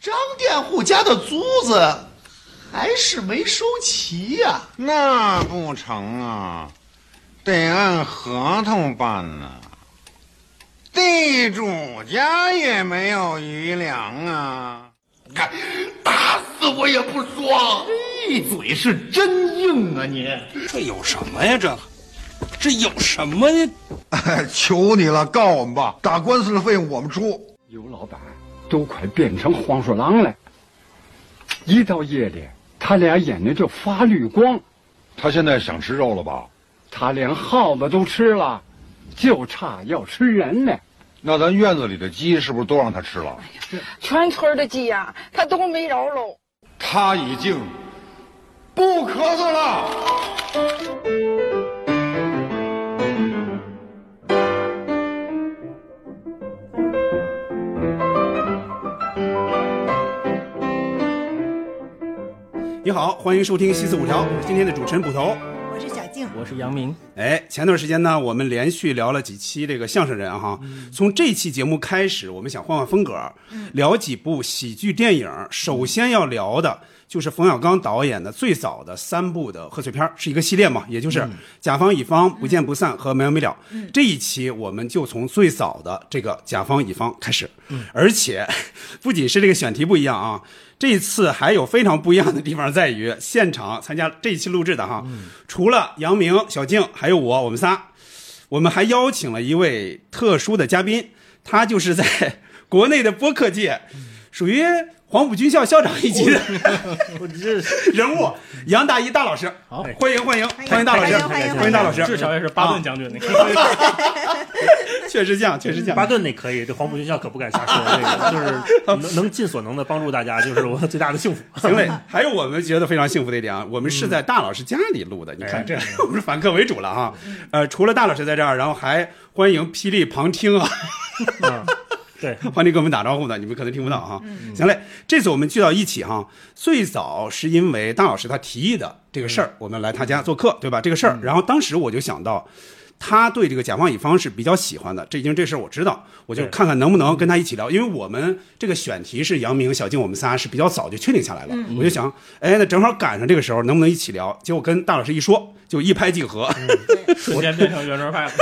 张佃户家的租子还是没收齐呀、那不成啊，得按合同办呐、地主家也没有余粮啊。看，打死我也不说。哎一嘴是真硬啊你！这有什么呀？这，这有什么呀？哎，求你了，告我们吧，打官司的费用我们出。刘老板都快变成黄鼠狼了。一到夜里，他俩眼睛就发绿光，他现在想吃肉了吧？他连耗子都吃了，就差要吃人了。那咱院子里的鸡是不是都让他吃了？全村的鸡呀、他都没饶喽。他已经不咳嗽了。你好，欢迎收听《西四五条》，我是今天的主持人捕头。我是小静，我是杨明。哎，前段时间呢，我们连续聊了几期这个相声人啊哈。从这期节目开始，我们想换换风格，聊几部喜剧电影。首先要聊的就是冯小刚导演的最早的三部的贺岁片儿，是一个系列嘛，也就是《甲方乙方》《不见不散》和《没完没了》。这一期我们就从最早的这个《甲方乙方》开始，而且 不仅是这个选题不一样啊。这次还有非常不一样的地方在于，现场参加这一期录制的哈，嗯除了杨明、小静还有我，我们仨，我们还邀请了一位特殊的嘉宾，他就是在 国内的播客界嗯属于黄埔军校校长一级 的人物，杨大一大老师。好，欢迎欢迎欢迎大老师，欢迎大老师，至少也是巴顿啊将军那个。确实像，确实像。巴顿那可以，这黄埔军校可不敢瞎说， 这个就是能能尽所能的帮助大家，就是我最大的幸福。行嘞，还有我们觉得非常幸福的一点啊，我们是在大老师家里录的，你看这 我们反客为主了哈。呃，除了大老师在这儿，然后还欢迎霹雳旁听啊，对， 欢迎跟我们打招呼呢，你们可能听不到哈。行嘞，这次我们聚到一起哈，最早是因为大老师他提议的这个事儿，我们来他家做客，对吧？这个事儿，然后当时我就想到。他对这个甲方乙方是比较喜欢的，这因为这事儿我知道，我就看看能不能跟他一起嗯聊，因为我们这个选题是杨明、小静，我们仨是比较早就确定下来了，嗯我就想，哎，那正好赶上这个时候，能不能一起聊？结果跟大老师一说，就一拍即合， 嗯瞬间变成圆桌派了。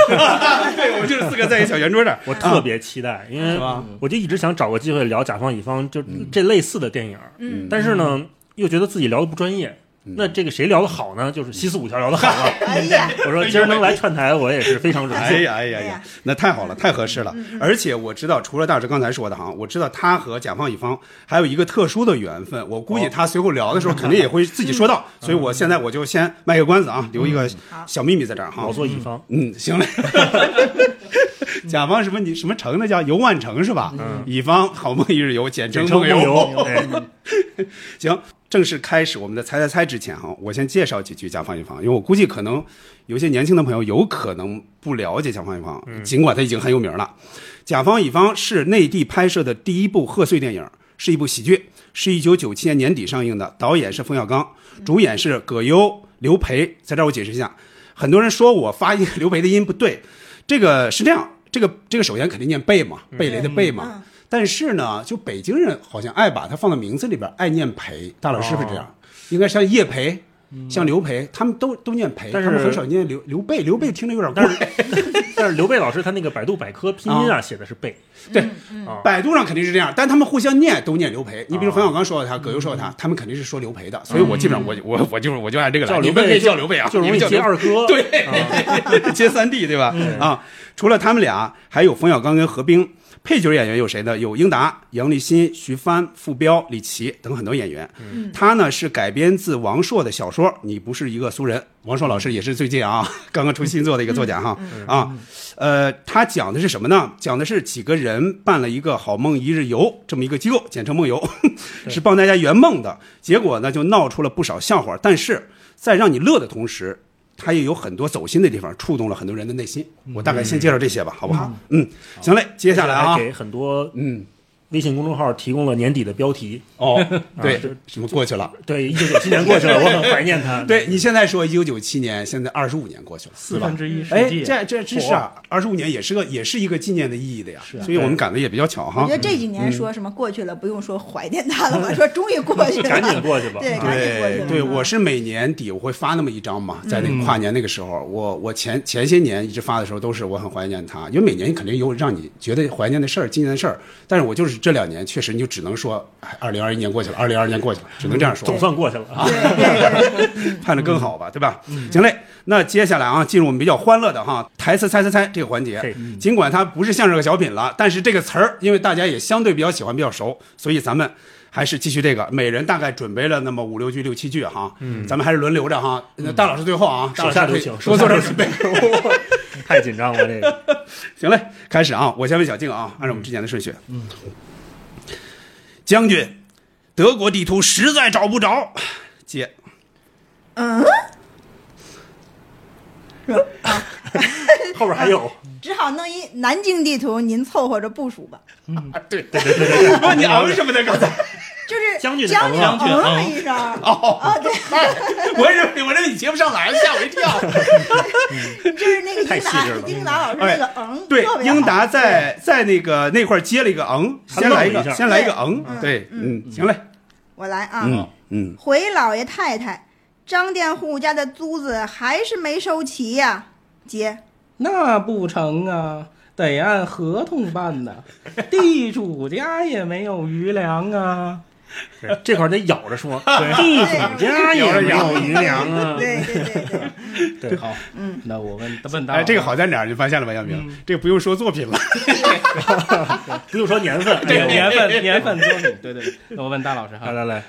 对，我们就是四个在一小圆桌这儿，我 特别期啊待，因为我就一直想找个机会聊甲方乙方，就嗯这类似的电影。嗯但是呢，又觉得自己聊的不专业。嗯那这个谁聊的好呢？就是西四五条聊的好 了。哎呀，我说今儿能来串台，我也是非常荣哎幸。呀嗯哎呀呀，那太好了，太合适了。而且我知道，除了大志刚才说的哈，我知道他和甲方乙方还有一个特殊的缘分。我估计他随后聊的时候肯定也会自己说到，所以我现在我就先卖个关子啊，留一个小秘密在这儿哈。好做乙方，嗯，行嘞。 甲方什么你什么城那叫游万城是吧？嗯乙方好梦一日游，简简称嗯称梦梦游。 游哎行，正式开始我们的猜猜猜之前哈，我先介绍几句甲方乙方，因为我估计可能有些年轻的朋友有可能不了解甲方乙方，尽管它已经很有名了。甲方乙方是内地拍摄的第一部贺岁电影，是一部喜剧，是一九九七年年底上映的，导演是冯小刚，主演是葛优、刘培。在这儿我解释一下，很多人说我发音刘培的音不对，这个是这样，这个这个首先肯定念贝嘛，贝雷的贝嘛。但是呢，就北京人好像爱把它放到名字里边，爱念培。大老师是不是这样？应该像叶培，像刘培，他们都都念培，但是哎他们很少念刘刘备。刘备听着有点怪。但是刘备老师他那个百度百科拼音啊啊写的是贝，对，啊百度上肯定是这样，但他们互相念都念刘培。你比如冯小刚说的他，葛优说的他，他们肯定是说刘培的。所以我基本上我我我就是我就按这个来，叫你刘们可备以就叫刘备啊，就容你易们叫接刘备二哥。对啊 接三弟对吧？啊，除了他们俩，还有冯小刚跟何冰。配角演员有谁呢？有英达、杨立新、徐帆、傅彪、李琦等很多演员。嗯他呢是改编自王朔的小说《你不是一个俗人》。王朔老师也是最近啊 刚刚出新作的一个作家哈啊，呃，他讲的是什么呢？讲的是几个人办了一个“好梦一日游”这么一个机构，简称梦游，是帮大家圆梦的。结果呢，就闹出了不少笑话。但是在让你乐的同时，他也有很多走心的地方，触动了很多嗯人的内心。我大概先介绍这些吧，好不好？嗯，行嘞，接下来啊给，很多嗯，微信公众号提供了年底的标题。哦 啊，对就，什么过去了？对，一九九七年过去了，我很怀念它。 对你现在说一九九七年，现在二十五年过去了，四分之一世哎，纪这这真是啊，二十五年也是个也是一个纪念的意义的呀，啊所以我们赶的也比较巧哈。嗯我觉得这几年说什么过去了，不用说怀念它了吧，说终于过去嗯了， 对，赶紧过去对了。对， 我是每年底我会发那么一张嘛，在那嗯个跨年那个时候，我我前前些年一直发的时候都是我很怀念他，因为每年肯定有让你觉得怀念的事儿、纪念的事儿，但是我就是这两年确实你就只能说，哎二零二一年过去了，二零二二年过去了，只能这样说，总算过去了 啊，嗯盼着更好吧，对吧？嗯行嘞，那接下来啊，进入我们比较欢乐的哈，台词猜猜猜这个环节。尽管它不是相声和小品了，但是这个词儿，因为大家也相对比较喜欢、比较熟，所以咱们还是继续这个，每人大概准备了那么五六句、六七句哈。嗯咱们还是轮流着哈。那大老师最后啊，大手老下师留可以情，多做点手下准留备。 情太紧张了 这个。行嘞，开始啊，我先问小静啊，按照我们之前的顺序。嗯，将军，德国地图实在找不着，接。嗯，后边还有，只好弄一南京地图，您凑合着部署吧。嗯啊对对对对 对，你昂什么呢？刚才就是将军的将军将军嗯了嗯一声，哦 啊，对，我认为我认为你接不上来，吓我一 跳。就是那个太英细致了达英达老师那个哎嗯，对特，别好英达在在那个那块儿接了一个嗯，他先来一愣了个一下先来一个嗯嗯，对，嗯，行嘞，我来啊，嗯嗯，回老爷太太，张佃户家的租子还是没收齐呀、姐，那不成啊，得按合同办呐。地主家也没有余粮啊。这块得咬着说，地主家也没有余粮啊。对对对 对，好，嗯，那我问问大，哎，这个好在哪儿？你发现了吧，杨明？这个不用说作品了，不用说年份哎对年份年份多你，对对对。那我问大老师 哈，来来来，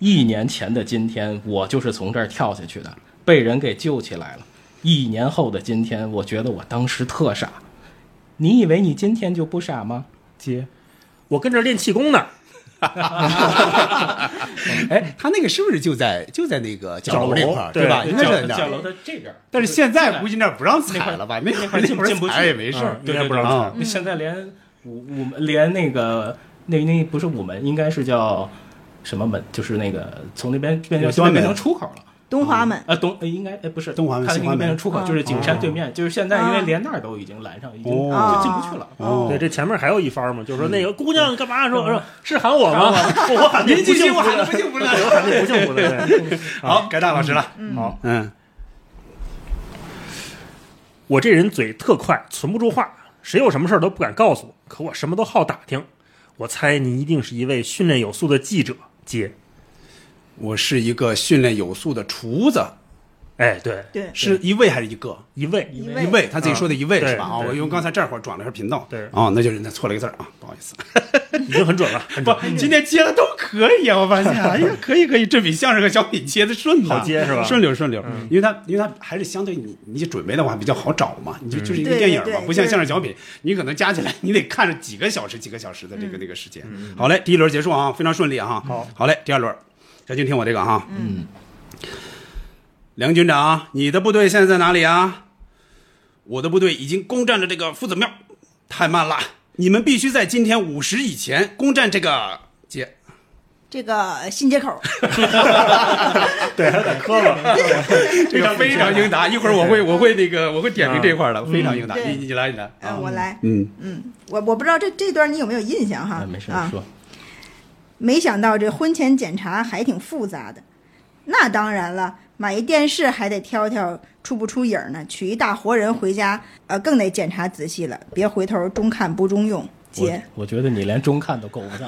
一年前的今天，我就是从这儿跳下去的，被人给救起来了。一年后的今天，我觉得我当时特傻。你以为你今天就不傻吗？姐，我跟这儿练气功呢。哎，他那个是不是就在就在那个角楼那块儿，对吧？应该是在那儿角楼的这边。但是现在估计那儿不让踩了吧？那会会儿儿进会儿进不踩去也没事儿，对对对对对对啊啊。嗯那现在连午午门连那个那那不是午门，应该是叫什么门？就是那个从那边变成端门变成出口了。东华门，啊，东呃应该哎不是东华门它西应华该门变成出口，就是景山对面，就是现在因为连那儿都已经拦上，已经嗯就进不去了。哦对，这前面还有一番嘛，就是说那个姑娘干嗯嘛说说是喊我吗？喊我喊的您不继续幸福我喊的的，不幸福的 我喊的不幸福的。对好，该大老师了。好，嗯，我这人嘴特快，存不住话，谁有什么事儿都不敢告诉我，可我什么都好打听。我猜你一定是一位训练有素的记者，姐。我是一个训练有素的厨子。哎，对对是一位还是一个？一位，一位位，他自己说的一位啊是吧？啊，对我对用刚才这会儿转了一下频道。对哦，那就是那错了一个字儿啊，不好意思。已经很准了，很准了。今天接的都可以啊，我发现，哎呀，可以可以，这比相声和小品接的顺呐好接是吧顺溜顺溜嗯，因为它因为它还是相对你你准备的话比较好找嘛，你就就是一个对电影对嘛，对不像相声小品，你可能加起来你得看着几个小时几个小时的这个嗯那个时间。好嘞，第一轮结束啊，非常顺利啊。好，好嘞，第二轮，小军听我这个哈。嗯，梁军长，你的部队现在在哪里啊？我的部队已经攻占了这个夫子庙，太慢了，你们必须在今天午时以前攻占这个街。这个新街口，对，还得磕巴。这个非常 应答，一会儿我会我会那个我会点评这块儿的，嗯非常应答。对你你来你来呃啊，我来，嗯嗯，我我不知道这这段你有没有印象哈？没事啊，说，没想到这婚前检查还挺复杂的。那当然了，买一电视还得挑挑出不出影儿呢，娶一大活人回家，呃，更得检查仔细了，别回头中看不中用。姐，我我觉得你连中看都够不上。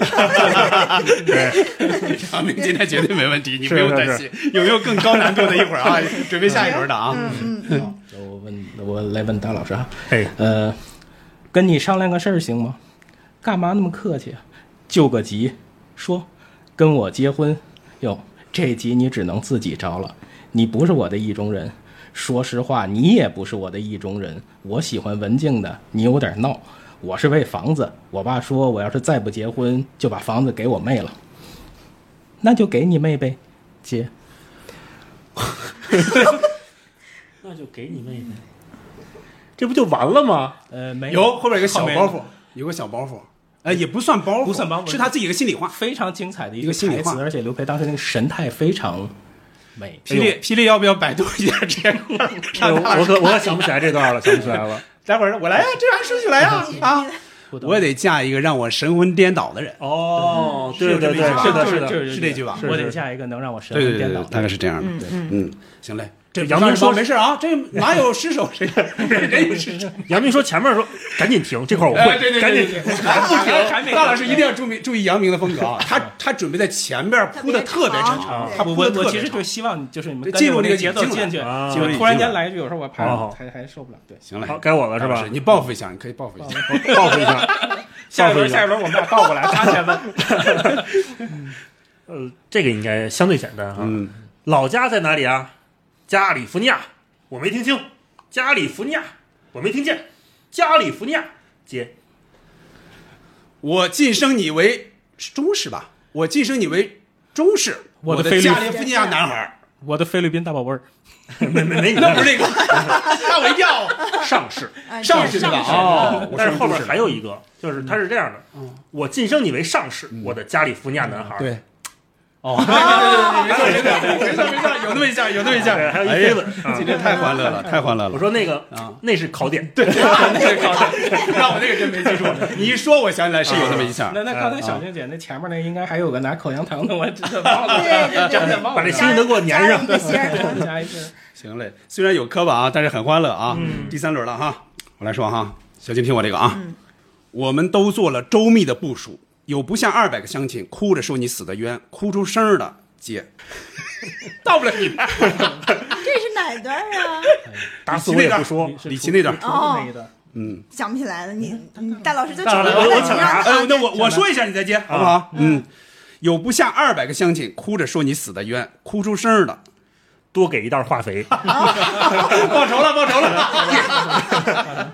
小明今天绝对没问题，你是不用担心。有没有更高难度的一会儿啊？ 准备下一轮的啊。我问，我来问大老师啊， 哎，呃，跟你商量个事儿行吗？干嘛那么客气啊？就个急，说跟我结婚，哟，这急你只能自己着了，你不是我的意中人。说实话，你也不是我的意中人。我喜欢文静的，你有点闹。我是为房子，我爸说我要是再不结婚，就把房子给我妹了。那就给你妹呗，姐。那就给你妹妹，这不就完了吗？呃，没哎有后边有个小包包袱。袱，有个小包袱。呃，也不算包袱，不算包袱，是他自己的心里话，非常精彩的一一个个心里台话词，。而且刘培当时那个神态非常美。霹雳，霹雳要不要百度一下这 个？哎我我可我可想不起来这段了，想不起来了。待会儿我来呀，这按顺序来 呀啊！我也得嫁一个让我神魂颠倒的人。哦是有这么一句话对对对是的吧是的是这句吧？是是是我得下一个能让我神对魂对颠对倒对的，大概是这样的。嗯嗯嗯，行嘞。这杨明说没事啊， 这哪有失手谁 人有失手？杨明说前面说赶紧停，这块儿我哎，会，对对，赶紧对停，对对还不停，还 没大老师一定要注意注意杨明的风格啊，他他准备在前边铺的特别长，我他铺啊我的特我别其实长就希望就是你们对跟着进入我那那个节奏进入啊进去，了啊就进入突然进间入来一句，有时候我怕好好还还受不了。对，行了，好该我了是吧大老师你报复一下，你可以报复一下，报复一下。下一报复轮一下下一轮我们俩倒 过来，他先问。呃，这个应该相对简单哈。啊嗯老家在哪里啊？加利福尼亚，我没听清。加利福尼亚，我没听见。加利福尼亚，姐，我晋升你为中士吧，我晋升你为中士，我我的菲律加利福尼亚男孩 儿， 我的菲律宾大宝贝儿，没没没，那不是那个，吓我一跳。上市啊哎，上市对对吧吧？哦我但是上后边市还有一个，就是他是这样的，我晋升你为上士，我的加利福尼亚男孩。嗯对，哦，没错没错 没错没错，有那么一下，有那么一下，还有一哎飞呀吻，啊今天太欢乐了，太欢乐了。啊我说那个，那是考点，对， 让我那个真没记住。 你一说，我想起来是有那么一下。那那刚才小静姐那前面那应该还有个拿口香糖的，我真的忘了， 真的忘了把这心都给我粘上。 加一个。行嘞，虽然有磕巴啊，但是很欢乐啊。第三轮了哈，我来说哈，小金听我这个啊，我们都做了周密的部署，有不下二百个乡亲哭着说你死的冤，哭出声儿的姐， 到不了你那儿。这是哪段啊？打死我也不说，李琦那段，哦， 嗯，想不起来了，你你大老师都当然了，了我你抢让答。他呃，那我我说一下，你再接好不好？嗯，有不下二百个乡亲哭着说你死的冤，哭出声儿的，多给一袋化肥。报仇了，报仇了。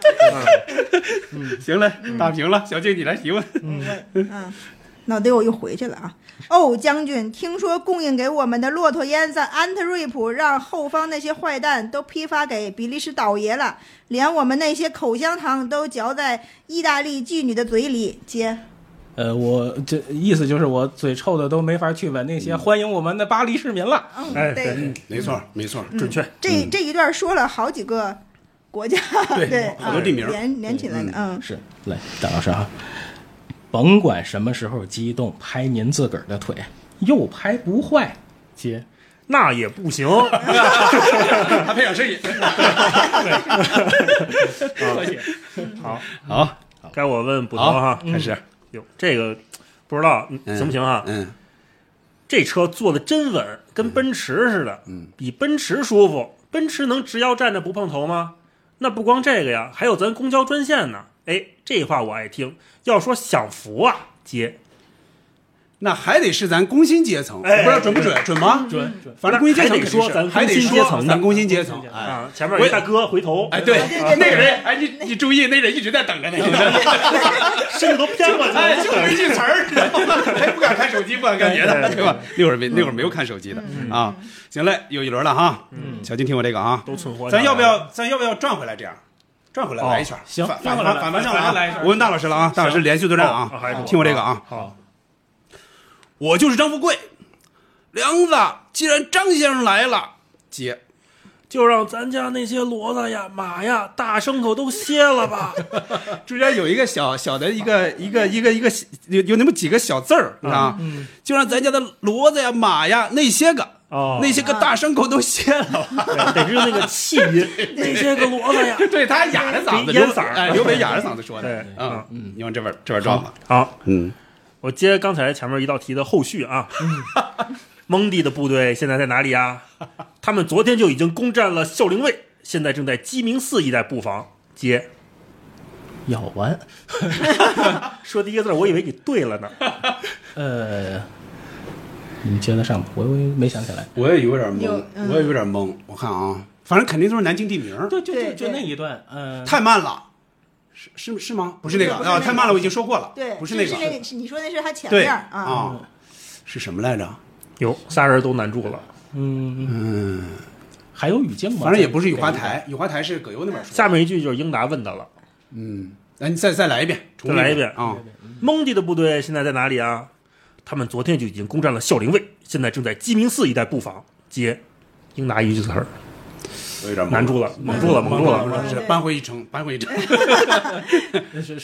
行嘞，打平了，小静你来提问。嗯，脑袋我又回去了啊！哦，将军，听说供应给我们的骆驼烟在安特瑞普让后方那些坏蛋都批发给比利时倒爷了，连我们那些口香糖都嚼在意大利妓女的嘴里。接，呃，我这意思就是我嘴臭的都没法去吻那些欢迎我们的巴黎市民了。嗯哎对对，没错，嗯没错，准确。这这一段说了好几个国家，对对，好多地名啊连连起来的，嗯，是来，张老师啊，甭管什么时候激动，拍您自个儿的腿，又拍不坏。接，那也不行。他培养生意。好，好，该我问捕头哈好，开始嗯。哟，这个不知道嗯行不行啊？嗯，这车坐的真稳，跟奔驰似的，嗯，比奔驰舒服。奔驰能直腰站着不碰头吗？那不光这个呀，还有咱公交专线呢。哎，这话我爱听。要说享福啊，姐，那还得是咱工薪阶层，我哎嗯不知道准不准，准吗？准准反正工薪阶层还得说肯定是咱还得工薪阶层说咱的工薪阶层。哎，啊，前面有一大哥回头，哎，对，那个人，哎，你你注意，那人一直在等着呢，嗯一直在等 着身子都偏过去了哎，就没记词儿， 还不敢看手机，不敢干别的，对吧？那会儿没那会儿没有看手机的嗯啊。行嘞，有一轮了哈，小金听我这个啊，都存活。咱要不要咱要不要转回来这样？转回来哦来一圈，行反转反回来反反方向了反过来一啊圈！我问大老师了啊，大老师行连续对战啊哦还是，我听我这个啊，好，我就是张富贵，梁子，既然张先生来了，姐，就让咱家那些骡子呀、马呀、大牲口都歇 了吧。啊中间有一个小小的一个一个一个一个有有那么几个小字儿，你知道吗？就让咱家的骡子呀、马呀那些个哦那些个大牲口都歇了吧，得是那个气音，那些个骡子呀， 对他哑着嗓子，得刘烟嗓儿哎，刘北哑着嗓子说对的，嗯嗯，你往这边这边转吧，好，嗯，我接刚才前面一道题的后续啊。蒙蒂的部队现在在哪里啊？他们昨天就已经攻占了孝陵卫，现在正在鸡鸣寺一带布防。接咬完，说第一个字儿，我以为你对了呢。呃，你们接得上吗？我我没想起来。我也有点懵有，嗯我也有点懵，我看啊，反正肯定都是南京地名儿，对，就就就那一段，嗯，太慢了。是是是吗？不是那个不是那啊，个太慢了，我已经说过了，对，不是那是个，那个，是你说那是他前对面儿 啊，啊，是什么来着？有仨人都难住了，嗯嗯，还有语境吗？反正也不是雨花台，雨花台是葛优那边说的。下面一句就是英达问的了。嗯，来，你再再来一遍，重再来一遍遍啊！蒙迪的部队现在在哪里啊？他们昨天就已经攻占了孝陵卫，现在正在鸡鸣寺一带布防。接，应拿一句词儿，有点难住了，蒙住了，蒙住了。是扳回一城，扳回一城。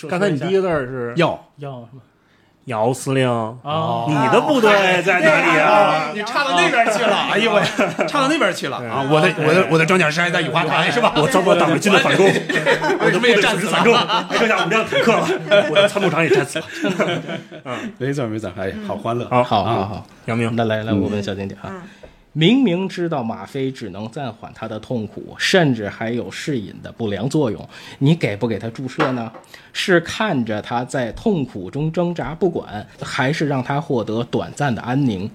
刚才你第一个字儿是要要什么？姚司令，哦你的部队在哪里啊？你差到那边去了，哎呦喂，差到那边去了啊！我的我的我的装甲师还在雨花台是吧？我遭过党卫军的反攻，我的卫战死反正还剩下五辆坦克了，我的参谋长也战死了。没错没错，哎，好欢乐，好好好好，杨明，那来来，我问小丁点啊，明明知道吗啡只能暂缓他的痛苦，甚至还有适饮的不良作用，你给不给他注射呢？是看着他在痛苦中挣扎不管，还是让他获得短暂的安宁？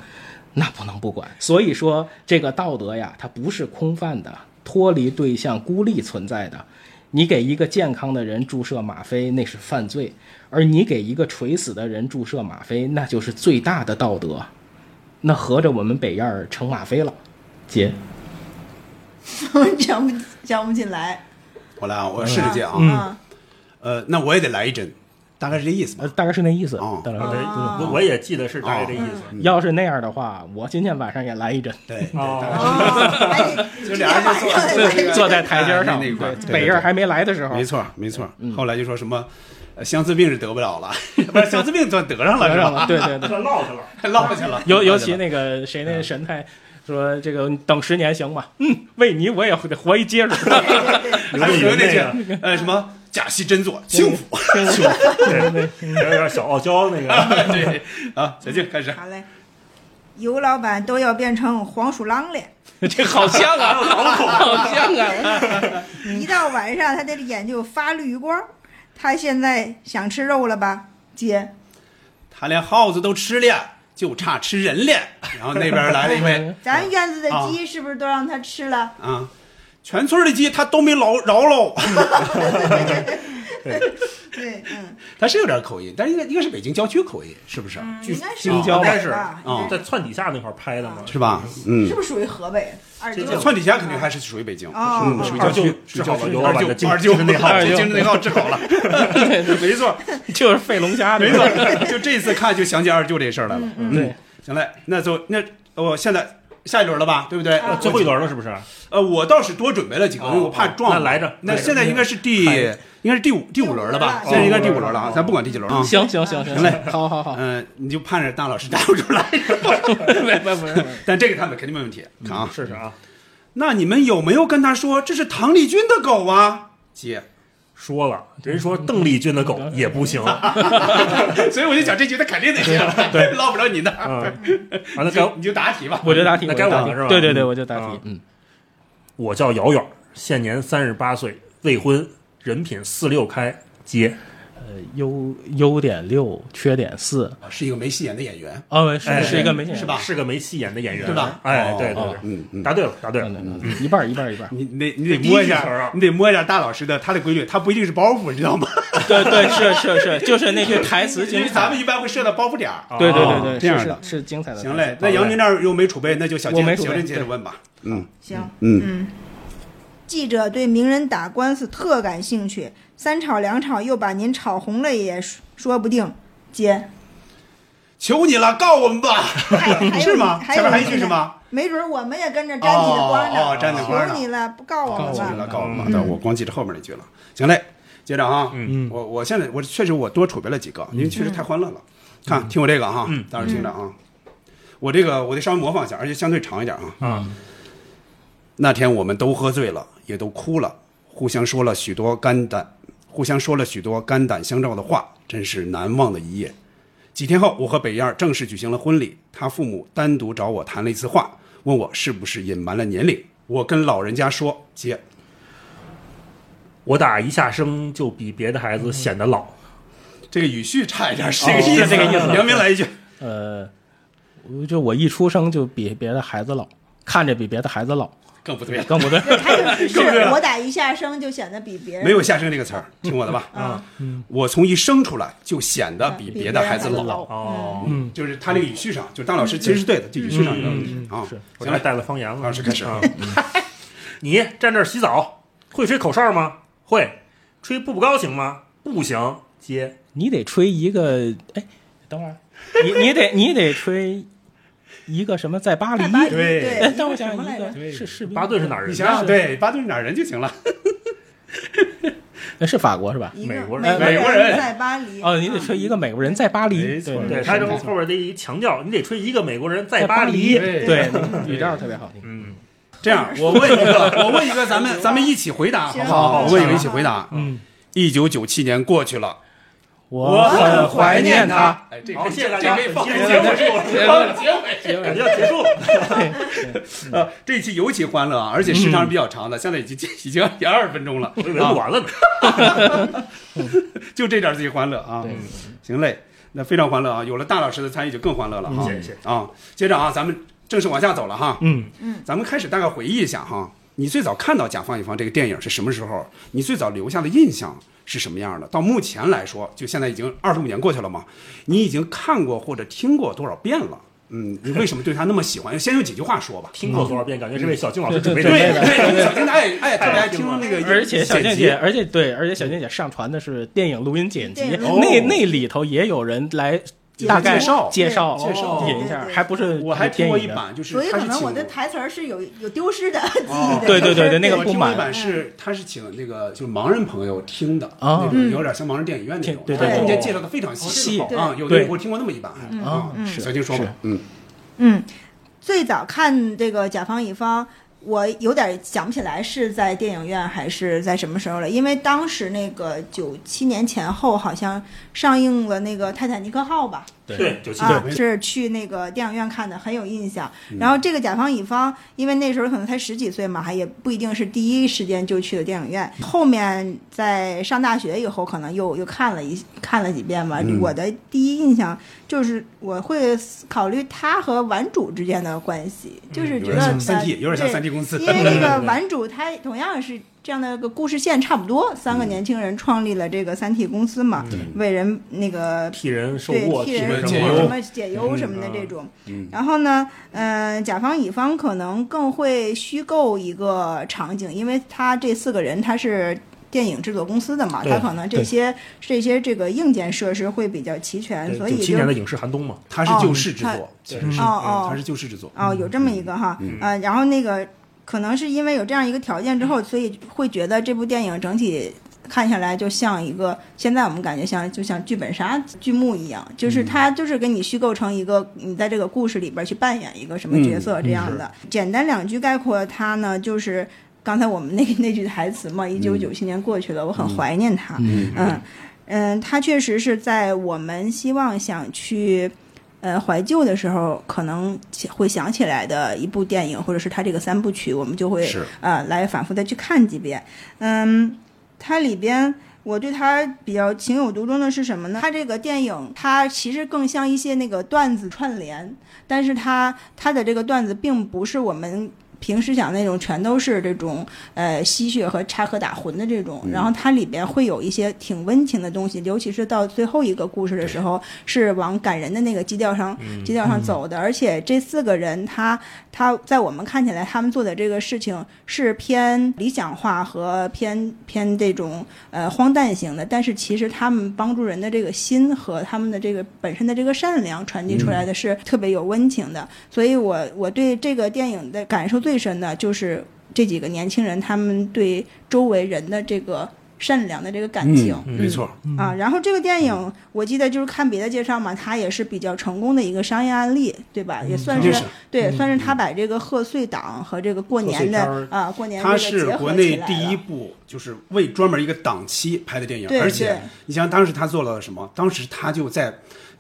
那不能不管。所以说，这个道德呀，它不是空泛的，脱离对象孤立存在的。你给一个健康的人注射吗啡，那是犯罪；而你给一个垂死的人注射吗啡，那就是最大的道德。那合着我们北燕儿成吗啡了，姐，想不想不起来。我来啊，我试试去啊。嗯，呃，那我也得来一针，大概是这意思吧？呃大概是那意思啊。当然对我我也记得是大概这意思。哦要是那样的话，我今天晚上也来一 针。嗯对，哦哎就俩人坐坐在台阶儿上哎那一块儿，对对北对燕儿对还没来的时候，没错没错。后来就说什么，呃相思病是得不了 了，不是相思病算得上了是吧？对对 对，落下了，落下了。嗯尤尤其那个谁那神态说这个你等十年行吗？ 嗯，为你我也得活一结实。 还有那些呃什么假戏真做，幸福幸福，对，有点小傲娇那个。 对啊，小静开始。好嘞，尤老板都要变成黄鼠狼了。这好像啊，好像啊，一到晚上，他的眼就发绿光。他现在想吃肉了吧，姐？他连耗子都吃了，就差吃人了。然后那边来了一 位咱院子的鸡是不是都让他吃了？啊，全村的鸡他都没饶饶喽。对，嗯， 他是有点口音，但是应该应该是北京郊区口音，是不是？应该是京郊应吧该是吧啊，在窜底下那块儿拍的嘛，是吧？嗯，是不是属于河北二这舅？这窜底下肯定还是属于北京，哦嗯，哦属于郊哦区，属治于郊好了区。刘老二板舅的精二舅精神内耗二舅精精神神内内耗耗治好 了，没错， 就是费龙虾，没错，就这次看就想起二舅这事儿来了。嗯对，行嘞，那就那我现在下一轮了吧，对不对？最后一轮了是不是？呃，我倒是多准备了几个，因为我怕撞。哦那来着那来着现在应该是第来着应该是第五第五轮了吧？现在应该是第五轮了哦啊，咱不管第几轮啊。行行行行行嘞，好好 好，嗯，你就盼着大老师答不出来。不不嗯不， 但这个他们肯定没问题，看啊。试试啊。那你们有没有跟他说这是唐丽君的狗啊？姐，说了，人说邓丽君的狗也不行， 所以我就想这局他肯定得这样，对 捞不着你那儿。完了你就你就答题吧，我就答题，那该我就答了题是吧对对对，我就答题啊。嗯，我叫姚远，现年三十八岁，未婚，人品四六开，接。呃，优优点六，缺点四。啊是一个没戏演的演员。哦，是哎是一个没见是吧？是个没戏演的演员，对吧哎哦，对对哦对，答对了，答对了，嗯一半儿一半儿一半儿。你你得你得第一摸一句词儿啊下，你得摸一下大老师的他的规律，他不一定是包袱，你知道吗？对对是是是，就是那句台词 因精为彩。咱们一般会设到包袱点儿。对对哦对对，这样是的。是是精彩的台词。行嘞，那杨明那儿又没储备，那就小我没金储备小金接着问吧。嗯，行，嗯嗯。记者对名人打官司特感兴趣，三吵两吵又把您吵红了也说说不定，姐。求你了，告我们吧， 是吗？ 还前有面还一句是吗？？没准我们也跟着沾你的光呢。哦哦沾你光呢求你了，不告我告们诉吧你。了，告诉你了嗯，但我光记着后面那句了。行嘞，接着啊，嗯，我我现在我确实我多储备了几个，因为确实太欢乐了。看，听我这个啊，大伙儿听着啊，我这个我得稍微模仿一下，而且相对长一点啊。啊，那天我们都喝醉了，也都哭了，互相说了许多肝胆，互相说了许多肝胆相照的话，真是难忘的一夜。几天后，我和北燕儿正式举行了婚礼。他父母单独找我谈了一次话，问我是不是隐瞒了年龄。我跟老人家说，姐，我打一下生就比别的孩嗯子显得老，这个语序差一点，是这个这个意意思思，这个意思杨明来一句，呃，我就我一出生就比别的孩子老，看着比别的孩子老，更不对，更不对。是 更不对了我打一下声就显得比别人没有下生这个词儿，听我的吧。啊，我从一生出来就显得比别的孩子比别的老孩子老哦，嗯，就是他那个语序上，就是当老师其实是对的，这语序上有问题啊。我行还了，带了方言了。老师开始啊，你站这儿洗澡，会吹口哨吗？会，吹步步高行吗？不行，接 你得吹一个，哎，等会儿，你你得你得吹一个什么在巴黎？对哎等我想想一个是士兵，巴顿是哪儿人你想想，对，巴顿是哪儿人就行了。哎是法国是吧？一个美国人美国人在巴黎嗯哦，你得吹一个美国人在巴黎，对对对，对，他这没个错后边得一强调，你得吹一个美国人在在巴黎，黎对语调特别好听。嗯，这样，我问一个，我问一个，咱们咱们一起回答，好不好好我问一个一起回答。嗯，一九九七年过去了，我很怀念他。哎，这好，个谢谢大家，这个结尾放结尾结尾感觉要结束了。呃，这一期尤其欢乐啊，而且时长是比较长的，现在已经已经也二十分钟了，啊我以为录完了呢。嗯就这点儿自己欢乐啊，行嘞，那非常欢乐啊，有了大老师的参与就更欢乐了啊，嗯谢谢啊，接着啊，咱们正式往下走了哈，嗯嗯，咱们开始大概回忆一下哈，你最早看到《甲方乙方》这个电影是什么时候？你最早留下的印象是什么样的？到目前来说，就现在已经二十五年过去了嘛，你已经看过或者听过多少遍了？嗯，你为什么对他那么喜欢？先用几句话说吧。听过多少遍？感觉是为小静老师对准备对的。对对对小哎静她爱爱特别爱听那 个而且小剪静辑姐，而且对，而且小静姐上传的是电影录音剪辑，电影录那音那里头也有人来就是大概介绍哦介绍哦对介绍引一下对，对还不是我还听过一电影版，就是所以他可是能请我的台词儿是有有丢失的，记忆哦的。对对对对那个我不听过一满版是他是请那个就是盲人朋友听的啊那种有点像盲人电影院那听种，对它对中对间介绍的非常细哦这个好啊，有对哦的我听过那么一版嗯啊嗯，是小静说吧，嗯，嗯，最早看这个甲方乙方，我有点想不起来是在电影院还是在什么时候了，因为当时那个九七年前后好像上映了那个《泰坦尼克号》吧。对，九七 啊，年是去那个电影院看的，很有印象嗯。然后这个甲方乙方，因为那时候可能才十几岁嘛，还也不一定是第一时间就去了电影嗯院。后面在上大学以后，可能又又看了一看了几遍吧。嗯我的第一印象就是我会考虑他和玩主之间的关系，就是嗯有觉点得像他三 D，有点像对三嗯 D 公司因为那对对个对玩主他同样是这样的一个故事线，差不多三嗯个年轻人创立了这个三体公司嘛，为人那个替人受对过，替替人生什活么解忧什么的这种。嗯然后呢，嗯，甲方乙方可能更会虚构一个场景，因为他这四个人他是。电影制作公司的嘛，对他可能这对些这些这个硬件设施会比较齐全，所以九就七年的影视寒 冬嘛， 他是哦救世之他作，其实是哦哦嗯，他是救世之作，哦，有这么一个哈，嗯呃，然后那个可能是因为有这样一个条件之嗯后，所以会觉得这部电影整体看下来就像一个现在我们感觉像就像剧本杀剧目一样，嗯就是它就是给你虚构成一个你在这个故事里边去扮演一个什么角色嗯这样的。简单两句概括它呢，就是刚才我们那个那句台词嘛，一九九七年过去了，我很怀念它，嗯嗯嗯，它确实是在我们希望想去呃怀旧的时候，可能起会想起来的一部电影，或者是它这个三部曲，我们就会是呃来反复的去看几遍。嗯，它里边。我对它比较情有独钟的是什么呢？它这个电影，它其实更像一些那个段子串联，但是它它的这个段子并不是我们平时讲那种全都是这种呃吸血和插科打诨的这种，然后它里边会有一些挺温情的东西，尤其是到最后一个故事的时候，是往感人的那个基调上、基调上走的。而且这四个人他，他在我们看起来，他们做的这个事情是偏理想化和偏偏这种呃荒诞型的，但是其实他们帮助人的这个心和他们的这个本身的这个善良传递出来的是特别有温情的。所以我我对这个电影的感受最深的就是这几个年轻人他们对周围人的这个善良的这个感情，嗯没错嗯啊。然后这个电影我记得就是看别的介绍嘛，它也是比较成功的一个商业案例，对吧？也算肯是定是对，嗯算是他把这个贺岁档和这个过年贺岁的片儿啊过年它这个是结国合内起来第一了。部就是为专门一个档期拍的电影对，而对且你想当时他做了什么？当时他就在。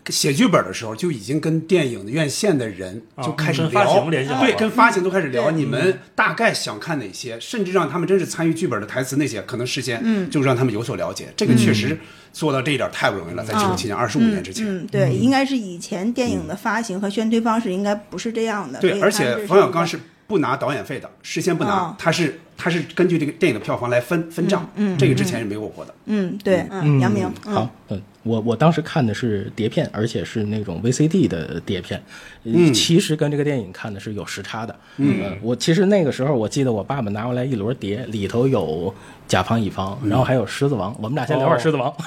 写剧本的时候就已经跟电影院线的人啊就开始跟聊，发行联系好对，了跟发行都开始聊，嗯你们大概想看哪些，甚至让他们真是参与剧本的台词那些，可能事先嗯就让他们有所了解。这个嗯确实做到这一点太不容易了，在九七年啊二十五年之前。嗯嗯，嗯对，应该是以前电影的发行和宣推方式应该不是这样的。所对，以而他们这且是冯小一刚个是不拿导演费的，事先不哦拿，他是它是根据这个电影的票房来分分账，嗯嗯这个之前是没有过的。嗯，对，嗯，杨明，嗯好，，嗯，我我当时看的是碟片，而且是那种 VCD 的碟片，呃嗯其实跟这个电影看的是有时差的。嗯呃我其实那个时候我记得我爸爸拿过来一摞碟，里头有甲方乙方，然后还有狮子王，我们俩先聊会儿哦狮子王。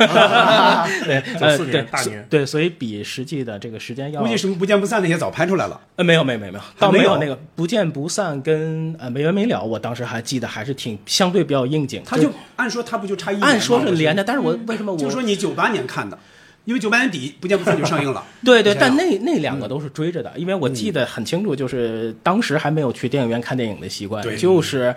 对， 呃， 94年对大所年对，所以比实际的这个时间要估计什么不见不散那些早拍出来了。呃，没有，没有，没有，没有，还倒没没有有那个不见不散跟呃没完没了，我当时还记得还是挺相对比较应景。他就按说他不就差一年吗，按说是连着我觉得但是我为什么我。就说你九八年看的，因为九八年底不见不散就上映了 对对，你想但想那那两嗯个都是追着的，因为我记得很清楚，就是当时还没有去电影院看电影的习惯对，就是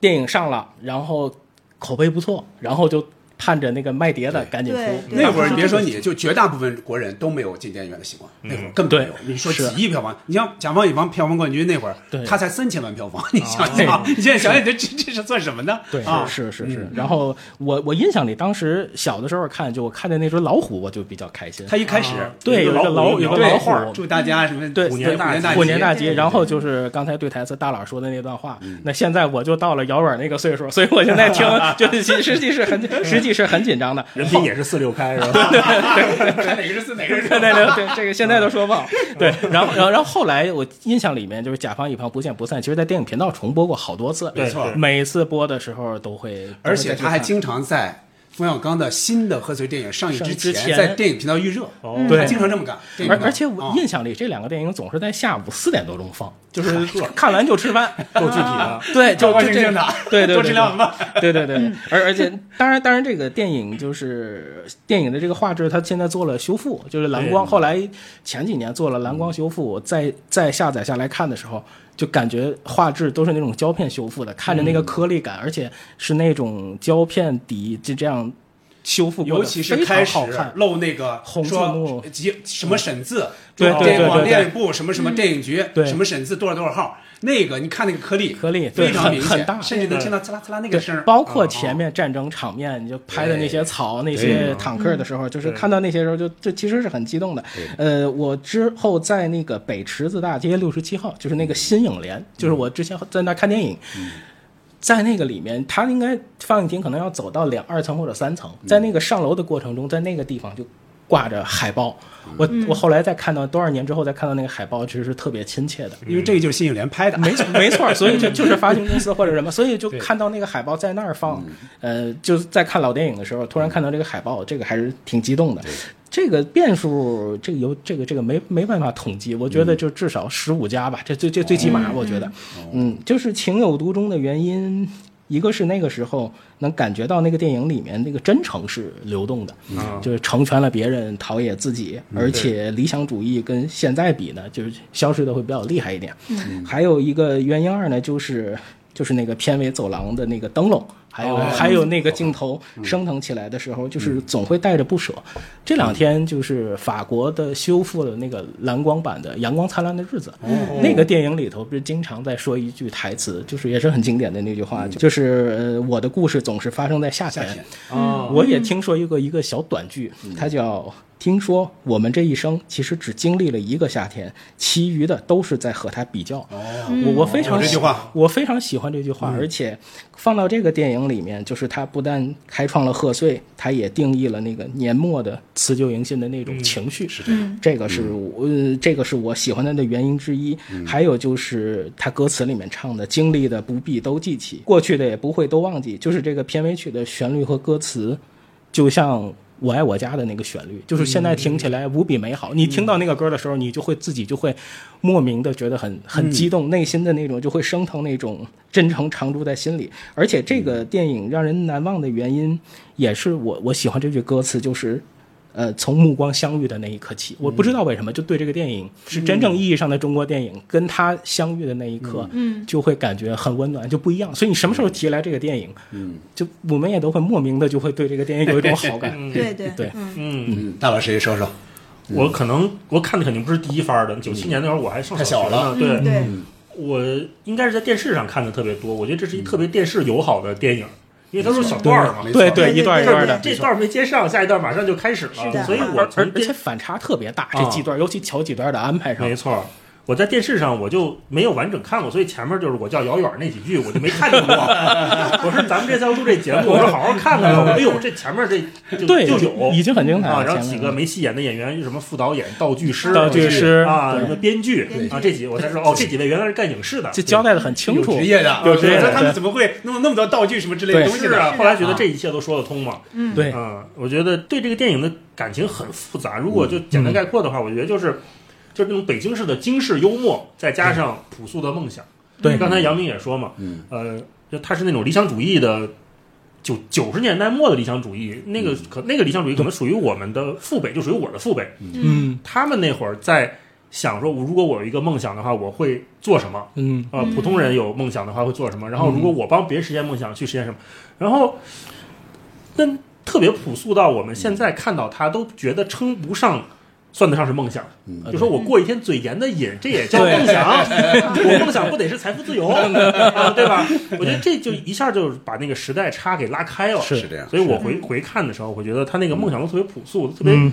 电影上了，然后口碑不错，然后就盼着那个卖碟的赶紧出。那会儿你别说你，就绝大部分国人都没有进电影院的习惯，那会儿根本没有。你说几嗯是亿票房，你像甲方乙方票房冠军那会儿对，哦他才三千万票房，你想想啊对，你现在想想这这这是算什么呢？对，啊，是是是是嗯。然后我我印象里，当时小的时候看，就我看见那只老虎，我就比较开心。他一开始啊对有有一一个个老老有个对老画儿虎祝大家什么对虎年大吉虎年大吉。对嗯然后就是刚才对台词大佬说的那段话。那现在我就到了姚远那个岁数，所以我现在 听就是其实际是很实际是很紧张的。人品也是四六 开是吧？看哪个是四哪个是对对对对，这个现在都说不 好。对，然后然后然后后来我印象里面就是甲方乙方不见不散，其实，在电影频道重播过好多次，没错每次播的时候都会，而且他还经经常在冯小刚的新的贺岁电影上映上之映之前哦在电影频道预热，对他经常这么干。电影而频道啊而且我印象里这两个电影总是在下午四点多钟放，就是看完就吃 饭，够具体的 对，就高高就兴这兴的对对对，多吃两碗 对对对。而而且，当然当然，这个电影就是电影的这个画质，它现在做了修复，就是蓝光，对。后来前几年做了蓝光修复，再再下载下来看的时候。就感觉画质都是那种胶片修复的，看着那嗯个颗粒感，而且是那种胶片底就这样修复过的，尤其是非常开始好看，露那个红字说幕几什么审字，对说对电对广对电对部什么什么嗯电影局对什么审字多少多少号，那个你看那个颗粒，颗粒对非常很明很显大，甚至能听到呲啦呲啦那对个声儿。啊包括前面战争场面，你就拍的那些草、那些哦对坦克的时候，就是对看到那些时候就，就其实是很激动的。呃，我之后在那个北池子大街六十七号，就是那嗯个新影联，就是我之前在那看电影。在那个里面，它应该放映厅可能要走到两二层或者三层，嗯在那个上楼的过程中，在那个地方就挂着海报。我、嗯我后来再看到多少年之后再看到那个海报，其实是特别亲切的。啊因为这个就是新影联拍的，没错没错，所以就就是发行公司或者什么，所以就看到那个海报在那儿放，嗯呃，就是在看老电影的时候，突然看到这个海报，这个还是挺激动的。这个变数，这个有这个这个没没办法统计，我觉得就至少十五家吧，这最最最起码嗯我觉得，嗯，就是情有独钟的原因，一个是那个时候能感觉到那个电影里面那个真诚是流动的，嗯就是成全了别人，陶冶自己，嗯而且理想主义跟现在比呢，就是消失的会比较厉害一点。嗯还有一个原因二呢，就是就是那个片尾走廊的那个灯笼，还有、哦还有那个镜头升腾起来的时候，就是总会带着不舍。这两天就是法国的修复了那个蓝光版的《阳光灿烂的日子》，哦那个电影里头不是经常在说一句台词，就是也是很经典的那句话，就是、呃、我的故事总是发生在夏天。嗯夏天嗯哦我也听说一个一个小短剧，它叫。听说我们这一生其实只经历了一个夏天，其余的都是在和它比较。哦啊我我非常有这句喜话，我非常喜欢这句话，嗯而且放到这个电影里面，就是它不但开创了贺岁，它也定义了那个年末的辞旧迎新的那种情绪。是这样嗯这个是我、呃这个是我喜欢它的原因之一。还有就是它歌词里面唱的“经历的不必都记起，过去的也不会都忘记”，就是这个片尾曲的旋律和歌词，就像。我爱我家的那个旋律，就是现在听起来无比美好。你听到那个歌的时候，你就会自己就会莫名的觉得很很激动，内心的那种就会升腾那种真诚常驻在心里。而且这个电影让人难忘的原因，也是我我喜欢这句歌词，就是。呃，从目光相遇的那一刻起，我不知道为什么就对这个电影是真正意义上的中国电影，跟它相遇的那一刻，嗯就会感觉很温暖，就不一样。所以你什么时候提来这个电影，嗯，就我们也都会莫名的就会对这个电影有一种好感 嗯对嗯，大老师说说，嗯我可能我看的肯定不是第一番儿的，九七年那会儿我还上太小小学呢了，对嗯对我应该是在电视上看的特别多，我觉得这是一特别电视友好的电影。因为它是小段儿嘛，没错对对对一段一段的这段儿没接上，下一段马上就开始了，所以我而从而且反差特别大，这啊几段，尤其前几段的安排上，没错。我在电视上我就没有完整看过，所以前面就是我叫姚远那几句我就没看 见过。我说咱们这次要录这节目，我说好好看看吧。哎呦，这前面这就嗯对就有已经很精彩了啊。然后前面几个没戏演的演员，什么副导演、道具师、道具师啊，对什么编剧啊，这几个我才知道哦，这几位原来是干影视的，这交代的很清楚，有职业啊的有职业对的，对他们怎么会弄那么多道具什么之类的东西是呢啊，后来觉得啊这一切都说得通嘛。嗯对嗯，我觉得对这个电影的感情很复杂。如果就嗯简单概括的话，我觉得就是就是那种北京式的京式幽默，再加上朴素的梦想。对刚才杨明也说嘛，嗯，呃，就他是那种理想主义的。九九十年代末的理想主义，那个可那个理想主义可能属于我们的父辈，就属于我的父辈。嗯，他们那会儿在想说，如果我有一个梦想的话，我会做什么？嗯呃，普通人有梦想的话会做什么？然后如嗯果我帮别人实现梦想，去实现什么？然后，那特别朴素到我们现在看到他都觉得称不上。算得上是梦想，嗯嗯就说我过一天嘴严的瘾，这也叫对梦想。对 我梦想不得是财富 自由，嗯啊对吧？我觉得这就一下就把那个时代差给拉开了。是是这样所以我是嗯回回看的时候，我觉得他那个梦想都特别朴素，特别嗯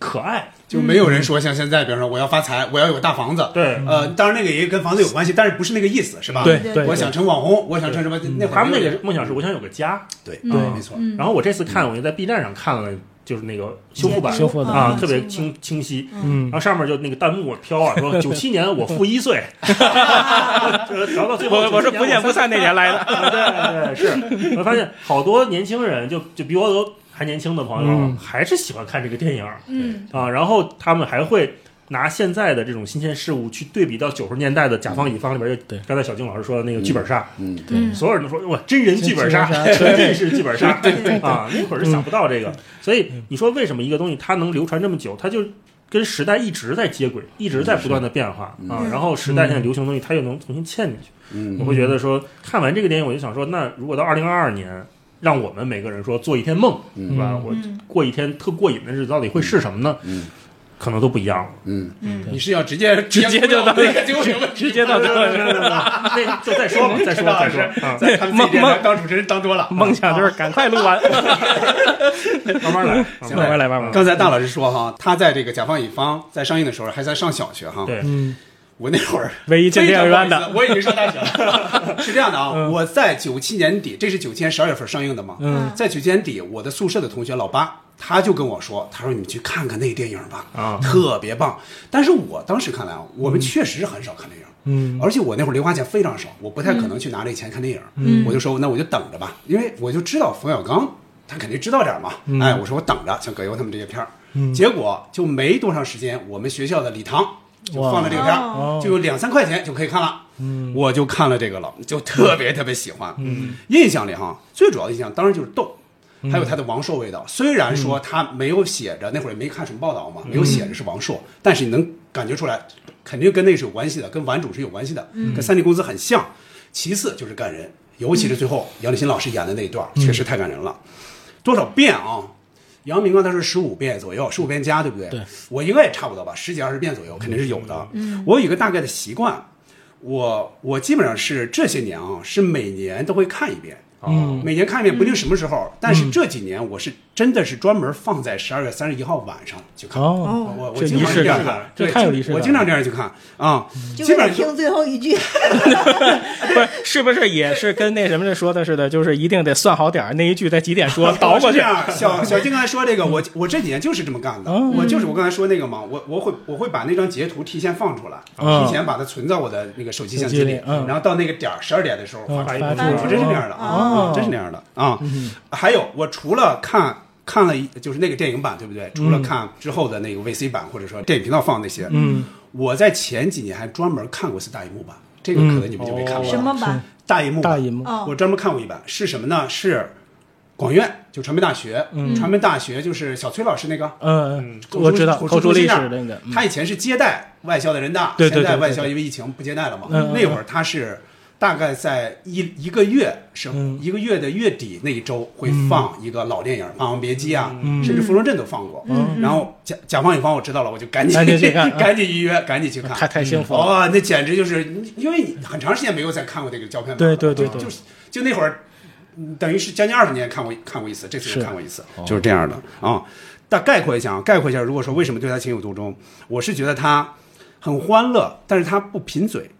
可爱，就没有人说像现在，比方说我要发财，我要有个大房子。对，呃，当然那个也跟房子有关系，但是不是那个意思，是吧？对对对我想成网红，我想成什么？那会儿他们没有那人个梦想是我想有个家，对嗯对没错嗯然后我这次看，我就在 B 站上看了，就是那个修复版，修复的啊，嗯特别清清晰。嗯然后上面就那个弹幕飘啊， 说九七年我负一岁， 聊到最后，我我是不见不散那年来的对对是， 我发现好多年轻人就就比我都还年轻的朋友嗯，还是喜欢看这个电影儿。嗯啊，然后他们还会拿现在的这种新鲜事物去对比到九十年代的甲方乙方里边，就刚才小静老师说的那个剧本杀，嗯嗯对所有人都说哇，真人剧本杀，真 真真人是剧本杀，对对对啊，对那会儿是想不到这个，所以你说为什么一个东西它能流传这么久，它就跟时代一直在接轨，一直在不断的变化嗯啊嗯，然后时代现在流行的东西，它又能重新嵌进去，嗯我会觉得说，看完这个电影，我就想说，那如果到二零二二年，让我们每个人说做一天梦，嗯对吧？嗯我过一天特过瘾的日子，到底会是什么呢？嗯，可能都不一样了。嗯嗯你是要直接直接就到那个就有问题直接到这儿 那就再说吧，再说吧再说啊，在他们自己电台当主持人当多了，梦想就是赶快录完，慢慢来，行慢慢来，慢慢来。刚才大老师说哈，他在这个甲方乙方在上映的时候还在上小学哈。对嗯，我那会儿唯一进电影院的非常不好意思我以为上大学了。 是这样的啊，我在九七年底，这是九七年十二月份上映的嘛。嗯在九七年底，我的宿舍的同学老八。他就跟我说：“他说你们去看看那个电影吧，啊特别棒。”但是我当时看来啊，我们确实很少看电影，嗯而且我那会儿零花钱非常少，我不太可能去拿这钱看电影。嗯我就说那我就等着吧，因为我就知道冯小刚他肯定知道点儿嘛。嗯哎，我说我等着，像葛优他们这些片儿。嗯结果就没多长时间，我们学校的礼堂就放了这个片哇儿，就有两三块钱就可以看了。嗯我就看了这个了，就特别特别喜欢。嗯，印象里哈，最主要的印象当然就是逗，嗯还有他的王朔味道。虽然说他没有写着，那会儿也没看什么报道嘛，嗯没有写着是王朔，但是你能感觉出来，肯定跟那是有关系的，跟玩主是有关系的，嗯跟三 D 公司很像。其次就是感人，尤其是最后杨立新老师演的那一段，嗯确实太感人了。多少遍啊？杨明刚才是十五遍左右，十五遍加，对不对？嗯对我应该也差不多吧，十几二十遍左右肯定是有的。嗯我有一个大概的习惯，我我基本上是这些年啊，是每年都会看一遍。嗯每年看一遍不一定什么时候，但是这几年我是真的是专门放在十二月三十一号晚上去看。哦我我这经仪常式这样感看，这对太有就仪式我感嗯经常这样去看啊，就基为本了上听最后一句，不是，是不是也是跟那什么的说的似的，就是一定得算好点儿，那一句在几点说，倒过去是 这样，小小金刚才说这个，我我这几年就是这么干的，嗯我就是我刚才说那个嘛，我我会我会把那张截图提前放出来，嗯提前把它存到我的那个手机相机手机里里，嗯然后到那个点儿十二点的时候嗯发一发个出图，来我真是这样的哦嗯啊，真是那样的啊。还有，我除了看看了一就是那个电影版，对不对？除了看之后的那个 VC 版或者说电影频道放那些，嗯，我在前几年还专门看过一次大荧幕版，这个可能你们就没看过了。哦什么版？大银幕版，大银嗯幕哦我专门看过一版，是什么呢？是广院，就传媒大学，嗯传媒大学就是小崔老师那个，嗯，口述我知道口口述中历心史那儿那个，嗯他以前是接待外校的人大，对对对现在对外对校因为疫情不接待了嘛，嗯嗯那会儿他是大概在一一个月是嗯一个月的月底那一周会放一个老电影《霸王别姬》啊，嗯甚至《芙蓉镇》都放过，嗯然后甲甲方乙方我知道了，我就赶紧赶紧去 看嗯赶紧预约，赶紧去看，太太幸福了哇、那简直就是因为很长时间没有再看过这个胶片版了，对对对就对就是就那会儿。嗯等于是将近二十年看过看过一次，这次是又看过一次，就是这样的啊。大概括一下啊，概括一下，如果说为什么对他情有独钟，我是觉得他很欢乐，但是它不贫嘴。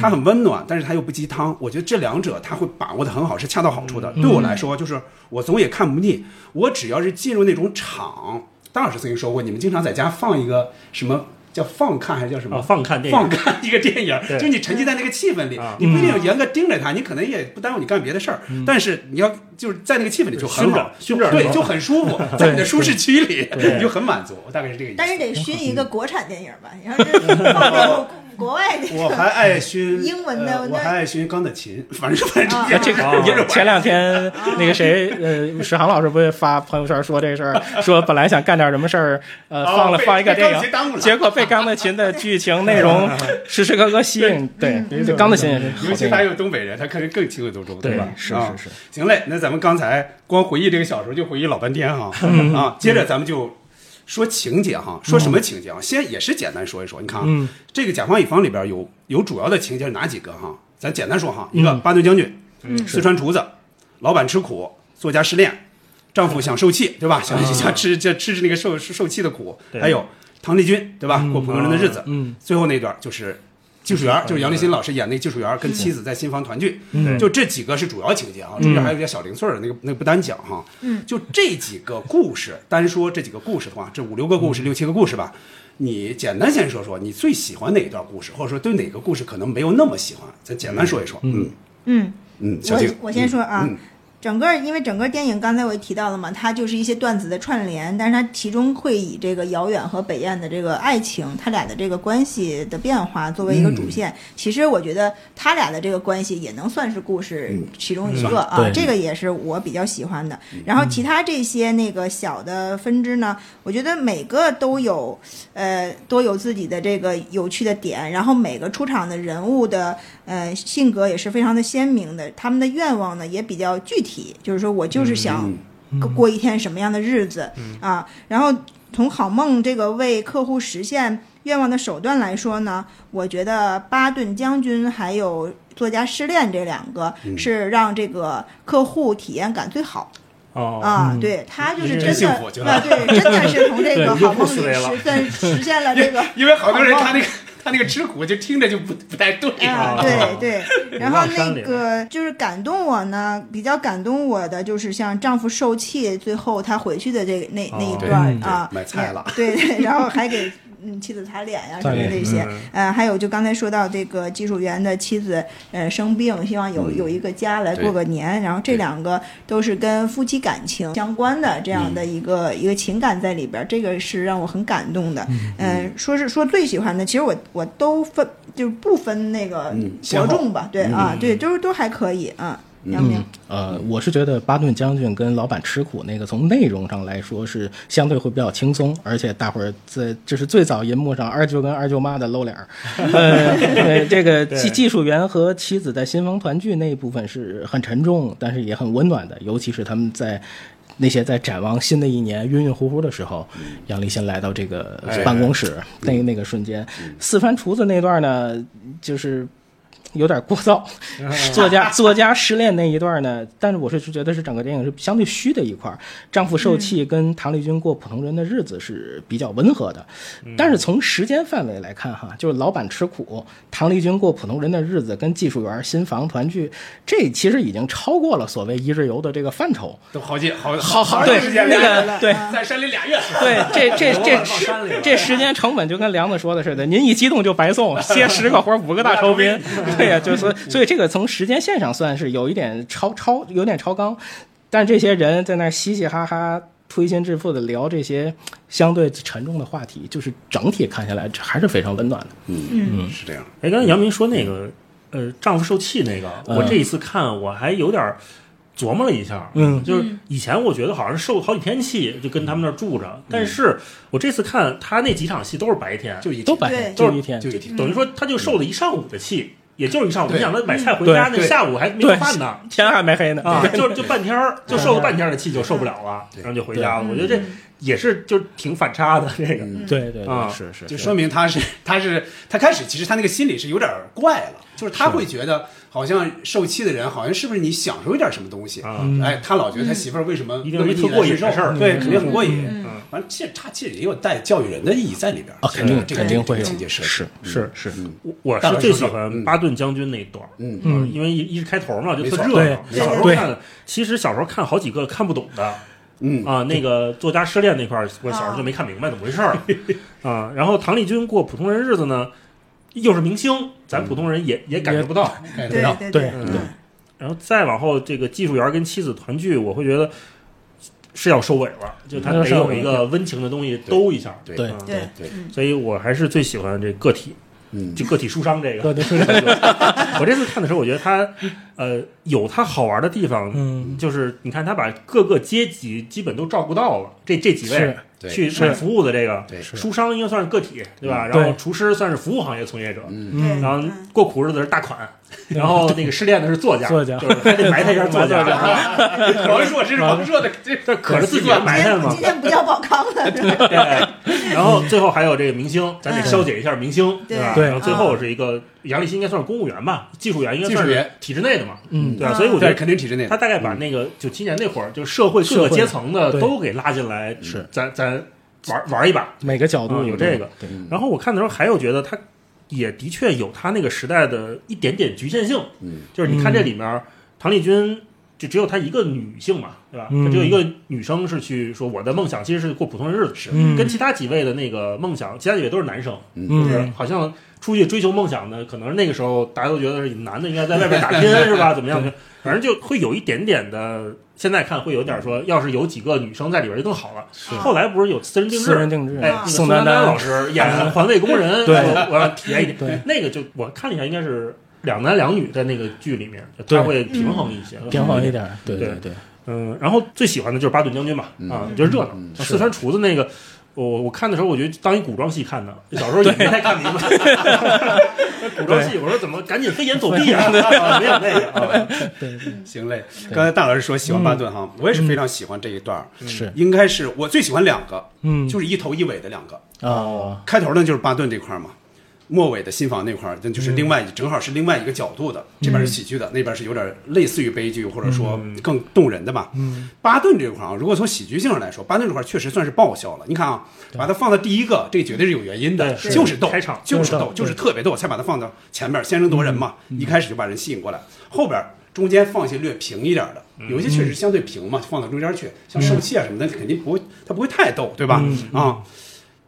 它很温暖，但是它又不鸡汤。我觉得这两者它会把握的很好，是恰到好处嗯的。对我来说，就是我总也看不腻。我只要是进入那种场，大老师曾经说过，你们经常在家放一个什么叫放看还是叫什么？啊放看电影放看一个电影，对啊嗯就你沉浸在那个气氛里，你不一定要严格盯着它，你可能也不耽误你干别的事儿。但是你要就是在那个气氛里就很好，熏着熏着嗯是对，吧就很舒 服，在你的舒适区里你就很满足。大概是这个意思。但是得熏一个国产电影吧，然后这放到国外的。 我还爱熏英文的呃那我还爱熏钢的琴，反正反正啊 这个也 是前两天那个谁，呃，史航老师不是发朋友圈说这事儿， 说本来想干点什么事儿，啊呃，哦放了被放一个被电钢琴耽误影，了结果被钢的琴的剧情内 容时时刻刻吸引。对，这钢的琴也是嗯好尤其电还影。有东北人，他可能更情有独钟，对吧？是啊是是。行嘞，那咱们刚才光回忆这个小时候就回忆老半天哈嗯啊，接着咱们就说情节哈，说什么情节啊？先也是简单说一说，你看啊嗯，这个甲方乙方里边有有主要的情节是哪几个哈？咱简单说哈，一个巴顿将军，嗯四川厨子，老板吃苦，作家失恋，丈夫想受气，对吧？想想吃这吃那个受受气的苦，嗯对还有唐丽君，对吧？过普通人的日子，嗯，最后那段就是技术员儿，就是杨立嗯新老师演那个技术员儿跟妻子在新房团聚嗯，就这几个是主要情节啊，嗯中间还有一些小零碎儿的，那个那个不单讲哈。嗯，就这几个故事，单说这几个故事的话，这五六个故事，六七个故事吧，你简单先说说你最喜欢哪一段故事，或者说对哪个故事可能没有那么喜欢，咱简单说一说。嗯嗯，嗯，小静 我，我先说啊嗯，整个因为整个电影刚才我也提到了嘛，它就是一些段子的串联，但是它其中会以这个遥远和北燕的这个爱情，他俩的这个关系的变化作为一个主线。其实我觉得他俩的这个关系也能算是故事其中一个啊，嗯对这个也是我比较喜欢的。然后其他这些那个小的分支呢，我觉得每个都有呃都有自己的这个有趣的点，然后每个出场的人物的呃性格也是非常的鲜明的，他们的愿望呢也比较具体，就是说我就是想过一天什么样的日子、啊。然后从好梦这个为客户实现愿望的手段来说呢，我觉得巴顿将军还有作家失恋这两个嗯是让这个客户体验感最好。哦啊，对他就是真真嗯幸的福觉得啊，对， 真的是从这个对用好户梦思里维了实现实现了这 个因为好多人他那个他那个吃苦就听着就不不太对啊，对对。然后往山那里个就是感动我呢，比较感动我的就是像丈夫受气，最后他回去的这个那哦那一段儿啊，买菜了，对对，然后还给嗯妻子擦脸呀、什擦么脸这些嗯，呃，还有就刚才说到这个技术员的妻子呃生病，希望有嗯有一个家来过个年，然后这两个都是跟夫妻感情相关的这样嗯的一个一个情感在里边儿，这个是让我很感动的。嗯，说是说最喜欢的，其实我我都分就是不分那个嗯伯先后仲吧，对啊嗯，对，都是都还可以啊，杨明。呃，我是觉得巴顿将军跟老板吃苦那个，从内容上来说是相对会比较轻松，而且大伙儿在这是最早银幕上二舅跟二舅妈的露脸儿，呃，呃这个技对技术员和妻子在新房团聚那一部分是很沉重，但是也很温暖的，尤其是他们在。那些在展望新的一年晕晕乎乎的时候，杨立新来到这个哎办公室，那那个瞬间，四川厨子那段呢，就是有点过 燥。作家作家失恋那一段呢，但是我是觉得是整个电影是相对虚的一块儿。丈夫受气跟唐丽君过普通人的日子是比较温和的，但是从时间范围来看哈，就是老板吃苦，唐丽君过普通人的日子跟技术员新房团聚，这其实已经超过了所谓一日游的这个范畴。都好几好好好长对时间那俩个人了对在山里俩月， 对，这这这时这这时间成本就跟梁子说的似的，您一激动就白送，歇十个活儿五个大酬宾，对呀、就是说所以这个从时间线上算是有一点超超有点超纲，但这些人在那儿嘻嘻哈哈。推心置腹的聊这些相对沉重的话题，就是整体看下来这还是非常温暖的。嗯是这样。哎，刚才杨明说那个，呃，丈夫受气那个，嗯我这一次看我还有点琢磨了一下，嗯就是以前我觉得好像受了好几天气，就跟他们那儿住着，但是我这次看他那几场戏都是白天，就一都白天都是就一天就一天等于说他就嗯受了一上午的气。也就是一上午，对你想他买菜回对家那对下午还没有对饭呢，天还没黑呢啊，对就就半天儿，就受了半天儿的气就受不了了，然后就回家了。对嗯我觉得这也是就挺反差的这个。对对啊，是是嗯就说明他是他是他开始其实他那个心理是有点儿怪了，就是他会觉得好像受气的人好像是不是你享受一点什么东西？嗯哎，他老觉得他媳妇儿为什么一定那么没逆特来过瘾顺受的事儿对，嗯肯定很过瘾。嗯反正其实他其实也有带教育人的意义在里边啊，肯定这个肯定会有，情节设计是是是，我我是最喜欢巴顿将军那一段，嗯嗯嗯，因为一一是开头嘛，就没特错热对闹。没错小时候对看的，其实小时候看好几个看不懂的，嗯啊，那个作家失恋那块儿，我小时候就没看明白怎么回事儿 啊。然后唐丽君过普通人日子呢，又是明星，咱普通人也也感觉不到，感觉不到对对对嗯对然后再往后，这个技术员跟妻子团聚，我会觉得是要收尾了，就嗯他得有一个温情的东西兜一下。对对对嗯对嗯所以我还是最喜欢这个体，嗯就个体书商这 个。个体书商我这次看的时候，我觉得他呃有他好玩的地方，嗯就是你看他把各个阶级基本都照顾到了，这这几位是。对去是卖服务的这个对是书商应该算是个体，对吧？嗯然后对厨师算是服务行业从业者，对然后过苦日子是大款， 对然后那个失恋的是作家，作家就是还得埋汰一下作 作家 家。王朔这是王朔的，这这可是自己埋汰嘛今。天不叫宝康 了，是吧？对，然后最后还有这个明星，咱得消解一下明星，对吧？对然后最后是一个杨立新，应该算是公务员吧，技术员应该技算术是员体制内的嘛，嗯对吧？所以我觉得对嗯肯定体制内的他大概把那个九七年那会儿，就社会各社个会阶层的对都给拉进来，是咱咱玩玩一把，每个角度嗯有这个啊对，然后我看的时候还有觉得他也的确有他那个时代的一点点局限性，嗯就是你看这里面、唐丽君就只有她一个女性嘛，对吧？嗯她只有一个女生是去说我的梦想其实是过普通的日子，嗯跟其他几位的那个梦想，其他几位都是男生，嗯就是对好像出去追求梦想的，可能那个时候大家都觉得是男的应该在外边打拼是吧？怎么样？反正就会有一点点的，现在看会有点说，要是有几个女生在里边就更好了。后来不是有私人定制，私人定制哎，那个宋宋丹丹丹老师演嗯《环卫工人》 对我我要体验一对点。那个就我看了一下，应该是两男两女在那个剧里面，就对他会平衡一些，嗯平衡一点对对对对。嗯，然后最喜欢的就是巴顿将军嘛，嗯啊，就是热闹。像四川厨子那个，我我看的时候，我觉得当一古装戏看的，小时候也没太看明白。 古装戏，我说怎么赶紧飞檐走壁啊？啊没有那个 啊，对 行嘞，对刚才大老师说喜欢巴顿哈，我也是非常喜欢这一段儿，嗯是应该是我最喜欢两个，嗯就是一头一尾的两个，啊，开头呢就是巴顿这块儿嘛，末尾的新房那块儿，那就是嗯另外、正好是另外一个角度的，这边是喜剧的，那边是有点类似于悲剧或者说更动人的嘛。嗯巴顿这块儿啊，如果从喜剧性上来说，巴顿这块儿确实算是爆笑了。你看啊，把它放到第一个，这绝对是有原因的，对就是是逗，开场就是就是逗逗，就对嗯是特别逗，才把它放到前面，先声夺人嘛，一开始就把人吸引过来，后边。中间放一些略平一点的，嗯有一些确实相对平嘛，放到中间去，像受气啊什么的，肯定不会，它不会太逗，对吧？嗯啊，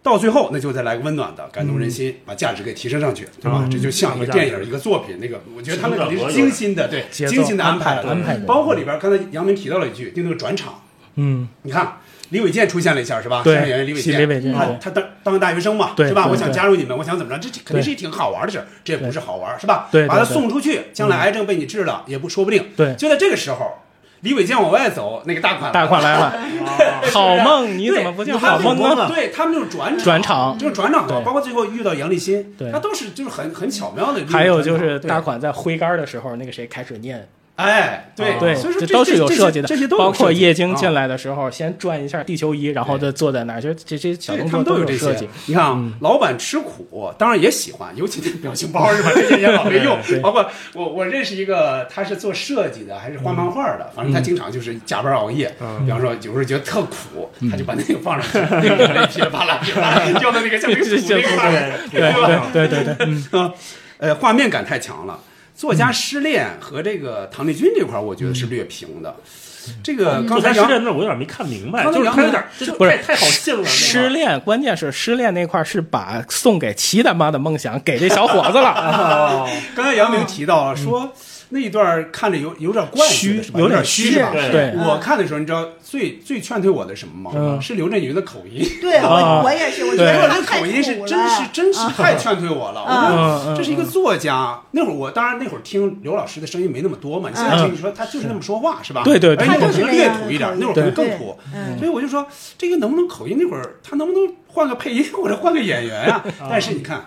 到最后，那就再来个温暖的，感动人心，把价值给提升上去，对吧？嗯这就像一个电影、一个作品，那个我觉得他们肯定是精心的，对，节奏精心的安排了，安排的包括里边刚才杨明提到了一句，就那个转场，嗯你看李伟健出现了一下，是吧？对相声演员李伟是李伟健他对他当当个大学生嘛，对是吧？对我想对加入你们，我想怎么着，这这肯定对是一挺好玩的事儿，这也不是好玩，是吧？对对把他对送出去，将来癌症被你治了也不说不定。对就在这个时候，李伟健往外走，那个大款大款来了是不是好梦你怎么不叫对他们好梦呢对他们就是转转场就是转场好，对包括最后遇到杨立新对，他都是就是很很巧妙的。还有就是大对。款在挥杆的时候，那个谁开始念。哎，对啊对，所以说这都这是有这设计的，这些都有包括设计叶京啊进来的时候，先转一下地球仪，然后再坐在那儿，就这些小对动他作们都有这设些计。。嗯你看啊，老板吃苦，当然也喜欢，尤其那表情包是吧？这些也老没用 对。包括我，我认识一个，他是做设计的，还是画嗯漫画的，反正他经常就是加班熬夜。比方说，有时候觉得特苦，他就把那个放上去， 那个噼里啪啦噼里 啪啦掉到那个像那个土那块儿，对对对对对，嗯啊， 呃，画面感太强了。作家失恋和这个唐丽君这块儿，我觉得是略平的。这个刚嗯作才家杨失恋那儿我有点没看明白，刚才就是杨他有明点这不是太太好信了那个。失恋，关键是失恋那块儿是把送给齐大妈的梦想给这小伙子啊了。刚才杨明提到了说那一段儿看着有有点怪似的是吧有有点虚是吧？虚对对我看的时候，你知道最最劝退我的是什么吗？嗯是刘震云的口音。对我啊我也是我觉对得刘震他云太口音是苦了真是真是太劝退我了。嗯我说这是一个作家，那会儿我当然那会儿听刘老师的声音没那么多嘛，你现在听你说他就是那么说话是吧？对对对而且他可就是能那略样土的一点口，音那会儿可能对更土嗯。所以我就说这个能不能口音那会儿他能不能换个配音或者换个演员啊？但是你看。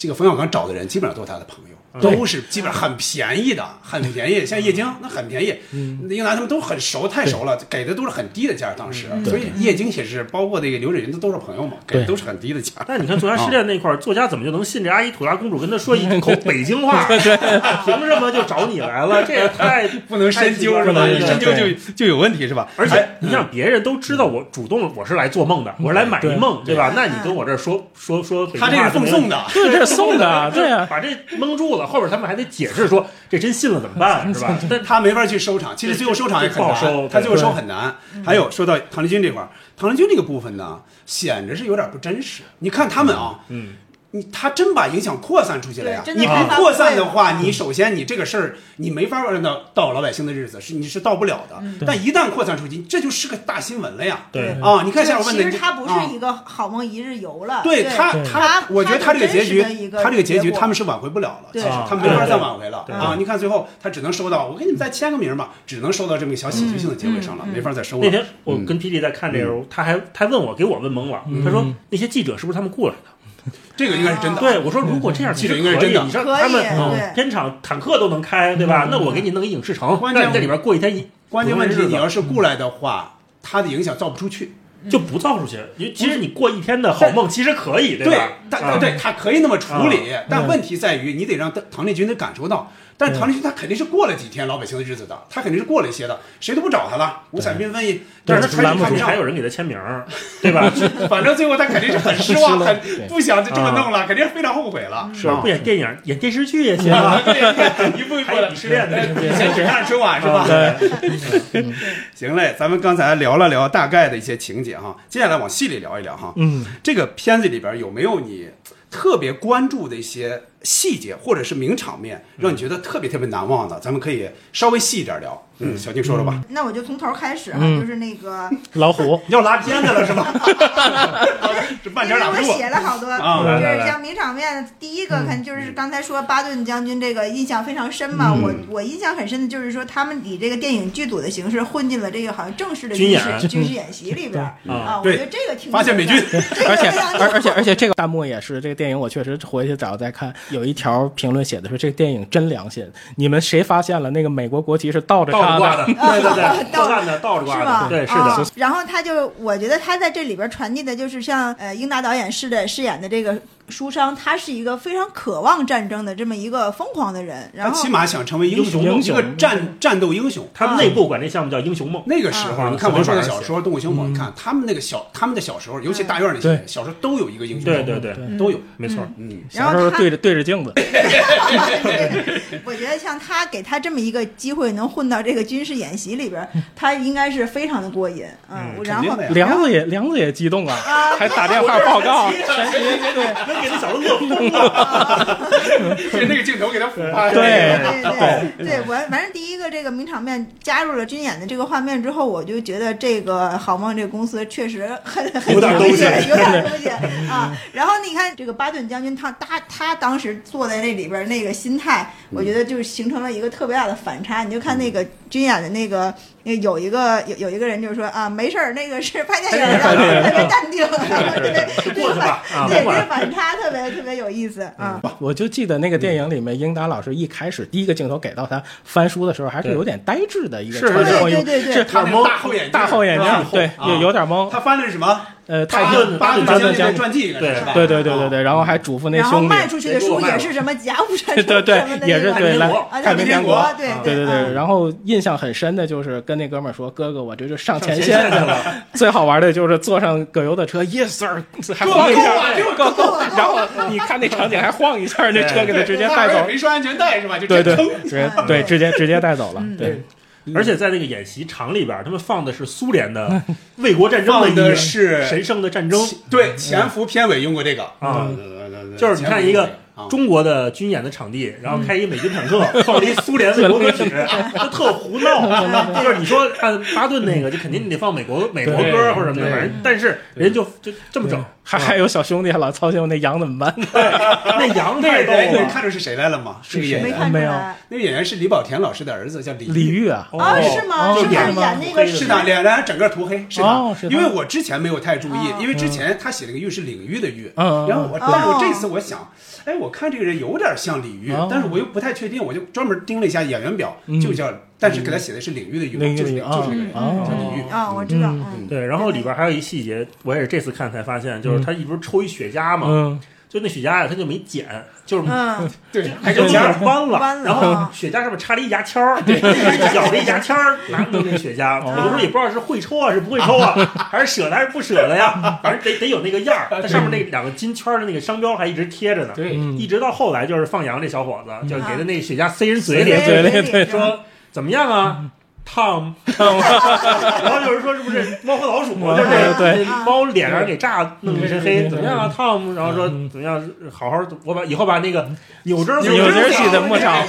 这个冯小刚找的人基本上都是他的朋友，嗯都是基本上很便宜的，很便宜。像液晶那很便宜，嗯英达他们都很熟，太熟了，给的都是很低的价。当时，嗯所以对液晶显示包括那个刘震云的都是朋友嘛，给的都是很低的价。但你看《作家失恋》那块儿，作家怎么就能信这阿依土拉公主跟他说一 口北京话？凭什么就找你来了？这也太不能深究太是吧？奇怪 了一深究就就有问题是吧？哎而且你像别人都知道我主动我是来做梦的，我是来买一梦，对吧？那你跟我这儿说说说北京话他这是奉送的怎么样对这是送的对对啊把这蒙住了，后边他们还得解释说这真信了怎么办，是吧？但他没法去收场，其实最后收场也很不好收难，，他最后收对很难。还有说到唐丽君这块儿，唐丽君这个部分呢，显着是有点不真实。你看他们啊，嗯，你他真把影响扩散出去了呀对！真的你没不法扩散的话，嗯你首先你这个事儿你没法让到到老百姓的日子，是你是到不了的。但一旦扩散出去，这就是个大新闻了呀！对啊，你看夏小问的，其实他你不啊是一个好梦一日游了，对他他，我觉得他这个结局真实的一，他这个结局结果他们是挽回不了了，对其实他们没对法再对挽回了对啊！你看最后他只能收到，我给你们再签个名吧，只能收到这么个小喜剧性的结尾上了，嗯嗯没法再收了。那天我跟霹雳在看这个嗯时候，他还他还问我，给我问懵了，他说那些记者是不是他们雇来的？这个应该是真的。啊对，我说如果这样，嗯记者其应实该是可以真的你知道可以啊他们对嗯片场坦克都能开，对吧？那我给你弄一影视城，关键让你在里边过一天一关键问题普通日，子你要是雇来的话，他的影响造不出去。就不造出去，其实你过一天的好梦其实可以，对吧？但对他可以那么处理啊，但嗯问题在于你得让唐丽君能感受到。但是唐丽君她肯定是过了几天老百姓的日子的，她肯定是过了一些的，谁都不找她了，五彩缤纷一，但但是是他她穿穿着看着看不上上？还有人给他签名儿，对吧反正最后他肯定是很 失望，很不想就这么嗯弄了，肯定是非常后悔了。是吧。不演电影，演电视剧也 行嗯啊对，一步一步的失恋的以前只看春晚是吧？对， 行嘞，咱们刚才聊了聊大概的一些情节哈，接下来往细里聊一聊哈。嗯，这个片子里边有没有你特别关注的一些细节，或者是名场面，让你觉得特别特别难忘的？咱们可以稍微细一点聊。嗯，小静说说吧。那我就从头开始啊，嗯就是 那个，老 虎要拉片子了是 吧？这半因天为打不我住。写了好多，啊就来来是来嗯像名场面。第一个看就是刚才说巴顿将军这个印象非常深嘛，嗯我我印象很深的就是说他们以这个电影剧组的形式混进了这个好像正式的军军演事军事演习里边儿对啊，我对觉得这个挺发现美军这 个而且非常而而且而且这个弹幕也是这个电影，我确实回去找再看，有一条评论写的是这个电影真良心，你们谁发现了那个美国国旗是倒着倒着插挂的，对啊对对，破烂的倒着是挂吧？的，对，是啊的。然后他就，我觉得他在这里边传递的就是像呃英达导演饰的饰演的这个书商，他是一个非常渴望战争的这么一个疯狂的人。然他后起码想成为英雄，英一雄个战战斗英雄。他们内部管这项目叫英雄梦。那个时嗯候，啊你看王朔的小小说说《动物凶猛》，你看他们那个小，他们的小时候，尤其大院那些对小时候都有一个英雄，对对对嗯都有，没错嗯， 小时候对着对着镜子，我觉得像他给他这么一个机会，能混到这个军事演习里边，他应该是非常的过瘾啊。我然后梁子也梁子也激动啊，还打电话报告，啊对，能给那小子乐疯 就那个镜头给他俯拍，对对对对，完完正第一个这个名场面加入了军演的这个画面之后，我就觉得这个好梦这个公司确实很很有点东西有点东西啊。然后你看这个巴顿将军他他他当时坐在那里边那个心态，我觉得就是形成了一个特别大的反差。你就看那个军演的那个。那有一个有有一个人就是说啊，没事儿，那个是拍电影的，拍电影特别淡定，对过去吧啊对，不这管个反差特别特别有意思啊。我就记得那个电影里面，英达老师一开始第一个镜头给到他翻书的时候，还是有点呆滞的一个是穿着是后衣服，对对对是他那个大厚眼镜大厚眼是吧镜，对，啊有有点懵。他翻的是什么？呃，巴太顿平巴顿巴顿将军的将军传记应该是吧啊对对对对对，然后还嘱咐那然后兄弟卖出去的书也是什么甲午战争对对什么的，也是那个对来啊太平天国，对对对对。啊然后印象很深的就是跟那哥们儿说：“哥哥，我这就上前上前线线去了。”最好玩的就是坐上葛优的车，yes sir，还够晃一够下啊，够够。然后你看那场景还晃一下，那车给他直接带走没，拴安全带是吧？就对直接对，坑直接对直接直接带走了，对。而且在那个演习场里边，他们放的是苏 联的卫国战争放的音乐是神圣的战争。嗯对，潜伏片尾用过这个啊对对对对对就是你看一个啊中国的军演的场地，然后开一美军坦克，放了一苏联卫国歌曲，就特胡闹。就是你说按巴顿那个，就肯定你得放美国美国歌或者什么的，反正但是人就就这么整，还还有小兄弟还老操心我那羊怎么办？那羊那太逗啊人了哎你。看出是谁来了吗？啊是这个演谁没看嗯员出来没有，那个演员是李保田老师的儿子，叫李李玉啊哦啊是吗就是不是演演那个是的，脸上整个涂黑，是哦他是。他因为我之前没有太注意哦，因为之前他写了个玉是领域的域，嗯嗯嗯然后我哦但是我这次我想，哎，我我看这个人有点像李煜哦，嗯但是我又不太确定，我就专门盯了一下演员表，就叫，但是给他写的是领域的领域，域就的是域领就是领域，哦叫李煜啊，我知嗯道，对，然后里边还有一细节，我也是这次看才发现，就是他一不是抽一雪茄嘛，嗯就那雪茄呀，他就没剪，就是嗯，对， 还就有是点弯了，弯了然后雪茄上面插了一牙签儿， 对，哦咬了一牙签儿，拿弄那雪茄，有时候也不知道是会抽啊，是不会抽啊，还是舍得还是不舍得呀，反正得得有那个样儿。它上面那两个金圈儿的那个商标还一直贴着呢，对一直到后来就是放羊这小伙子，就给他那雪茄嗯塞人嘴里，塞人嘴里对说怎么样啊？ 烫，然后有人说是不是猫和老鼠，嗯就是这对对猫脸上给炸弄一身黑，怎么样啊，汤姆？然后说怎么样，好好，我把以后把那个嗯有汁儿有汁儿洗的墨草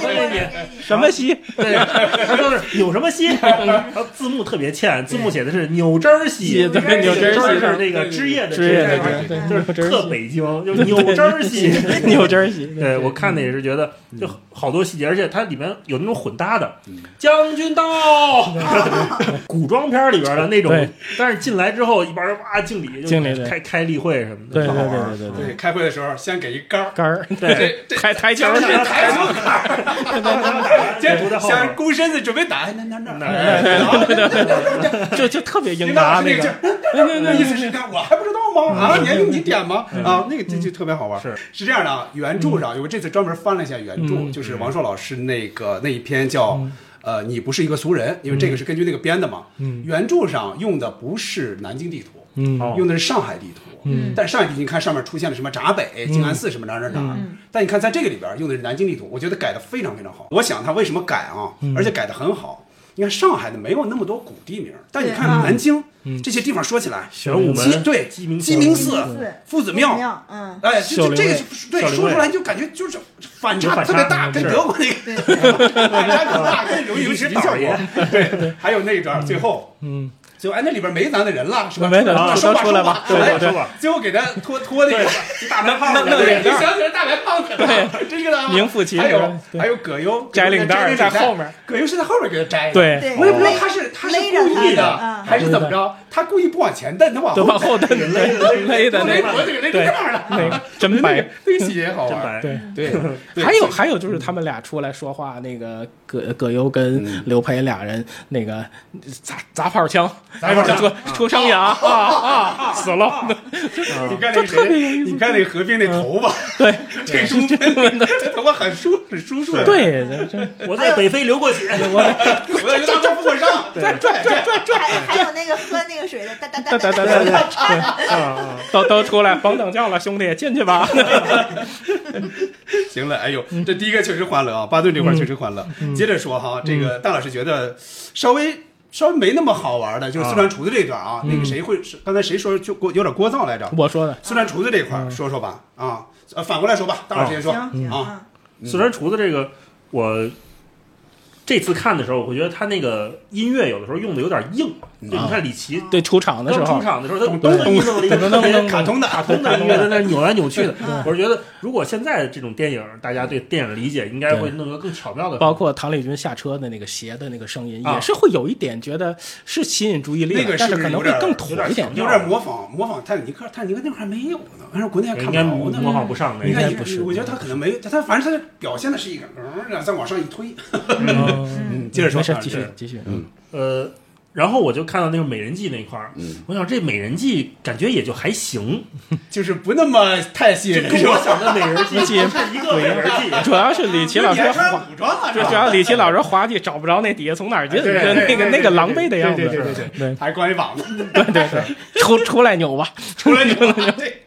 什么稀？对，他说是有什么稀？ 然后字幕特别欠，字幕写的是扭汁儿稀，对对扭扭汁儿稀是那个汁液的汁液的汁汁，对就是特北京， 就是扭汁儿稀，扭汁儿稀 嗯对我看的也是觉得就好多细节，而且它里面有那种混搭的，将军 到， 古装片里边的那种对，但是进来之后一帮人哇敬礼，就敬礼对开开例会什么的，对对特好玩儿对对对对，开会的时候先给一杆 儿，杆儿，对台台球先儿，抬球杆儿，对先想弓身子准备打，哎那那那 哎对对对对，就就特别应答那那嗯个，那那意思是，看我还不知道吗？啊，你还用你点吗？嗯啊，那个就就特别好玩。是是这样的啊，原著上，我这次专门翻了一下原著，嗯就是王朔老师那个那一篇叫。呃，你不是一个俗人，因为这个是根据那个编的嘛。嗯原著上用的不是南京地图，嗯用的是上海地图。嗯但上海地图你看上面出现了什么闸北、静安寺什么哪儿哪儿哪儿嗯，但你看在这个里边用的是南京地图，我觉得改的非常非常好。我想他为什么改啊嗯，而且改的很好。你看上海的没有那么多古地名，但你看对啊南京这些地方说起来，玄嗯武门鸡对鸡鸣鸡鸣寺寺、夫子庙，庙，嗯，哎，就就这个小灵对位小灵说位出来就感觉就是反有差反特别差大，跟是德国那个 反差很大， 跟容易一是级效效果果。对，还有那段最后。嗯，最后哎，那里边没咱的啊人了，是吧？没咱那说吧都出来吧吧，说吧对对说吧。最后给他拖拖那个大白胖子，弄弄领带你想起来大白胖子了，对这个呢名副其实啊还有对还有葛优摘领带儿在在后面，葛优是在后面给他摘的。对对我也不知道他是他是勒着故意他的的嗯还是怎么着，他故意不往前蹬，他往都往后蹬蹬，勒对勒的勒那个脖子给勒对这样了，那个真白，那个细节好玩儿。对对对还有还有就是他们俩出来说话，那个葛葛优跟刘培俩人那个砸砸炮枪，哎砸炮枪出出生涯啊啊，死了，你看那个谁，你看那个何冰那头发，对，这中分的，这头发很舒很舒顺。对，这这我在北非流 过血，我有大招不会上，拽拽拽拽拽，还还有那个喝那个水的哒哒哒哒哒哒哒哒哒，对都都出来，甭等叫了，兄弟进去吧。行了，哎呦，这第一个确实欢乐啊，巴顿这块儿确实欢乐。嗯接着说哈，这个大老师觉得稍微稍微没那么好玩的，就是四川厨子这一段啊，嗯那个谁会是刚才谁说就过有点聒噪来着？我说的，四川厨子这块儿说说吧，啊，呃，反过来说吧，大老师先说行行嗯啊，四川厨子这个，我这次看的时候，我觉得他那个音乐有的时候用的有点硬。嗯就你看李琦对，出场的刚时候，出场的时候，他咚咚咚弄了一个特别卡通的卡通的音乐在那扭来扭去的对。我是觉得，如果现在这种电影，大家对电影理解应该会弄个更巧 妙的方法，包括唐丽君下车的那个鞋的那个声音，啊也是会有一点觉得是吸引注意力的，那个但是可能会更土一点，有点模仿模仿泰坦尼克，泰坦尼克那块儿没有呢，但是国内还看应不着该呢。模仿不上那你个。看，应该不是我觉得他可能没，他他反正他的表现的是一个，嗯，再往上一推，嗯接着说没事啊，继接续着继续，嗯呃，然后我就看到那个美人计那块儿，嗯我想这美人计感觉也就还行，就是不那么太吸这引人，跟是我吧？想 的美人计不是嗯一个美人计。主要是李琦老师你还滑穿，古装了，主是吧主要李琦老师滑稽，找不着那底下从哪儿进，对就哎对那个对那个对狼狈的样子，对对对对对对还关一膀子，对对对，出出来扭吧，出来就对，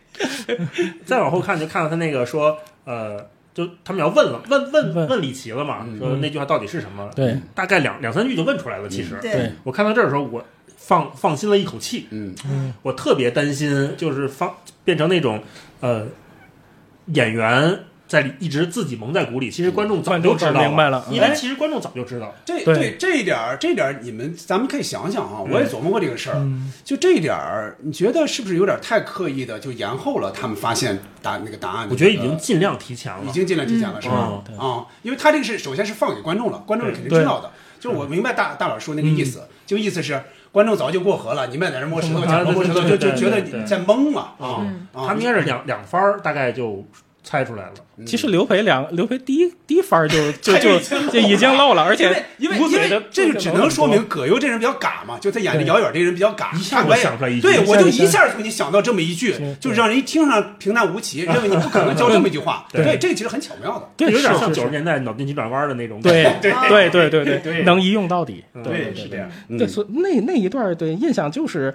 再往后看，就看到他那个说，呃，就他们要问了，问问问李琦了嘛，说那句话到底是什么？对，大概两两三句就问出来了。其嗯实，对我看到这儿的时候，我放放心了一口气。嗯嗯我特别担心，就是放变成那种，呃，演员在里一直自己蒙在鼓里，其实观众早就知道观众早明白了嗯因为其实观众早就知道。这对对这一点儿，这一点儿你们咱们可以想想啊，嗯我也琢磨过这个事儿。就这一点儿，你觉得是不是有点太刻意的，就延后了他们发现答那个答案的那个？我觉得已经尽量提前了，嗯已经尽量提前了，是吧嗯？啊，因为他这个是首先是放给观众了，观众是肯定知道的。就是我明白大大佬说那个意嗯思，就意思是观众早就过河了，你们在这摸石头，嗯假装摸石头，对就对就对觉得对对哦你在蒙嘛啊嗯啊！他们应该是两两番儿，大概就猜出来了。嗯其实刘培两刘培第一第一番儿 就就他就已经漏了就已经漏了，而且因为因为捂因嘴的为这就只能说明葛优这人比较嘎嘛，就他演的对姚远这人比较嘎，一下就想出来一句对一下我就就一下从你想到这么一句，就让人一听上平淡 无奇，认为你不可能教这么一句话。对对，这个其实很巧妙的，有点像是九十年代脑筋急转弯的那种感对觉。哦对对对能一用到底，嗯对对是这样对嗯对，所以那那一段儿对印象就是，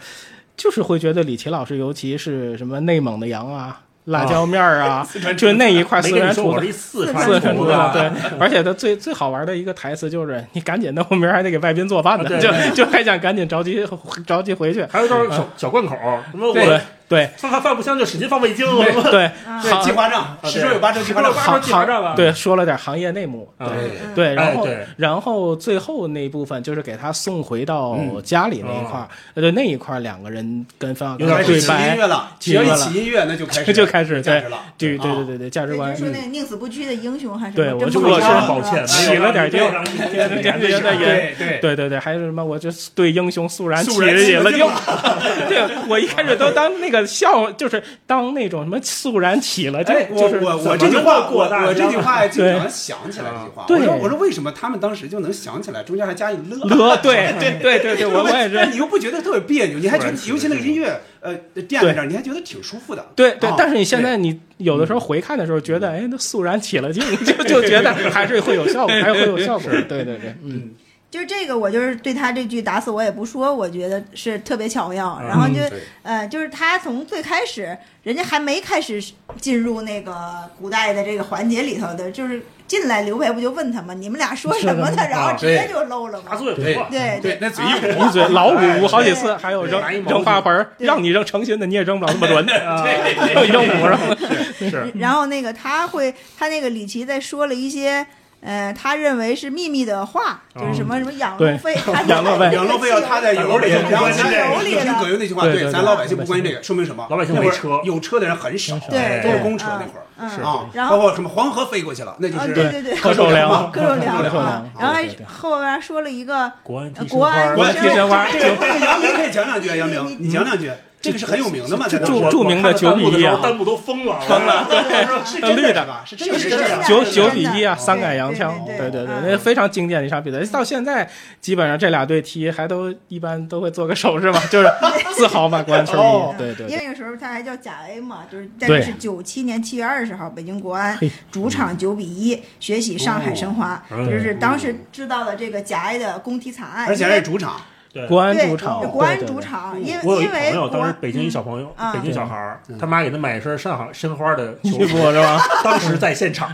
就是会觉得李琦老师，尤其是什么内蒙的羊啊。辣椒面儿啊 四川，厨子就那一块没四跟川你说厨我子，是一四四川川厨厨子啊对，而且他最最好玩的一个台词就是：“你赶紧的，我明儿还得给外宾做饭呢啊，对就对就还想赶紧着急着急回去。”还有一段嗯小小贯口，什么对我 对饭饭饭不香就使劲放味精，对什么对对计划账十桌有八桌计划账十桌有八桌计划账啊，对，说了点行业内幕，啊对哎对，然后对然后最后那一部分就是给他送回到嗯家里那哦一块儿，呃对那一块儿两个人跟冯小有点刚对起白，音乐了起音乐只要一起音乐那就开始就开始价对值了对啊对哦对对对价值观，说那嗯个宁死不屈的英雄还是对，什么我真就不啊我知道是起了点劲儿，啊对对对对对，还有什么？我就对英雄肃然起肃然起了了敬敬。对，我一开始都当那个笑，就是当那种什么肃然起了敬哎，，我就是我怎么我这句能够话，我过大我这句话对啊经常想起来这句话。对我说我说为什么他们当时就能想起来，中间还加一乐乐对 对对对我我也是但你又不觉得特别别扭，你还觉得是是尤其那个音乐呃垫在那儿，你还觉得挺舒服的。对对啊，但是你现在你有的时候回看的时候，觉得哎，那肃然起了敬，就就觉得还是会有效果，还是会有效果。是对对对，嗯，就是这个，我就是对他这句“打死我也不说”，我觉得是特别巧嗯妙。然后就、对呃，就是他从最开始，人家还没开始进入那个古代的这个环节里头的，就是进来刘培不就问他吗？你们俩说什么是呢？的然后啊直接就漏了嘛。对对对，那嘴一捂啊 一嘴老哎五五好几对次，还有扔拿一毛巾扔花盆儿，让你扔成心的你也扔不了那么轮的，对扔扔不上。是然后那个他会，他那个李琦在说了一些。呃，他认为是秘密的话，就是什么什么嗯养路费，他养路费，养路费要 踏在油里，然后咱油里听葛优那句话，对对对咱老百姓不关心这个，说明什么？老百姓没车，有车的人很少，对都是对公车那会儿。嗯嗯啊，然后包括什么黄河飞过去了，那就啊是对对对柯受良，各种聊柯受啊，然后还后边说了一个国安呃国安国安提提神花， 这这个个杨明可以讲两句啊，杨明，你讲两句，这个是很有名的嘛，在当时著著名的九比一啊，弹幕都疯了，疯了， 对，是真绿的的吧？是真就的是真的九是九真比的一啊，三杆洋枪，对对对，那非常经典的一场比赛。到现在基本上这俩队踢还都一般都会做个手势嘛，就是自豪嘛，国安球哦迷，对对因对为那个时候他还叫甲 A 嘛，就是但对是九七年七月二十号，北京国安嘿主场九比一学习上海申花，哎哦就是当时知道了这个甲 A 的公踢惨案，而且因还为是主场，国安对主场，国安对对主对场，因我有为一因为朋友，国当时安北京一小朋友，嗯北京小孩儿，他妈给他买一身上海申花的球衣服是吧？当时在现场，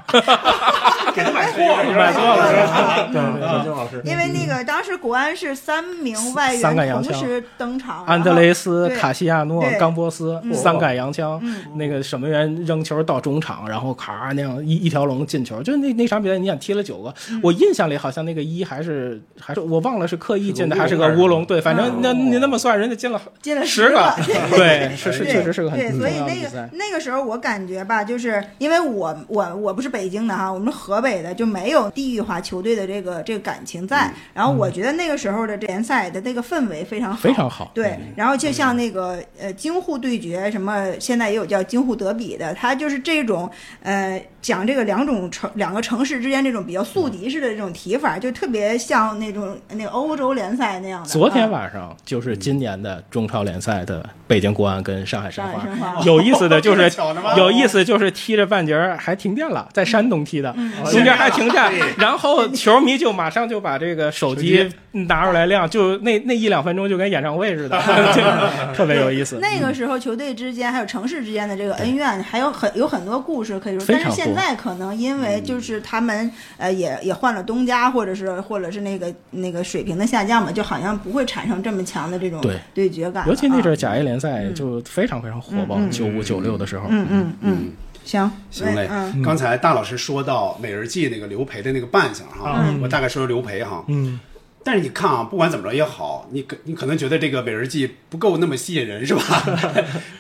给他买错了，买错了是吧对对对，郑老师，因为那个当时国安是三名外三杆援洋同枪时登场，安然德后雷斯、对卡西亚诺对、冈波斯嗯三杆洋枪嗯，那个守门员扔球到中场，然后咔那样一一条龙进球，就那那场比赛，你想踢了九个，我印象里好像那个一还是还是我忘了是刻意进的还是个乌龙，对，反正那你那么算，人家进了 进了十个，对，是是对确实是个很对，重所以要的那比个赛，那个时候我感觉吧，就是因为我我我不是北京的哈，我们是河北的，就没有地域化球队的这个这个感情在。嗯然后我觉得那个时候的这联赛的那个氛围非常好，非常好，对，然后就像那个呃京沪对决，什么现在也有叫京沪德比的，它就是这种呃讲这个两种城两个城市之间这种比较宿敌式的这种提法，就特别像那种那个欧洲联赛那样的。昨天啊晚上就是今年的中超联赛的北京国安跟上海申啊上花海申花， 有意思的就这 么是巧的吗有意思就是踢着半截儿还停电了，在山东踢的嗯， 中间还停电，然后球迷就马上就把这个手机拿出来亮，就那那一两分钟就跟演唱会 似的，就特别有意思。嗯那个时候，球队之间还有城市之间的这个恩怨，还有很有很多故事可以说。非但常是多嗯现在可能因为就是他们呃也也换了东家，或者是或者是那个那个水平的下降嘛，就好像不会产生这么强的这种对对决感了啊。尤其那阵儿甲 A 联赛就非常非常火爆嗯，嗯九五九六的时候，嗯嗯嗯，行行嘞嗯，刚才大老师说到《美人计》那个刘培的那个扮相哈嗯，我大概说说刘培哈。嗯，但是你看啊，不管怎么着也好，你可你可 能觉得这个《美人计》不够那么吸引人是吧？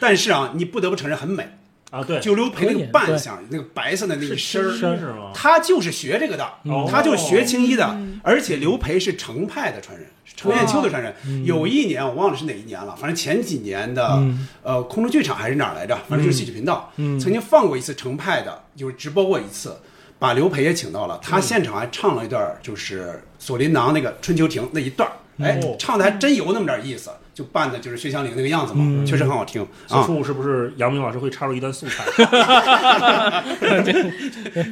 但是啊，你不得不承认很美啊，对，九流陪那个扮相，那个白色的那一身儿是真是吗他就是学这个的，哦他就是学青衣的，而且刘培是程派的传人，是程砚秋的传人。有一年我忘了是哪一年了，反正前几年的、嗯呃空中剧场还是哪儿来着，反正就是戏剧频道、嗯嗯曾经放过一次程派的，就是直播过一次。把刘培也请到了，嗯他现场还唱了一段儿，就是锁麟囊那个春秋亭那一段儿，哎哦，唱的还真有那么点儿意思，就扮的就是薛湘灵那个样子嘛，嗯确实很好听小啊。树是不是杨明老师会插入一段素材？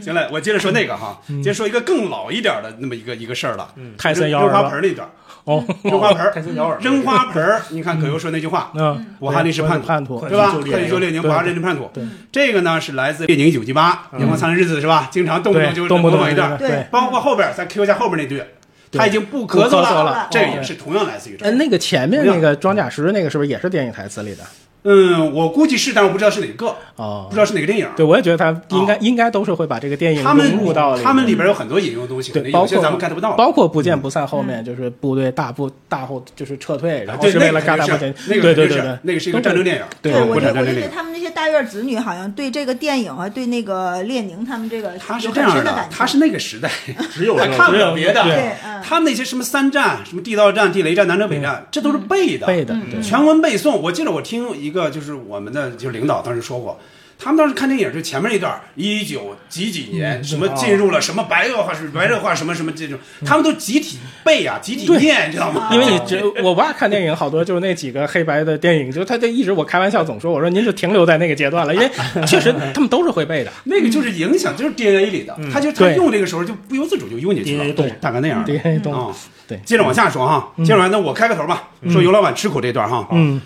行了，我接着说那个哈，接着说一个更老一点的那么一个一个事儿了，泰森扔摇扔耳花吧盆儿那段儿，哦，扔花盆儿，泰森摇耳扔花盆儿，你看葛优说那句话，嗯我哈利是叛我是叛徒对吧？快去救列宁快对嗯去救列宁，我哈利是叛徒。这个呢是来自列宁一九七八《阳光灿烂的日子》是吧？经常动不动对就动不动模仿一段，对对对包括后边儿再 Q 一下后边那句，对他已经不咳不咳嗽嗽了这哦也是同样来自于这哎，儿。那个前面那个装甲师那个是不是也是电影台词里的？嗯，我估计是，但我不知道是哪个，哦，不知道是哪个电影。对，我也觉得他应该应该都是会把这个电影他们融入到他们里边有很多引用的东西，可能包有些括咱们 get 不到。嗯包括不见不散后面就是部队大部大后就是撤退，然后啊对是那为了个干大肯部定队是，对那个对肯定对是啊对，那个是一个战争电影对，对我我国觉产得战我争觉电得影他们这些大院子女好像对这个电影啊，对那个列宁他们这个他他是这样的，他是那 个时代，只有他这个看不只了有别的对嗯。他们那些什么三战、什么地道战、地雷战、南征北战，这都是背的，背的嗯全文背诵。我记得我听一个就是我们的就是领导当时说过。他们当时看电影，就前面一段一九几几嗯年，什么进哦入了什么白热化、是白热化什么什么这种，他们都集体背啊，集体念，你知道吗？哦因为你这，我爸看电影好多就是那几个黑白的电影，就他就一直我开玩笑总说，我说您就停留在那个阶段了，因 为确实他们都是会背的。那个就是影响，就是 DNA 里的，他就他嗯对用这个时候就不由自主就用进去了，对大概那样的。 DNA 动啊，对，接着往下说哈，接着往下，那我开个头吧，嗯说尤老板吃苦这段哈。嗯，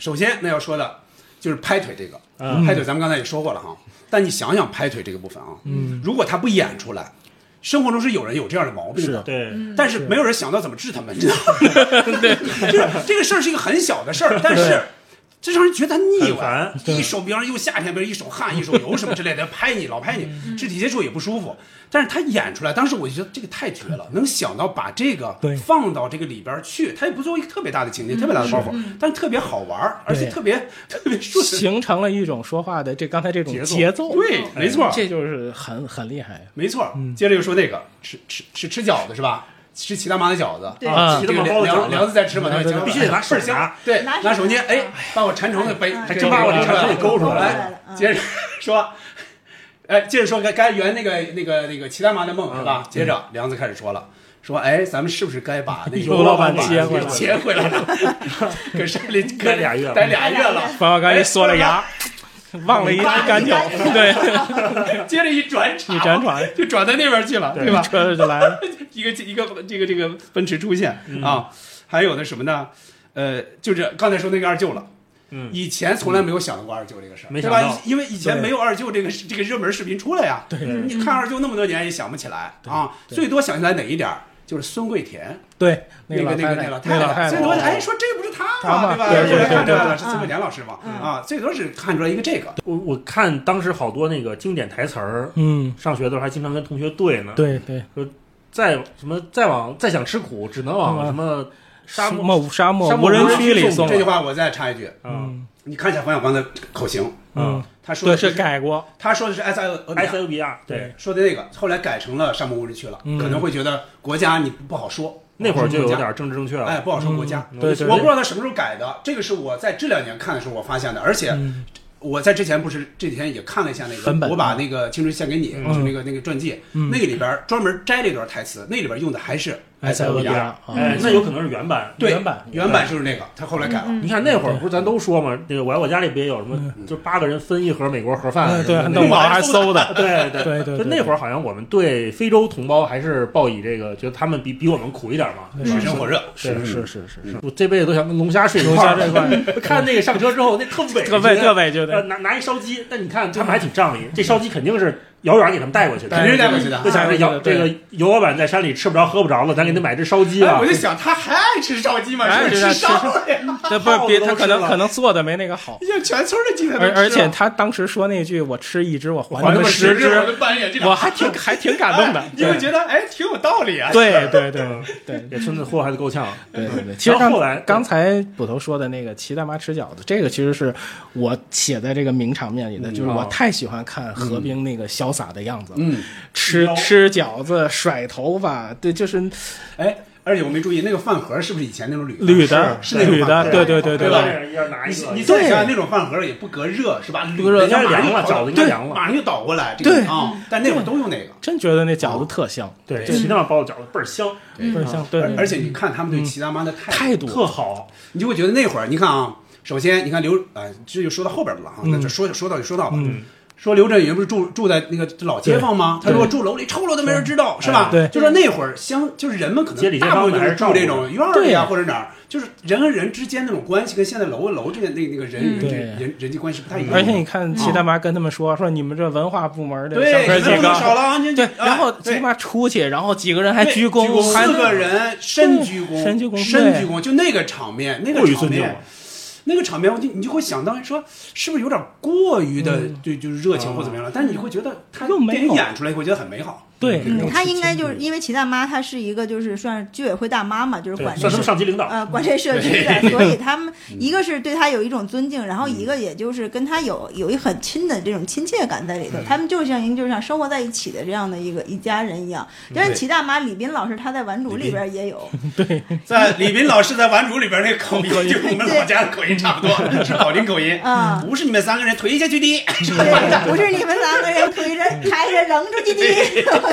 首先那要说的就是拍腿这个，嗯拍腿咱们刚才也说过了哈，但你想想拍腿这个部分啊，嗯如果他不演出来。生活中是有人有这样的毛病的，对嗯但是没有人想到怎么治他们，你知道吗？就是这个事儿是一个很小的事儿，但是对这让人觉得他腻很歪烦。一手，比方说又夏天，比如一手汗，一手油什么之类的，拍你老拍你，肢体接触也不舒服。但是他演出来，当时我就觉得这个太绝了，能想到把这个放到这个里边儿去，他也不作为一个特别大的情节、特别大的包袱，但是特别好玩儿，而且对特别特别顺。形成了一种说话的这刚才这种节奏节奏，对哎没错这就是很很厉害。啊没错，接着又说那个吃吃吃吃饺子是吧？吃齐大妈的饺子，对啊齐这大个妈包梁的饺子梁梁子在吃嘛，对对对吧必须得拿手倍儿香拿，对，拿手拿手捏，哎，把我馋虫子背，还对真把我把馋这虫个勾出来了了。嗯接着说，哎，接着说，该该圆那个那个那个齐大妈的梦是吧？嗯接着梁子开始说了。说，哎，咱们是不是该把那个刘老板接接回来了接回来 了？搁山里待俩月了待俩月了。冯小刚一缩了牙，忘了一一干酒，对，接着一转场，一辗转就转到那边去了， 对 吧？车就来了，一个一个这个这个奔驰出现啊，还有的什么呢？呃，就是刚才说那个二舅了。嗯以前从来没有想过二舅这个事儿，没对想到吧？因为以前对没有二舅这个这个热门视频出来呀。对你看二舅那么多年也想不起来啊，最多想起来哪一点儿就是孙桂田，对，那那个老那太个太，老那老太太所太，以我哎说这不是他他嘛，嘛对吧？对对后来看出对来对了是孙桂田老师嘛，啊，最多是看出来一个这个。我我看当时好多那个经典台词儿，嗯，上学的时候还经常跟同学对呢。，对对，说再什么再往再想吃苦，只能往什么沙漠漠沙漠沙无人区里送送了这句话我再插一句，嗯，你看一下冯小刚的口型，嗯，他说的对不是改过，他说的是 S I S O B R 对，说的那个，后来改成了沙漠无人区了，嗯可能会觉得国家你不好说。那会儿就有国家点政治正确了哎，不好说国家。嗯对对对我不知道他什么时候改的，这个是我在这两年看的时候我发现的，而且嗯我在之前不是这几天也看了一下那文个，本我把那个《青春献给你》嗯就是那个那个传记，嗯那个里边专门摘了一段台词，那里边用的还是塞俄俄比比亚亚，，啊嗯哎，那有可能是原版，对原版原版就是那个，他后来改了。你看那会儿不是咱都说嘛，那个我爱我家里不也有什么，就八个人分一盒美国盒饭嗯，对什么的那我还搜的对对对对就那会儿好像我们对非洲同胞还是抱以这个，觉得他们比比我们苦一点嘛，嗯对是吧水深火热是是是是是是，我这辈子都想跟龙虾睡一块儿。龙虾睡一块 看那个上车之后，那特委屈特呃委特委屈对呃拿拿一烧鸡，但你看他们还挺仗义，这烧鸡肯定是姚远给他们带过去的，肯定是带过去的就啊想着姚对这对个尤老板在山里吃不着喝不着了，咱给他买只烧鸡啊吧。哎我就想他还爱吃烧鸡吗？哎是不是对吃啊烧了呀？那不是别他可能耗子都吃了可能做的没那个好，哎呀，全村的 鸡他都而而吃且了他当时说那句“我吃一只，我还啊你还那们么十只只我们扮演这”，个我还挺还挺感动的哎。 你会对觉得哎挺有道理啊？对对对对，给哎村子祸害的够呛。对对 对，嗯其实然后刚后来刚才捕头说的那个齐大妈吃饺子，这个其实是我写在这个名场面里的，嗯就是我哦太喜欢看何冰那个潇洒的样子了，嗯，吃腰吃饺子甩头发，对，就是哎，而且我没注意那个饭盒是不是以前那种铝铝的的，是那种铝的饭盒对对对对吧对要拿一个你你再想想对那种饭盒也不隔热是吧？铝隔热的它马上应该凉了就跑饺子应该对凉了马上就倒过来。这个对啊，但那会儿都用那个。真觉得那哦饺子特香，对，就是齐大妈包的饺子倍儿香，倍儿香，对嗯而，而且对你看他们对齐大妈的态态度特好，你就会觉得那会儿你看啊，首先你看刘哎，这就说到后边了啊，嗯那就说就说到就说到吧。说刘震云不是住住在那个老街坊吗？他对如果住楼里抽楼都没人知道，是吧？对就说那会儿乡就是人们可街里能街大坊部的分还就是是照住顾这种院儿对呀呀或者哪儿，就是人和人之间那种关系跟现在楼和楼之间那那个人与人对人人人际关系不太一样。嗯而且你看，齐大啊妈跟他们说说你们这文化部门的对小哥你们几不能个少了啊你对，哎然后齐大妈出去，然后几个人还对鞠鞠躬，还四个人深鞠躬，对深鞠躬，深对鞠躬，就那个场面，那过个于场尊重面了，那个场面，我就你就会想到说，是不是有点过于的，对，就是热情或怎么样了？但是你会觉得他电影演出来，会觉得很美好。对嗯他应该就是因为齐大妈，她是一个就是算居委会大妈嘛，就是管这算是个上级领导呃，管这社区的，所以他 们一个是对他有一种尊敬，然后嗯一个也就是跟他有有一很亲的这种亲切感在里嗯头，他们就像就是像生活在一起的这样的一个一家人一样。就像对齐大妈，李斌老师他在《顽主》里边也有，在李斌老师在《顽主》里边那口音，就我们老家的口音差不多，是保定口音 啊，不是你们三个人推下去的，是吧对，不是你们三个人推着嗯抬着扔出去的，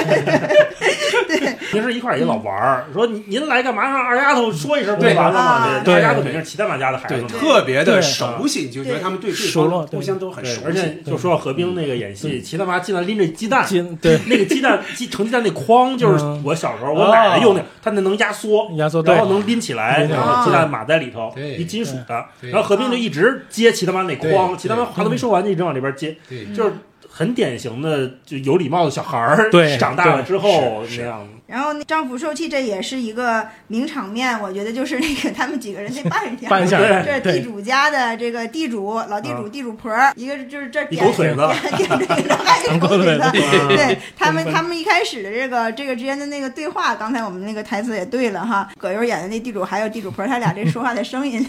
平时一块儿也老玩儿，说您您来干嘛？让二丫头说一声不就完了吗？对二啊丫头肯定是齐大妈家的孩子对，嘛，特别的熟悉，你就觉得他们对对熟方了互相都很对熟悉，而且就说到何嗯冰那个演戏，齐大妈进来拎着鸡蛋金，对那个鸡蛋鸡成鸡蛋那筐，就是嗯我小时候我奶奶用那个，它那能压缩，压缩对然后能拎起来，拎起来然后鸡对蛋码在里头，对一金属的。对然后何冰就一直接齐大妈那对筐，齐大妈对嗯话都没说完就一直往里边接，就是很典型的就有礼貌的小孩儿，对长大了对之后是那样。 然后那丈夫受气，这也是一个名场面。我觉得就是那个他们几个人那扮相，扮相这是对地主家的这个地主老地主、啊地主婆儿，一个就是这一狗腿子点点这个还一狗腿子。嗯对他们，他们一开始的这个这个之间的那个对话，刚才我们那个台词也对了哈。葛优演的那地主还有地主婆儿，他俩这说话的声音，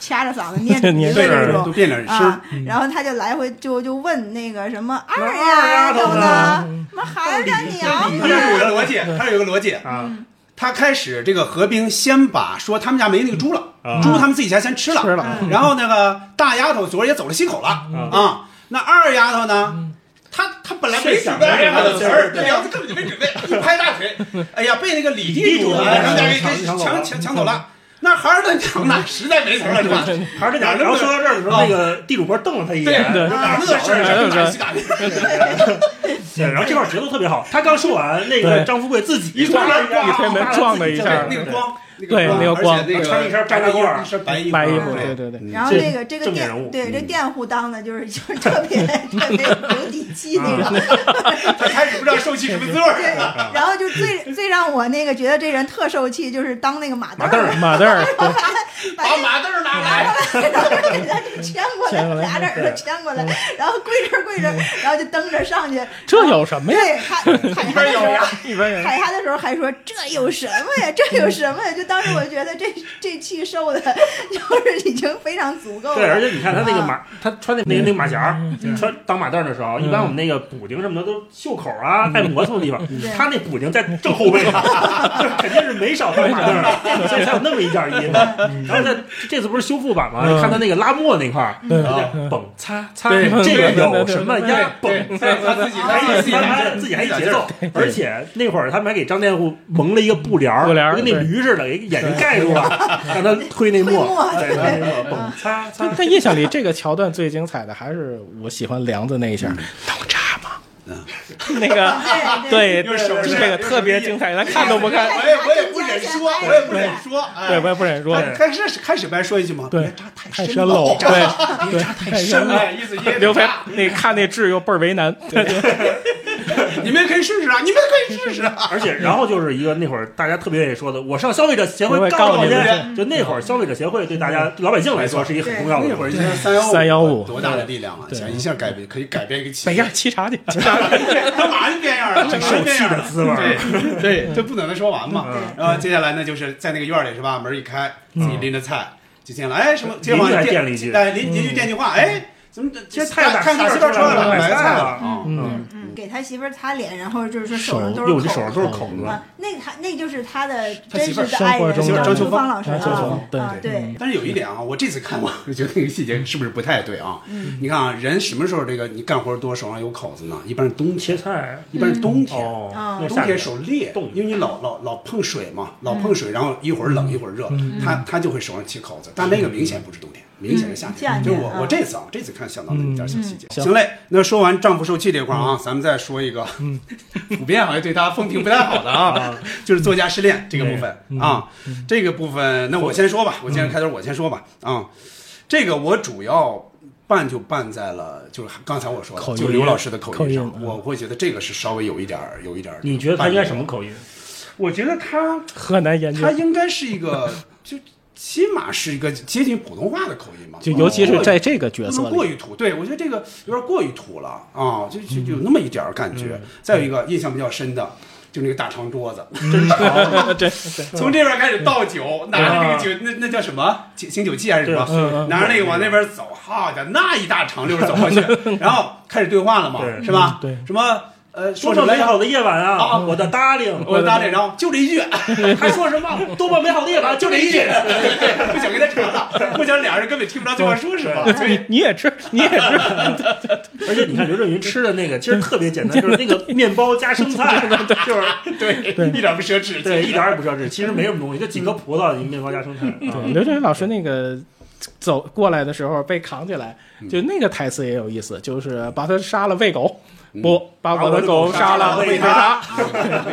掐着嗓子捏着鼻子对这都种。变点声儿啊，，然后他就来回就就问那个什么那二二丫丫头头呢呢？什么孩他他娘这是有呢？个逻辑，他是有个逻辑啊。他开始这个何冰先把说他们家没那个猪了，啊猪他们自己家先吃了，吃了然后那个大丫头昨儿也走了心口了啊。那二丫头呢？她她本来没准备二丫头的词儿，这梁子根本就没准 备，一拍大腿，哎呀，被那个李地主呢，然后家给给抢抢抢走了。那孩儿他娘呢， 实在没词儿了，是吧？还是这俩，然后说到这儿的时啊候，那个地主婆瞪了他一对眼，对，哪那事儿，这哪干对，然后这块节奏特别好，他刚说完，那个对张富贵自己一推门咣一推门撞了一下那个光，对那个光而且那个穿了一身白大褂儿一身白衣服，白衣服，对对对对，然后这个这个嗯正面佃人物嗯对这佃户当的就是就是特别特别有底气那种，他开始不知道受气什么滋味儿了。然后就 最最让我那个觉得这人特受气，就是当那个马凳马凳儿儿， 马凳儿，对把马凳儿拿来，给他牵过牵过来，来嗯俩耳朵牵过来，然后跪着跪着，然后就蹬着上去。 这有什么呀？对， 他踩他的时候，一般人踩他的时候还说这有什么呀？这有什么呀？就当时我觉得这这气受的，就是已经非常足够了。对，而且你看他那个啊马，他穿那那个那个马甲儿，穿当马凳的时候，一般我们那个补丁什么的都袖口啊，带磨蹭的地方对，他那补丁在正后背上， 肯定是没少穿马凳的，所以才有那么一件衣服。然后他这次不是修复版吗？嗯你看他那个拉磨那块儿，对他就蹦擦擦，对这个对对有对什么对呀？蹦对，他自己还他 自己还自己还一节奏，而且那会儿他们还给张佃户蒙了一个布帘儿，布帘儿跟那对驴似的，给眼睛盖住了， 让他推那推磨磨，对，对推那磨，蹦擦擦但。但印象里这个桥段最精彩的还是我喜欢梁子那一下，能炸吗？ 那个对，用手势这个特别精彩，咱看都不看。我也我也不忍说，我也不忍说，哎对，我也不忍说。开开始开始白说一句嘛，对别扎太太深深了，扎对，对，太深了，了。意思也刘得培扎。 那看那痣又倍儿为难，对你们也可以试试啊，你们也可以试试啊。而且，然后就是一个那会儿大家特别愿意说的，我上消费者协会告你们去。就那会儿消费者协会对大家老百姓来说是一个很重要的。那会儿就是三幺多大的力量啊！想一下改变，可以改变一个企业。北样沏茶去，干嘛去变样啊？这干嘛受变样啊气的滋味儿对 对，这不等他说完嗯嘛。然后接下来呢，就是在那个院儿里是吧？门一开，自己拎着菜就进来，哎，什么街坊嗯邻居还店惦记哎，邻邻居电句话，哎，怎么这菜打看西打边西边出出来来了了，买买菜菜了了，嗯嗯，嗯，给他媳妇儿擦脸，然后就是说手上都手，是手口上都是口子。啊，那个他那个就是他的他真媳妇实儿的爱人，媳妇儿啊张秋秋芳芳老师张秋啊芳，啊对，但是有一点啊，我这次看我就觉得那个细节是不是不太对啊？你看啊，人什么时候这个你干活多手啊上有口子呢？一般是冬天，菜一般是冬天，哦那冬夏天天手裂，因为你老老老碰水嘛，老碰水，然后一会儿冷一会儿热嗯，它它就会手上起口子。但那个明显不是冬天，明显是夏嗯夏天。天就是我啊我这次啊，这次看想到了一点小细节。嗯行嘞，那说完丈夫受气这块儿啊，咱们再说一个， 普遍好像对他风评不太好的啊， 就是作家失恋这个部分啊。这个部分，那我先说吧，我先开头我先说吧啊、这个我主要办就办在了，就是刚才我说口的，音就刘老师的口音口上，音我会觉得这个是稍微有一点儿，有一点儿。你觉得他应该什么口音？我觉得他河南研究，他应该是一个， 就起码是一个接近普通话的口音嘛，就尤其是在这个个角哦不色 能过里，于土。对我觉得这个有点过于土了啊，就就就有那么一点儿感觉。再有一个印象比较深的。就那个大长桌子，真长，对， 从这边开始倒酒，拿着那个酒，那那叫什么？醒醒酒器还是什对嗯么嗯？拿着那个往那边走，好家伙，那一大长溜走过去，然后开始对话了嘛，是吧？对，什么呃，说什上么美呀好的夜晚啊，我的 darling，我的 darling，然后就这一句，还说什么多么美好的夜晚，就这一句，不想跟他扯了，不想俩人根本听不着对方说什么。你你也 吃，你也吃， 而且你看刘震云吃的那个，其实特别简单，就是那个面包加生 菜，就是对，一点不奢侈，对，一点也不奢侈，其实没什么东西，就几颗葡萄，一面包加生菜。啊嗯对，刘震云老师那个走过来的时候被扛起来，嗯就那个台词也有意思，就是把他杀了喂狗，嗯不把我的狗 杀了喂它。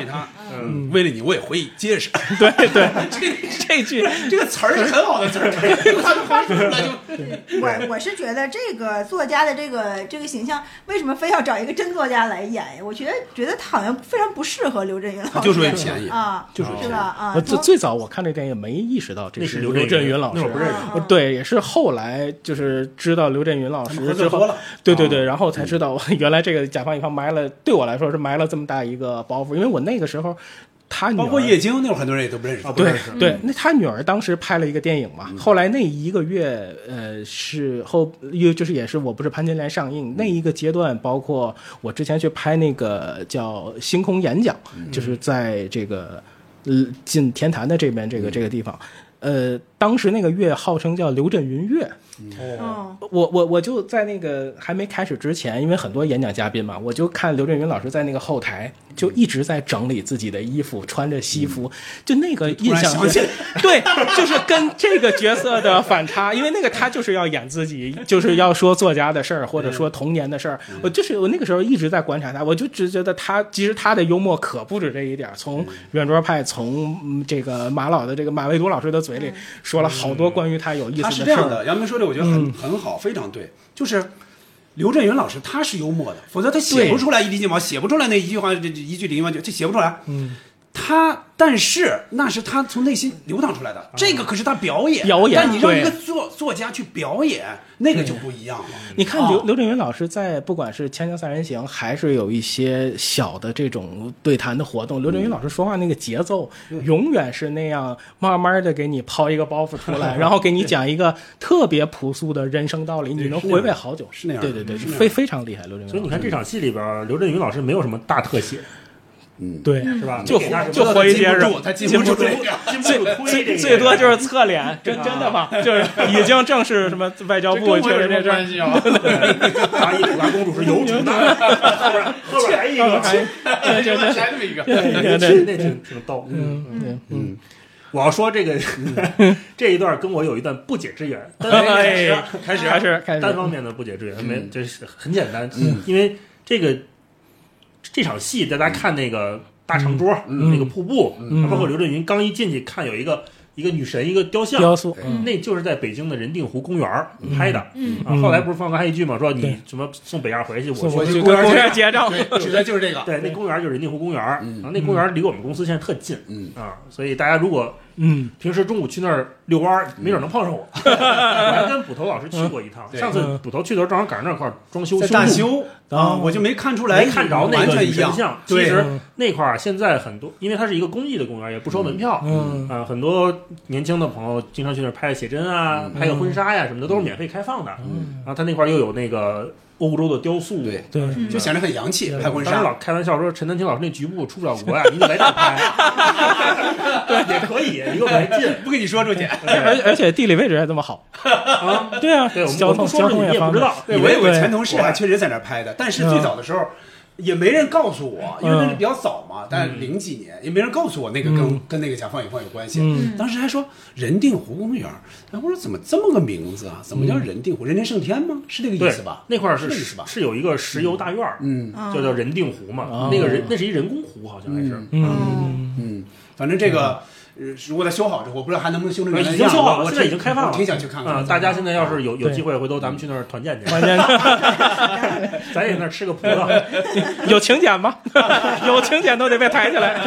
喂他，嗯，为了你我也会结实。对对，这这句这个词儿是很好的 词儿，他就发出来就我我是觉得这个作家的这个这个形象，为什么非要找一个真作家来演呀？我觉得觉得他好像非常不适合刘震云老师，他就是为便宜啊，就是是吧？啊，我最 最早我看这电影没意识到这那是刘刘震震云云老那师我不认识，我对，也是后来就是知道刘震云老他师们合之作后多了，哦嗯对对对，然后才知道 原来这个甲方乙方埋了，对我来说是埋了这么大一个包袱，因为我那个时候他女包儿括叶京那会儿很多人也啊都不认识，对对，那他女儿当时拍了一个电影嘛，后来那一个月，呃，是后又就是也是我不是潘金莲上映那一个阶段，包括我之前去拍那个叫《星空演讲》，就是在这个呃进天坛的这边这个这个地方，呃，当时那个月号称叫刘震云月，哦，我我我就在那个还没开始之前，因为很多演讲嘉宾嘛，我就看刘震云老师在那个后台嗯就一直在整理自己的衣服，穿着西服，就那个印象突然想起来 对，就是跟这个角色的反差，因为那个他就是要演自己，就是要说作家的事儿，或者嗯说童年的事儿。我就是我那个时候一直在观察他，我就只觉得他其实他的幽默可不止这一点儿，嗯从圆桌派，从嗯这个马老的这个马未都老师的嘴里说了好多关于他有意思嗯他的是事这样儿的，。杨明说这我觉得很、很好，非常对，就是。刘震云老师他是幽默的，否则他写不出来一地鸡毛，写不出来那一句话，这这一句零毛九，这写不出来。嗯，他但是那是他从内心流淌出来的，这个可是他表演。表演但你让对一个作作家去表演，那个就不一样了。你看刘啊刘震云老师在不管是《锵锵三人行》，还是有一些小的这种对谈的活动，刘嗯震云老师说话那个节奏，永远是那样慢慢的给你抛一个包袱出来，然后给你讲一个特别朴素的人生道理，你能回味好久。是那样的对对对，是那样的非非常厉害，刘震云老师。所以你看这场戏里边，刘震云老师没有什么大特写，嗯，对，是吧？就没给他什么就活一接着，他禁不住，最禁不住最推这个最多就是侧脸， 真真的吗？啊就是已经正式什么外交部确认这事儿。阿依土拉公主是 有主的，后边后边还一个，对对对来这么一个， 对对那挺挺逗。嗯对嗯，我要说这个 这一段跟我有一段不解之缘，但哎开始 啊开始开始单方面的不解之缘，没嗯这是很简单嗯，因为这个这场戏大家看那个大长桌嗯那个瀑布，嗯包括刘震云刚一进去看有一个一个女神一个雕像雕塑哎嗯那就是在北京的人定湖公园儿拍的。嗯啊，嗯后来不是放还一句嘛，说你对什么送北燕回去，送我回去去公园公去结账对指的就是这个对，那公园就是人定湖公园儿，嗯然后那公园儿离我们公司现在特近，嗯啊，所以大家如果嗯平时中午去那儿遛弯儿，没准能碰上我。 我还跟捕头老师去过一趟，嗯对嗯上次捕头去的时候正好赶上那块儿装修在修大路修啊嗯我就没看出来没看着那完个全一女神样像。其对实嗯那块儿现在很多，因为它是一个公益的公园，也不收门票，嗯啊，很多年轻的朋友经常去那儿拍个写真啊，嗯拍个婚纱呀什么的，都是免费开放的。然后它那块儿又有那个欧洲的雕塑，对对就显得很洋气拍婚纱当时老开玩笑说，陈丹青老师那局部出不了国啊呀，你得来这儿拍。 对，也可以，离我们还近。 不跟你说出去。而而且地理位置还这么好，啊，对啊对，我们交通我们说交了通你也嗯方不知便道。对，以我为有个对前同事还确实在那儿拍的，但是最早的时候也没人告诉我，嗯因为那是比较早嘛，但零几年也没人告诉我那个跟嗯跟那个甲方乙方有关系嗯。当时还说人定湖公园，哎，我说怎么这么个名字啊？怎么叫嗯人定湖？人定胜天吗？是这个意对思吧？那块儿是是这个意思吧？是有一个石油大院儿，嗯就叫人定湖哦嘛。那个人那是一人工湖，好像还是。嗯嗯，反正这个。呃如果它修好之后，我不知道还能不能修成原来已的经样子修好我了，挺现在已经开放了，我挺想去看啊看！的。大家现在要哦是有有对机会，回头咱们去那儿团建去，团建嗯咱也那儿吃个葡萄。有请柬 吗？有请柬都得被抬起来。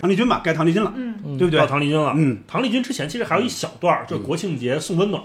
唐丽君吧，该唐丽君了，对不对？到唐丽君了，嗯，唐丽君之前其实还有一小段儿，就是国庆节送温暖，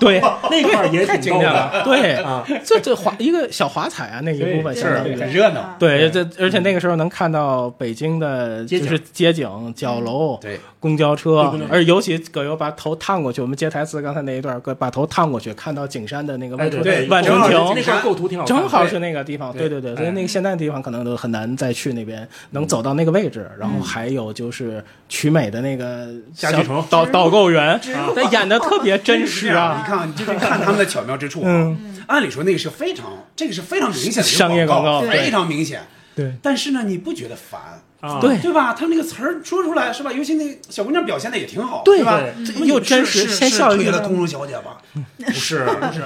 对那块儿也太挺经逗典了的，，对啊，这这华一个小华彩啊，那一部分对相当是于很热啊闹对，这而且那个时候能看到北京的街就景是街景、角楼、嗯对公交对车公交，车而尤其葛优把头探过去，我们接台词刚才那一段，葛把头探过去，看到景山的那个哎万对春对万春正好亭，是那块儿构图挺好看正好是对那个地方，对对对对，哎所以那个现在的地方可能都很难再去那边，能走到那个位置，嗯然后还有就是曲美的那个家具城导导购员植入，他演的特别真实啊，你看，你就是看他们的巧妙之处啊嗯。按理说那个是非常，这个是非常明显的一个商业广广告对非常明显。对，但是呢，你不觉得烦啊对对吧？他们那个词儿说出来是吧？尤其那小姑娘表现的也挺好，对吧对？怎么又是真实是先是笑一推下了公主小姐吧？不是不 是，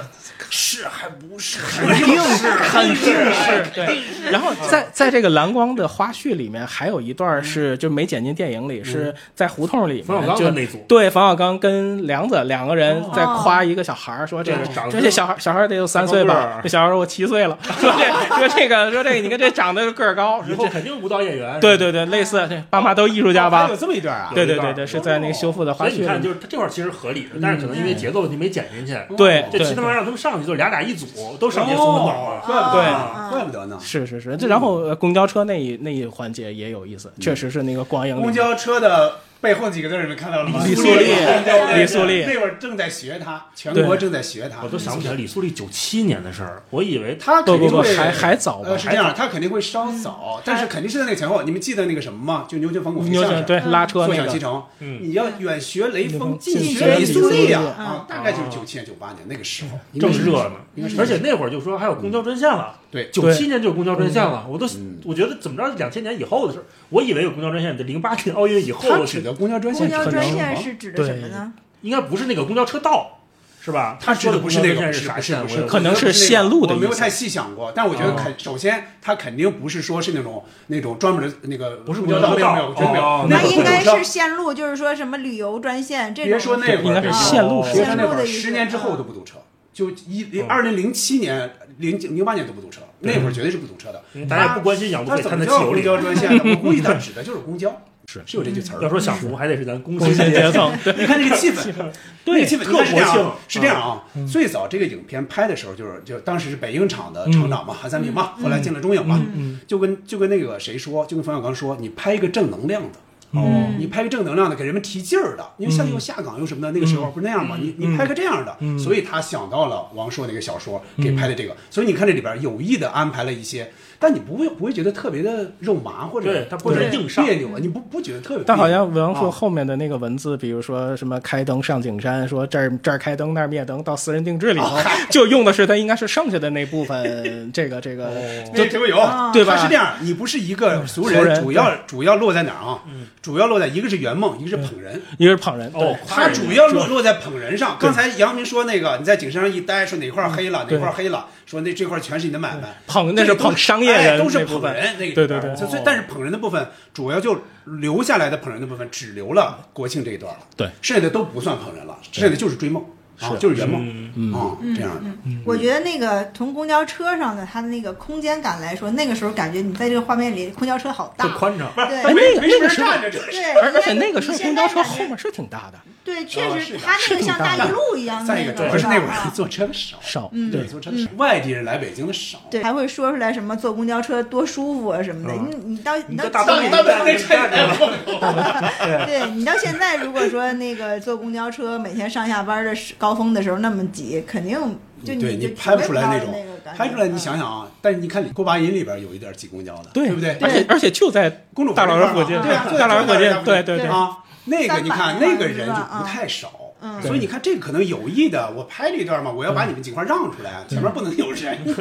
是还不是？肯定是，肯定嗯是是，对。然后在在这个蓝光的花絮里面，还有一段是就没剪进电影里，是在胡同里面，嗯冯小刚就跟那组对，冯小刚跟梁子两个人在夸一个小孩儿，说这个对长得这些小孩小孩得有三岁大高个吧儿，这小孩说我七岁了，说这说这个说这个你看这长得个儿高，以后肯定舞蹈演员。对对对，类似这爸妈都艺术家哦吧？还有这么一段啊对对有一对段对，是在那个修复的花所絮以里你看，面。就是他这块儿其实是合理的，但是可能因嗯为节奏问题没剪进去。对这对其他让他们上去就俩俩一组，都哦上去送温暖了。啊啊啊嗯对，怪不得呢。是是是，这然后呃公交车那一那一环节也有意思，确实是那个光影里面。公交车的背后几个字儿你们看到了吗？李苏苏丽李李苏丽那会儿正在学他，全国正在学他，我都想不起来李素丽九七年的事儿，我以为他肯定会呃，吧？是这样，他肯定会稍嗯早，但是肯定是在那个前后。你们记得那个什么吗？就牛群冯巩牛群对拉车那个坐享其成。嗯你要远学雷锋，近近学学李李苏苏丽丽啊！嗯啊，大概就是九七年、九八年那个时候，正热闹应该是，而且那会儿就说还有公交专线了。对九七年就有公交专线了，我都嗯我觉得怎么着两千年以后的事儿，我以为有公交专线得零八年奥运以后。他指的公交专线公交专线是指的什么呢？应该不是那个公交车道，是吧？他说说的的不是那公交个，专线不啥是线？不我是，不是也不知道可能是线路的我没有意思太细想过，但我觉得肯，首先他肯定不是说是那种那种专门的那个，不是公交交道，道没有没有，真没有哦，那那会应儿该有是的是线路，就是说什么旅游专线这种。别说那会儿，应该是线路别说那会线路的嗯儿，意思十年之后都不堵车，就一二零零七年、零零八年都不堵车，那会儿绝对是不堵车的。大家也不关心养不他费，怎看么在汽叫油公里。交专线呢？我估计他指的就是公交，是是有这句词儿的。要说享福，还得是咱工工薪阶阶层 层。对 你看这个气氛那个气氛特国庆是这样啊。最早这个影片拍的时候，就是就当时是北影厂的厂长嘛，韩三平嘛，后来进了中影嘛，就跟就跟那个谁说，就跟冯小刚说，你拍一个正能量的。嗯哦，你拍个正能量的，给人们提劲儿的，因为像又下岗又什么的，那个时候不是那样嘛。你你拍个这样的，嗯所以他想到了王朔那个小说给拍的这个，所以你看这里边有意的安排了一些，但你不会不会觉得特别的肉麻或者对他不是硬上别扭啊，你不不觉得特别别扭？但好像文啊硕后面的那个文字，比如说什么开灯上景山，说这儿这儿开灯那儿灭灯，到私人定制里哦头，就用的是它应该是剩下的那部分，这个这个就哦这这个有，啊对吧？它是这样，你不是一个俗俗人，人主要对主要落在哪儿啊？主要落在一个是圆梦，一个是捧人。一个是嗯捧人，哦对它主要落落在捧人上。刚才杨明说那个，你在井上一待，说哪块儿黑了，哪对块儿黑了，说那这块儿全是你的买卖。捧那是捧商业猎人都是那部捧分人那个对对对所以但是捧人的部分主要就留下来的捧人的部分只留了国庆这一段了，对，剩下的都不算捧人了，剩下的就是追梦，啊，就是圆梦啊，嗯这样的。嗯我觉得那个从公交车上的它的那个空间感来说，那个时候感觉你在这个画面里，公交车好大，会宽敞对，哎那个那个时候对，而而且那个时候公交车你现在感后觉面是挺大的，对，哦确实啊它那个像大一路一样的再一个，那个，主要是那会吧儿坐车的少，少嗯对，坐车的少，外地人来北京的少。对，还会说出来什么坐公交车多舒服啊什么的。嗯你你到你到大现大在大那站着， 对你到现在，如果说那个坐公交车每天上下班的时高峰的时候那么挤，肯定就嗯对你你就拍不出来体会那到种那个感，觉嗯拍出来你想想啊，但是你看《郭八音》里边有一点挤公交的，对不对？而且而且就 在公主大老院院附近，对啊，就大在老就院附在近，对对啊，那个你三看百啊那个人就不太少。嗯所以你看，这可能有意的，我拍这一段嘛，我要把你们几块让出嗯来，前面不能有人。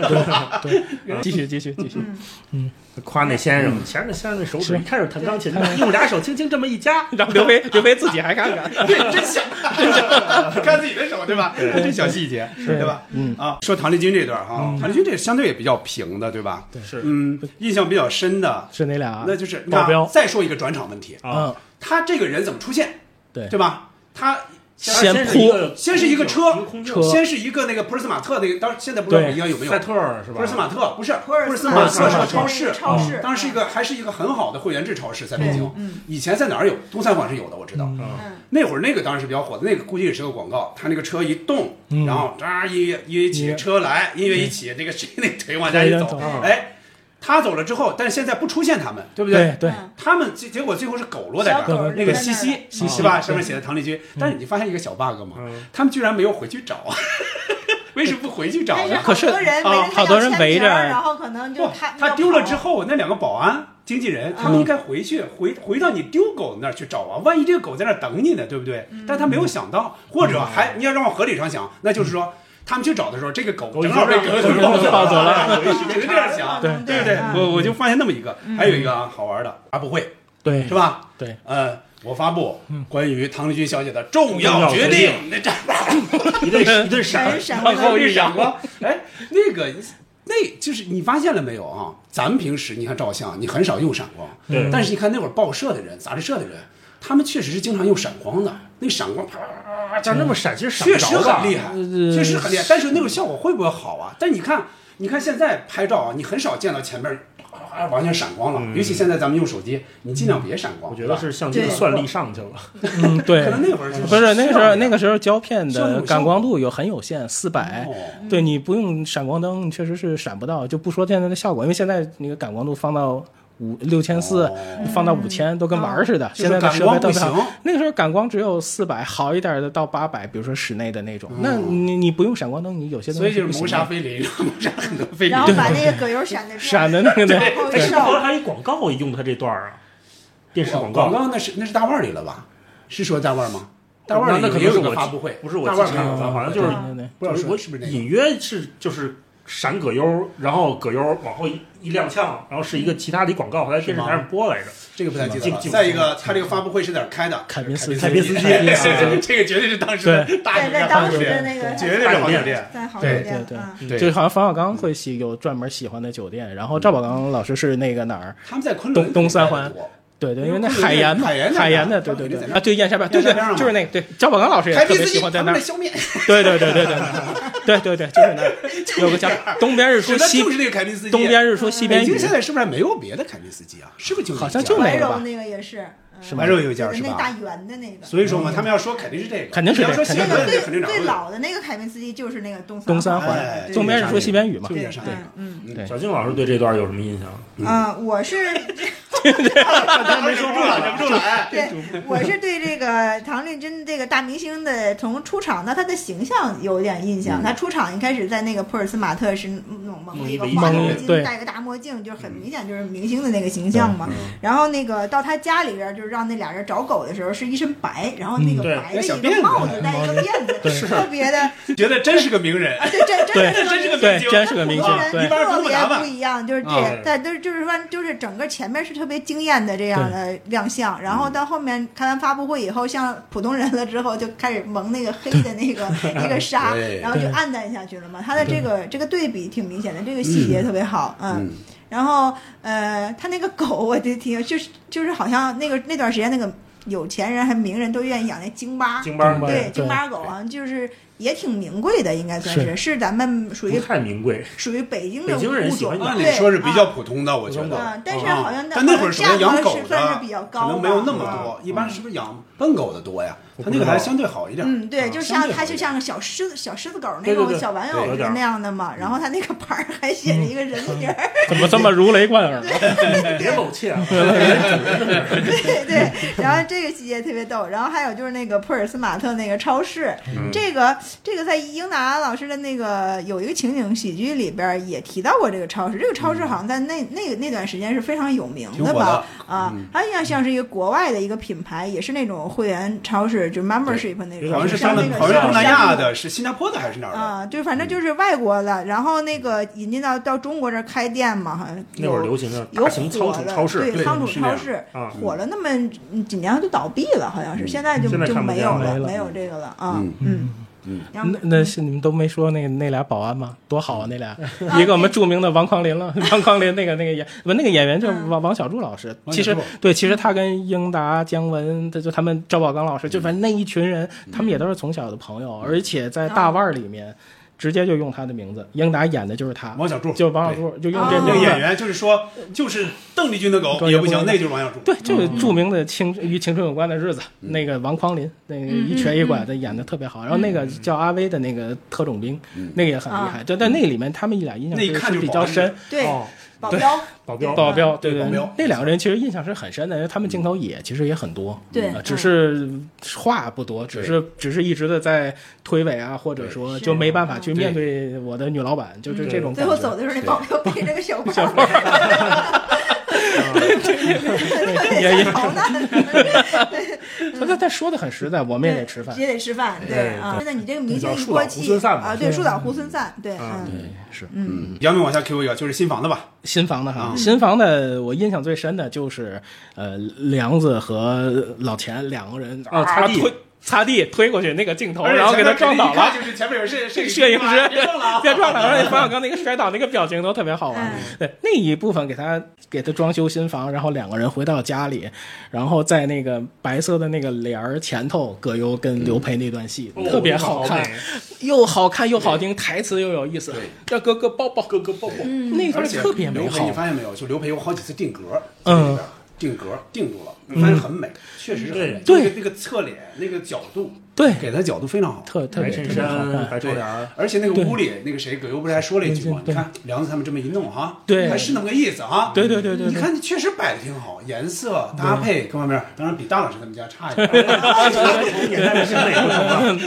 继续继续继续， 嗯，夸那先生嗯，前面那先生那手指是一看就弹 钢琴他的，用俩手轻轻这么一夹，然后刘飞刘飞自己还看看，对，真像，真像， 看自己的手，对吧？对这小细节，是对吧？嗯啊，说唐丽君这段哈，唐丽君这相对也比较平的，对吧？对，是嗯，印象比较深的， 是哪俩？那就是啊保镖那再说一个转场问题啊，他这个人怎么出现？对对吧？他先是一个扑先是一嗯个车，车先是一个那个普尔斯马特那个，当然现在不知道对北京有没有赛特尔是吧普尔斯马特不是普尔斯斯马马特特是个超是市，超市嗯当时是一个还是一个很好的会员制超市，在北对京。嗯以前在哪儿有？东三环是有的，我知道。嗯那会儿那个当然是比较火的，那个估计也是个广告。他那个车一动，嗯然后喳音乐音乐起，车来，音乐一起，这个谁那腿往下往一下走走啊，哎，他走了之后，但是现在不出现他们，对不对？对对嗯他们结结果最后是狗落在小这狗儿，那留个在西那儿嗯西了西西是吧？对上面写的唐丽君，但是你发现一个小 bug 嘛，嗯他们居然没有回去找， 为什么不回去找呢？好多人围着啊他要签名儿然后可能就他他丢了之后，那两个保安、经纪人，他嗯们应该回去回回到你丢狗那儿去找啊。万一这个狗在那儿等你呢，对不对？但他没有想到，或嗯者还你要让我合理上想，那就是说。他们去找的时候，这个狗正好被狗狗已经腿让抱走走了 我一直这样想，对对不对？嗯我我就发现那么一个嗯，还有一个啊，好玩的发布会，对是吧？对，呃，我发布嗯关于唐丽君小姐的重要决定，那这一 顿一顿嗯闪闪光往后一一闪闪光，哎，那个。那就是你发现了没有啊？咱们平时你看照相，你很少用闪光，对但是你看那会儿报社的人、杂志社的人，他们确实是经常用闪光的，那闪光啪啪啪啪啪，像那么闪其实嗯闪确不实着的很厉害，呃确实很厉害。但是那种效果会不会好啊？但你看，你看现在拍照啊，你很少见到前面啪啪啪完全闪光了，尤其现在咱们用手机，你尽量别闪光。嗯我觉是得吧是相机的对算力上去了。嗯，对，可能那会儿就不是那个时需要候，那个时候胶片需要那的种感光度有很有限，四百，哦对你不用闪光灯，你确实是闪不到。就不说现在的效果，因为现在那个感光度放到五六千四，放到五千都跟玩儿似的。就是现在的设备哦嗯都是感光不行那个时候感光只有四百，好一点的到八百，比如说室内的那种，那你你不用闪光灯，你有些东所西以就是不行谋的杀菲林， 谋杀很多菲林，然后把那个葛优闪的闪的那个对对哎，是不是后来还有一广告也用他这段儿啊？电视广告，广告那是那是大腕儿里了吧？是说大腕儿吗？大腕儿里那那可也能是有我个发布会，不是我大记腕儿错看了，好像就是不知道我是不是那个隐约是就是闪葛优，然后葛优往后一一踉跄，然后是一个其他的一广告，后来电视台上播来着，这个不太记得了。记再一个，呃他这个发布会是哪儿开的？凯宾斯基凯宾斯基，凯宾斯基对 这个绝对是当时的对大酒在店，当时的那个绝对是好酒店，在好酒对店对嗯对，就好像冯小刚会喜有专门喜欢的酒店，然后赵宝刚老师是那个哪儿？他们在昆东东三环。对对，因为那海盐嘛，海盐在海盐那的，儿对对他们对肯定在那啊，儿对燕下边，对燕对莎边上，嘛就是那个对，赵宝刚老师也凯特宾别斯喜基欢在他那儿们在，消灭，对对对对对对，对对对，就是那儿有个家，东边日出说的西就是这个凯宾斯基，东边日出西边北雨京，现在是不是还没有别的凯宾斯基啊？是不是就好像就那怀个柔吧那个也是，嗯是吗怀柔有一家对是吧那大圆的那个。所以说嘛，他们要说肯定是这个，嗯肯定是这要个说肯新定闻是那那个最肯定是哪最儿老的那个凯宾斯基就是那个东东三哎环，对东边日出西边雨嘛，就是这啥对 意思嗯对小静老师对这段有什么印象？嗯，我是没说住了，忍不住了，哎，对， 我是对这个唐丽珍这个大明星的从出场到她的形象有点印象。嗯她出场一开始在那个普尔斯马特是那种蒙着一个蒙一个花头蒙一个对巾，戴个大墨镜，就很明显就是明星的那个形象嘛。然后那个到她家里边儿，就是让那俩人找狗的时候是一身白，然后那嗯对个白的小一辫个子帽子戴一个辫子，特别的觉得真是个名人，对，真对真是个对明星，真是个明星普通人对特别不一样，就是这嗯，但就是就是说，就是整个前面是特别惊艳的这样的亮像，然后到后面看完发布会以后，像普通人了之后，就开始蒙那个黑的那个那个纱，对然后就暗淡下去了嘛。它的这个这个对比挺明显的，这个细节特别好，嗯。然后呃，他那个狗我就挺就是就是好像那个那段时间那个有钱人还名人都愿意养那京巴，京巴狗啊对对京巴狗好像就是也挺名贵的，应该算是是是咱们属于不太名贵，属于北京的北京人物喜种欢嘛，养嗯按理对说是比较啊普通的，我觉得。啊但是啊好像那但那会儿首先好养像狗价格是算的是比较高啊可能没有那么吧多，一嗯般是不是养笨狗的多呀？它那个还相对好一点。嗯，对，就啊相像对好它一就点像个小狮子、小狮子狗那对对种对小玩对偶有是点儿嗯那样的嘛。然后它那个牌儿还写着一个人名儿，怎么这么如雷贯耳？嗯 别抱 歉啊，对嗯对。然后这个细节特别逗。然后还有就是那个普尔斯马特那个超市，嗯这个这个在英达老师的那个有一个情景喜剧里边儿也提到过这个超市。这个超市好像在那那个那段时间是非常有名嗯挺火的吧？的嗯啊，它像像是一个国外的一个品牌，也是那种会员超市，就是 membership 那种，好像是像东南，那个好像是东南亚像的，是新加坡的还是哪儿的？啊，对，反正就是外国的，然后那个引进到到中国这儿开店嘛，好像那会儿有流行的有大型火仓储的超市，对仓储超市啊，火了那么嗯几年就倒闭了，好像是，现在就嗯现在就看不没见有了没了没有这个了啊，嗯嗯然后嗯那那是你们都没说那那俩保安吗？多好啊，那俩，一个我们著名的王匡林了， 王匡林那个那个演不那个演员就是王王小柱老师。王其小实柱对，其实他跟英达、姜文，他就他们赵宝刚老师，就反正那一群人，他们也都是从小的朋友，而且在大腕儿里面。直接就用他的名字，英达演的就是啊他，王小柱，就王小柱，就用这那名个字演员就是说，就是邓丽君的狗对也不行，不能那就是王小柱。对，就是著名的青与青春有关的日子，嗯那个王匡林，嗯那个一瘸一拐的演的特别好。然后那嗯个叫阿威的那个特种兵，那个也很厉害。就在那里面，他们俩印象那一是看就是比保较安深。对哦保对 镖保镖保镖，对保对镖，那两个人其实印象是很深的，因为他嗯们镜头也其实也很多，对呃嗯只是话不多，只是只是一直的在推诿啊，或者说就没办法去面对我的女老板，就是这种嗯最感后觉。走的时候那保镖背着个小包， 也也逃难， 他他他说的很实在，我们也得吃饭，也得吃饭，对哎对啊，对现在你这个明星那叫一树过倒猢气狲散嘛啊，对，对树倒猢狲散，对，啊嗯，是嗯。杨明往下 Q 一个，就是新房的吧？新房的哈啊，新房的我印象最深的就是，呃，梁子和老钱两个人啊擦地推擦地推过去那个镜头，而且然后给他撞倒前面了肯定一看。就是前面有摄摄摄影师别撞 了啊，别撞了，而且冯小刚那个摔倒那个表情都特别好玩。对那一部分给他给他装修新房，然后两个人回到家里，然后在那个白色的那个帘儿前头，葛优跟刘培那段戏哦特别好看那个好，又好看又好听，台词又有意思。这哥哥抱抱，哥哥抱抱，嗯 那段而且特别美刘培，好你。发现没有？就刘培有好几次定格，嗯，定格定住了，嗯发现很美，确实是很美。对就是那个侧脸那个角度，对，给他角度非常好，特特白别衬特别好衫、看。白窗帘儿，而且那个屋里那个谁，葛优不是还说了一句吗？你看梁子他们这么一弄哈，对还是那么个意思啊。对对对对对你看确实摆的挺好，颜色搭配各方面，当然比大老师他们家差一点。 嗯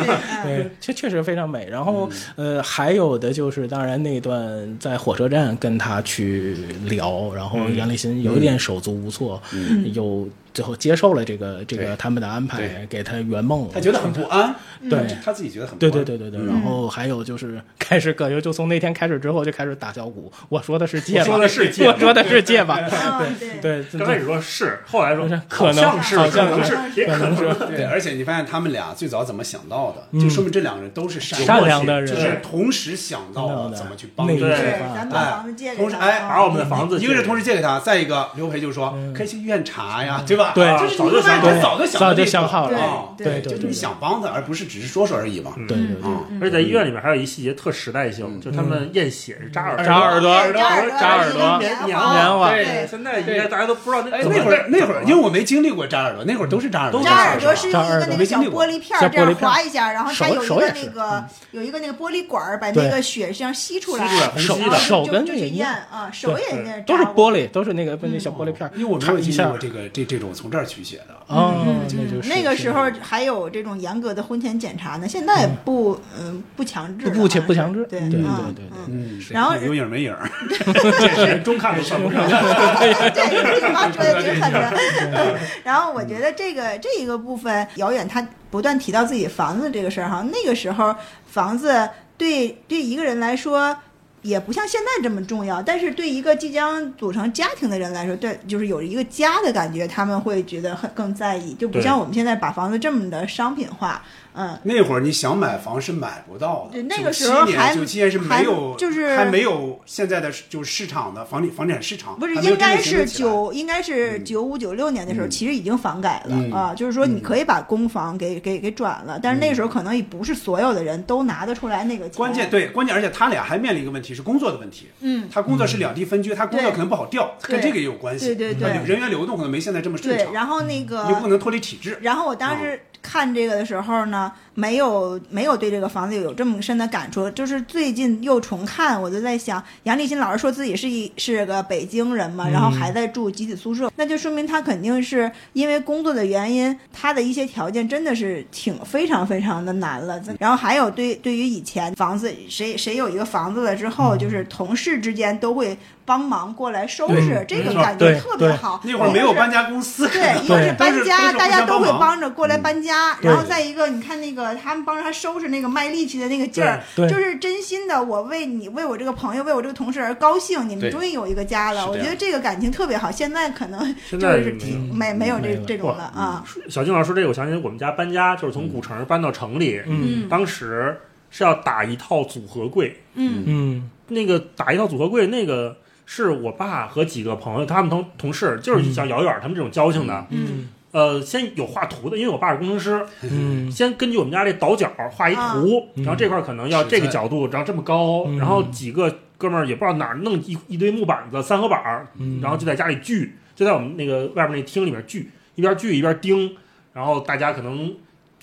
对，确确实非常美。然后，呃，还有的就是，当然那段在火车站跟他去聊，然后嗯杨立新有一点手足无措，嗯有最后接受了这个这个他们的安排对，给他圆梦。他觉得很不安，对他自己觉得很不对安。对对对对，嗯然后还有就是开始葛优就从那天开始之后就开始打小鼓，我说的是借吧，我说的是借吧我说的是借吧， 啊对对， 刚开始说是，后来说可能好像是，好可像能是，也可 能是，对，而且你发现他们俩最早怎么想到的，嗯就说明这两个人都是善善良的人就是同时想到了怎么去帮助那个对咱把哎房子借，给同时他哎，啊把我们的房子一借个是给同时借给他，再一个刘培就说可以去医院查呀，对吧？嗯对就是早就你发现他想早就早想到就这一步想好了啊对对对就是对嗯你想帮他，而不是只是说说而已嘛。对嗯对对。啊，嗯而且在医院里面还有一细节特时代嗯性，就是他们验血是扎耳嗯扎耳朵朵，扎耳朵棉棉哦花对，现在应该大家都不知道那哎，那会儿那会儿，因为我没经历过扎耳朵，那会儿都是扎耳朵，扎耳朵是用扎一个耳那朵个没小经历过玻璃片儿小这样玻璃片儿划一下，然后它手有一手个也那是个有一个那个玻璃管儿把那嗯对个血这样吸出来，吸出来然手后手就跟就那去个一验样啊，手也那都是扎过玻璃，都是那个那小玻璃片儿，因为我没咔有一经历下过这个这这种从这儿取血的。哦，嗯那就是那个时候还有这种严格的婚前检查呢，现在不嗯不强制了啊，不强不强制，对对对嗯对嗯，然后有影没影儿， 这是中看的上不上？对，这句话说的挺狠的。然后我觉得这个这一个部分，遥远他不断提到自己房子这个事儿哈，那个时候房子对对一个人来说。也不像现在这么重要，但是对一个即将组成家庭的人来说，对，就是有一个家的感觉，他们会觉得很更在意，就不像我们现在把房子这么的商品化。嗯，那会儿你想买房是买不到的，对那个时候还九七年是没有，就是还没有现在的就是市场的房地房地产市场，不是还没有应该真的是兴起来九应该是九五九六年的时候，嗯其实已经房改了、嗯啊，就是说你可以把公房给、给给转了，但是那时候可能也不是所有的人都拿得出来那个钱。关键对关键，而且他俩还面临一个问题是工作的问题。嗯他工作是两地分居，他工作可能不好调，对跟这个也有关系。对对对啊人员流动可能没现在这么顺对畅，，然后那个你又不能脱离体制。然后我当时看这个的时候呢，没有没有对这个房子有这么深的感触，就是最近又重看，我就在想，杨立新老师说自己是一是个北京人嘛，嗯然后还在住集体宿舍，那就说明他肯定是因为工作的原因，他的一些条件真的是挺非常非常的难了。然后还有对对于以前房子，谁谁有一个房子了之后，就是同事之间都会帮忙过来收对拾，这个没错感觉对特别对好。那会儿没有就是搬家公司可 能对，一个是搬都是都是家，互相大家都会帮忙帮着过来搬家，对然后再一个，你看那个他们帮着他收拾那个卖力气的那个劲儿，对对就是真心的，我为你、为我这个朋友、为我这个同事而高兴，你们对终于有一个家了，是我这觉样得这个感情特别好。现在可能就现在是没有挺没没有这没了这种了啊，小金老师说这个，我想起我们家搬家就是从古城搬到城里，嗯当时是要打一套组合柜，嗯嗯，那个打一套组合柜，那个是我爸和几个朋友，他们同同事，就是像姚远儿他们这种交情的，嗯，呃，先有画图的，因为我爸是工程师，嗯先根据我们家这倒角画一图，嗯然后这块儿可能要实这个在角度，然后这么高，然后几个哥们儿也不知道哪儿弄一一堆木板子、三合板儿，嗯然后就在家里锯，就在我们那个外面那厅里面锯，一边锯一边钉，然后大家可能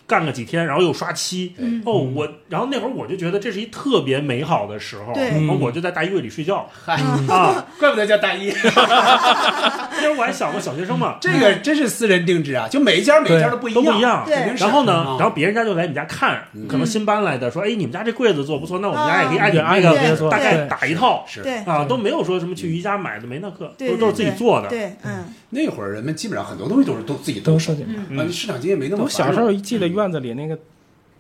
干个几天，然后又刷漆。嗯哦，我然后那会儿我就觉得这是一特别美好的时候，对然后我就在大衣柜里睡觉，嗯嗨 啊，怪不得叫大衣。那时候我还小嘛，小学生嘛，这个真是私人定制啊，就每一家每一家 都不一样，样，不肯定是然后呢，嗯然后别人家就来你家看，可能新搬来的说，哎，你们家这柜子做不错，那我们家也可以按你啊们对这按你们这个个做大概对打一套，是对啊，都没有说什么去宜家买的没那课，对都都是自己做的。对，嗯，那会儿人们基本上很多东西都是都自己动都手是自己啊，市场经济没那么我嗯繁小荣时候一记得院子里那个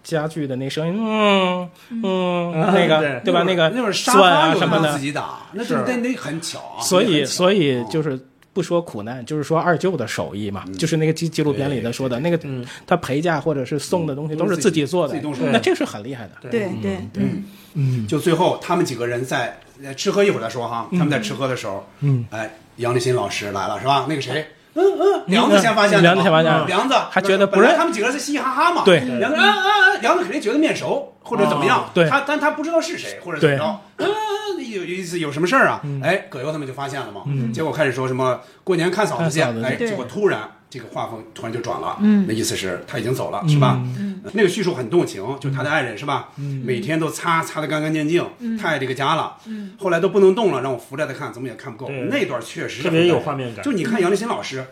家具的那声音，嗯嗯，那个对吧？那那会儿个那会儿沙钻发啊有什的么都的自己打，那是就那那很巧啊。所以，以所以就是不说苦难，就是说二舅的手艺嘛，就是那个纪纪录片里的说的那个，嗯他陪嫁或者是送的东西嗯都是自己做的嗯自己动手，那这是很厉害的。对对嗯嗯，就最后他们几个人在呃吃喝一会儿再说哈，他们在吃喝的时候，嗯，哎，杨立新老师来了是吧？那个谁。嗯嗯，梁子先发现的嘛，梁子先发现嗯梁子还觉得不本来认他们几个人是嘻嘻哈哈嘛。对梁子，嗯嗯嗯，梁子肯定觉得面熟或者怎么样哦，对他但他不知道是谁或者怎么着，嗯，嗯有有意思有什么事儿啊？哎，葛优他们就发现了嘛，嗯结果开始说什么过年看嫂子去，看嫂子去哎，对结果突然这个画风突然就转了，嗯那意思是他已经走了，嗯是吧？嗯那个叙述很动情，就他的爱人是吧？嗯每天都擦擦的干干净净，嗯太爱这个家了。嗯后来都不能动了，让我扶着他看，怎么也看不够。那段确实特别有画面感就你看杨立新老师，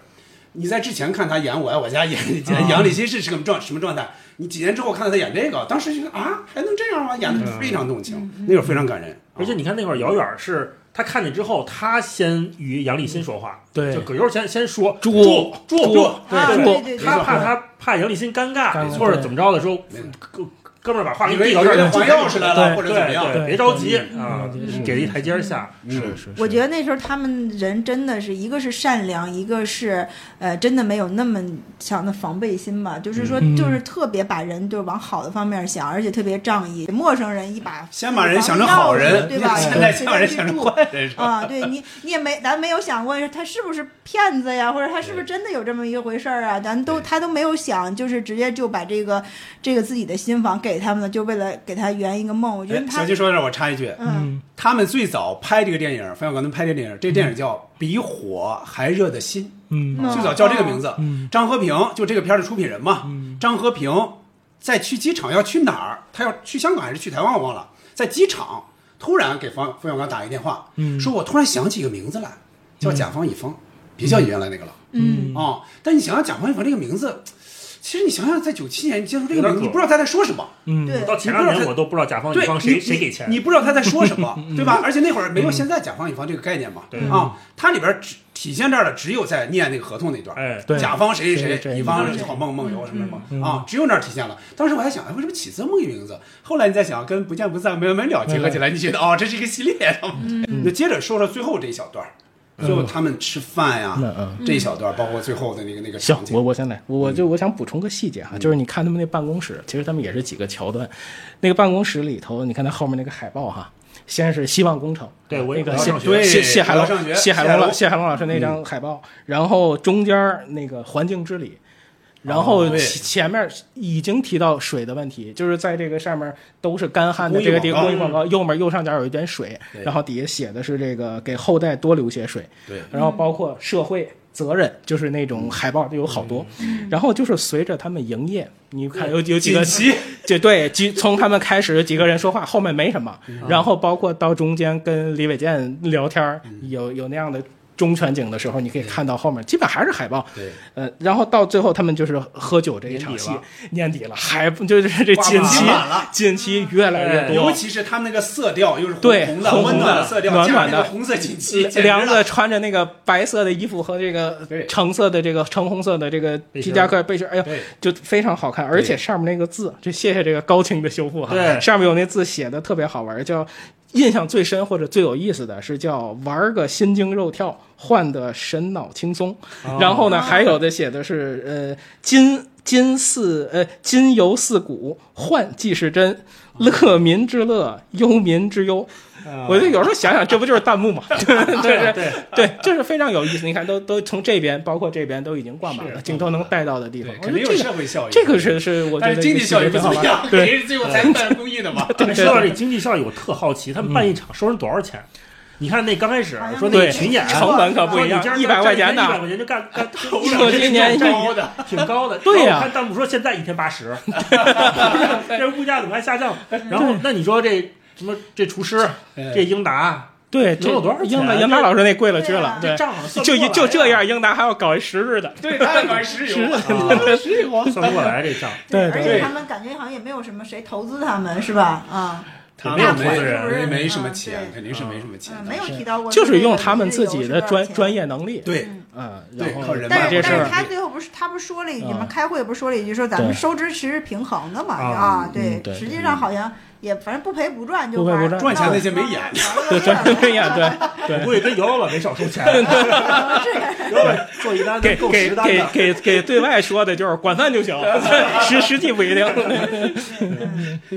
你在之前看他演《我爱我 家》演嗯演杨立新是什么状什么状态？你几年之后看到他演这个，当时就觉得啊，还能这样吗？演的非常动嗯情，那会儿非常感人。嗯啊而且你看那会儿姚远儿是他看见之后，他先与杨立新说话，嗯对就葛优先先说猪猪猪啊对对对对对他怕对他怕杨立新尴尬尴尬或者怎么着的时候，哥哥们儿把话给以为递到这以为儿，换钥匙来了或者怎么样对对对别着急嗯啊嗯嗯，给了一台阶儿下，是是嗯我觉得那时候他们人真的是一个是善良，一个是呃真的没有那么强的防备心吧，就是说嗯就是特别把人就是往好的方面想，而且特别仗义。陌生人一把先把人想成好人，对吧？现在随先便把人去想成住坏人是吧啊，对你，你也没，咱没有想过他是不是骗子呀，或者他是不是真的有这么一回事儿啊？咱都他都没有想，就是直接就把这个这个自己的新房给他们了，就为了给他圆一个梦。我觉得哎他小金说到这儿，我插一句，嗯，他们最早拍这个电影，冯小刚他们拍这个电影，这个电影叫《比火还热的心》，嗯最早叫这个名字。嗯张和平就这个片儿的出品人嘛，嗯张和平在去机场要去哪儿？他要去香港还是去台湾？我忘了。在机场突然给冯冯小刚打一电话，嗯说我突然想起一个名字来，嗯叫甲方乙方，别叫你原来那个了。嗯啊、但你想想甲方乙方这个名字，其实你想想，在九七年你接触这个名字，有点你不知道他在说什么。嗯对到前两年我都不知道甲方乙对，方谁你谁给钱你，你不知道他在说什么嗯，对吧？而且那会儿没有现在甲方乙方这个概念嘛，对啊，它里边只体现这儿的只有在念那个合同那段，哎，对甲方谁谁这谁，这乙方是好梦梦游什么什么啊，只有那儿体现了。当时我还想，哎，为什么起这么个名字？后来你再想，跟不见不散、没完没了结合起来，你觉得哦，这是一个系列。嗯那接着说说最后这一小段儿，最后他们吃饭呀嗯嗯，这一小段儿，包括最后的那个那个行场，景。我我先来，我我就我想补充个细节哈，就是你看他们那办公室，其实他们也是几个桥段，那个办公室里头，你看他后面那个海报哈，先是希望工程，对我那个我要谢上学谢谢对谢海我龙要上学谢海龙老谢海龙嗯谢海龙老师那张海报，然后中间儿那个环境治理。然后哦对前前面已经提到水的问题，就是在这个上面都是干旱的公益这个地广告公益广告，右面右上角有一点水，对然后底下写的是这个给后代多留些水，对然后包括社会责任，就是那种海报就有好多。嗯然后就是随着他们营业，你看有有几个锦旗，这对几从他们开始有几个人说话，后面没什么，然后包括到中间跟李伟健聊天儿，有有那样的。中全景的时候，你可以看到后面基本还是海报，对，呃，然后到最后他们就是喝酒这一场戏，年底了，还不就是这哇锦旗满了，哎锦旗越来越多，尤其是他们那个色调，又是红哎对红的、红温暖的色调，暖暖加上那个的红色锦 旗，简直梁了子穿着那个白色的衣服和这个橙色的这个橙红色的这个皮夹克背心儿，哎呦，就非常好看。而且上面那个字，就谢谢这个高清的修复哈，对上面有那字写的特别好玩儿，叫印象最深或者最有意思的是叫玩儿个心惊肉跳，换得神脑轻松。哦然后呢，还有的写的是呃金金似呃金犹似古，幻即是真，乐民之乐，忧民之忧。我就有时候想想，这不就是弹幕吗？ 对对对，这是非常有意思。你看，都都从这边，包括这边都已经挂满了，镜头能带到的地方，我肯觉定得有这社个会效益。这个是是我觉但得是经济效益不怎么样，肯定对是，最后才算是公益的嘛。对嗯说到这经济效益，我特好奇，他们办一场收人多少钱？你看那刚开始说那对个群演成本可不一样说你一今儿百块钱一呢百块钱就干干， 我今年挺高的，挺高的。对呀然后我看弹幕说现在一天 八十，这物价怎么还下降？然后那你说这什么这厨师这英达对，能有多少这英钱？达英达老师那贵了去了，啊这对，账好像算不就过一来就这样，英达还要搞一十日的，对他还玩石油，啊 石油算不过来这账。对而且对他们感觉好像也没有什么谁投资他们，是吧？啊，他没有们投没资人人没什么钱，肯定是没什么钱嗯的。没有提到过，就是用他们自己的专专业能力，对，嗯，对然后靠人把但这事是但儿是他最后不是他不是说了一句吗嗯？开会不是说了一句说咱对们收支其实平衡的嘛？啊啊嗯，对对，实际上好像也反正不赔不赚，就不赔不把赚赚钱到那些没演，对对对呀，对对我。估计跟姚老板没少收钱，姚老板做一单给能够给十单给的。给给对外说的就是管饭就行，实实际不一定。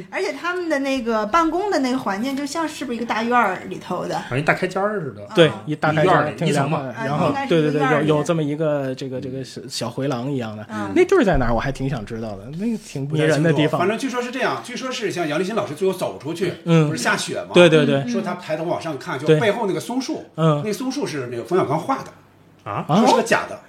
而且他们的那个办公的那个环境，就像是不是一个大院儿里头的？好像一大开间儿似的， 对，一大概一院儿里挺一凉层快嘛的，啊然后应该是对一对对，个院儿里有有面这么一个这个这个小小回廊一样的嗯，那地儿在哪儿？我还挺想知道的，那个挺迷人的地方。啊反正据说是这样，据说是像杨立新老师最后走出去，嗯不是下雪吗？对对对说他抬头往上看，就对背后那个松树，嗯哦那松树是那个冯小刚画的，啊说是个假的。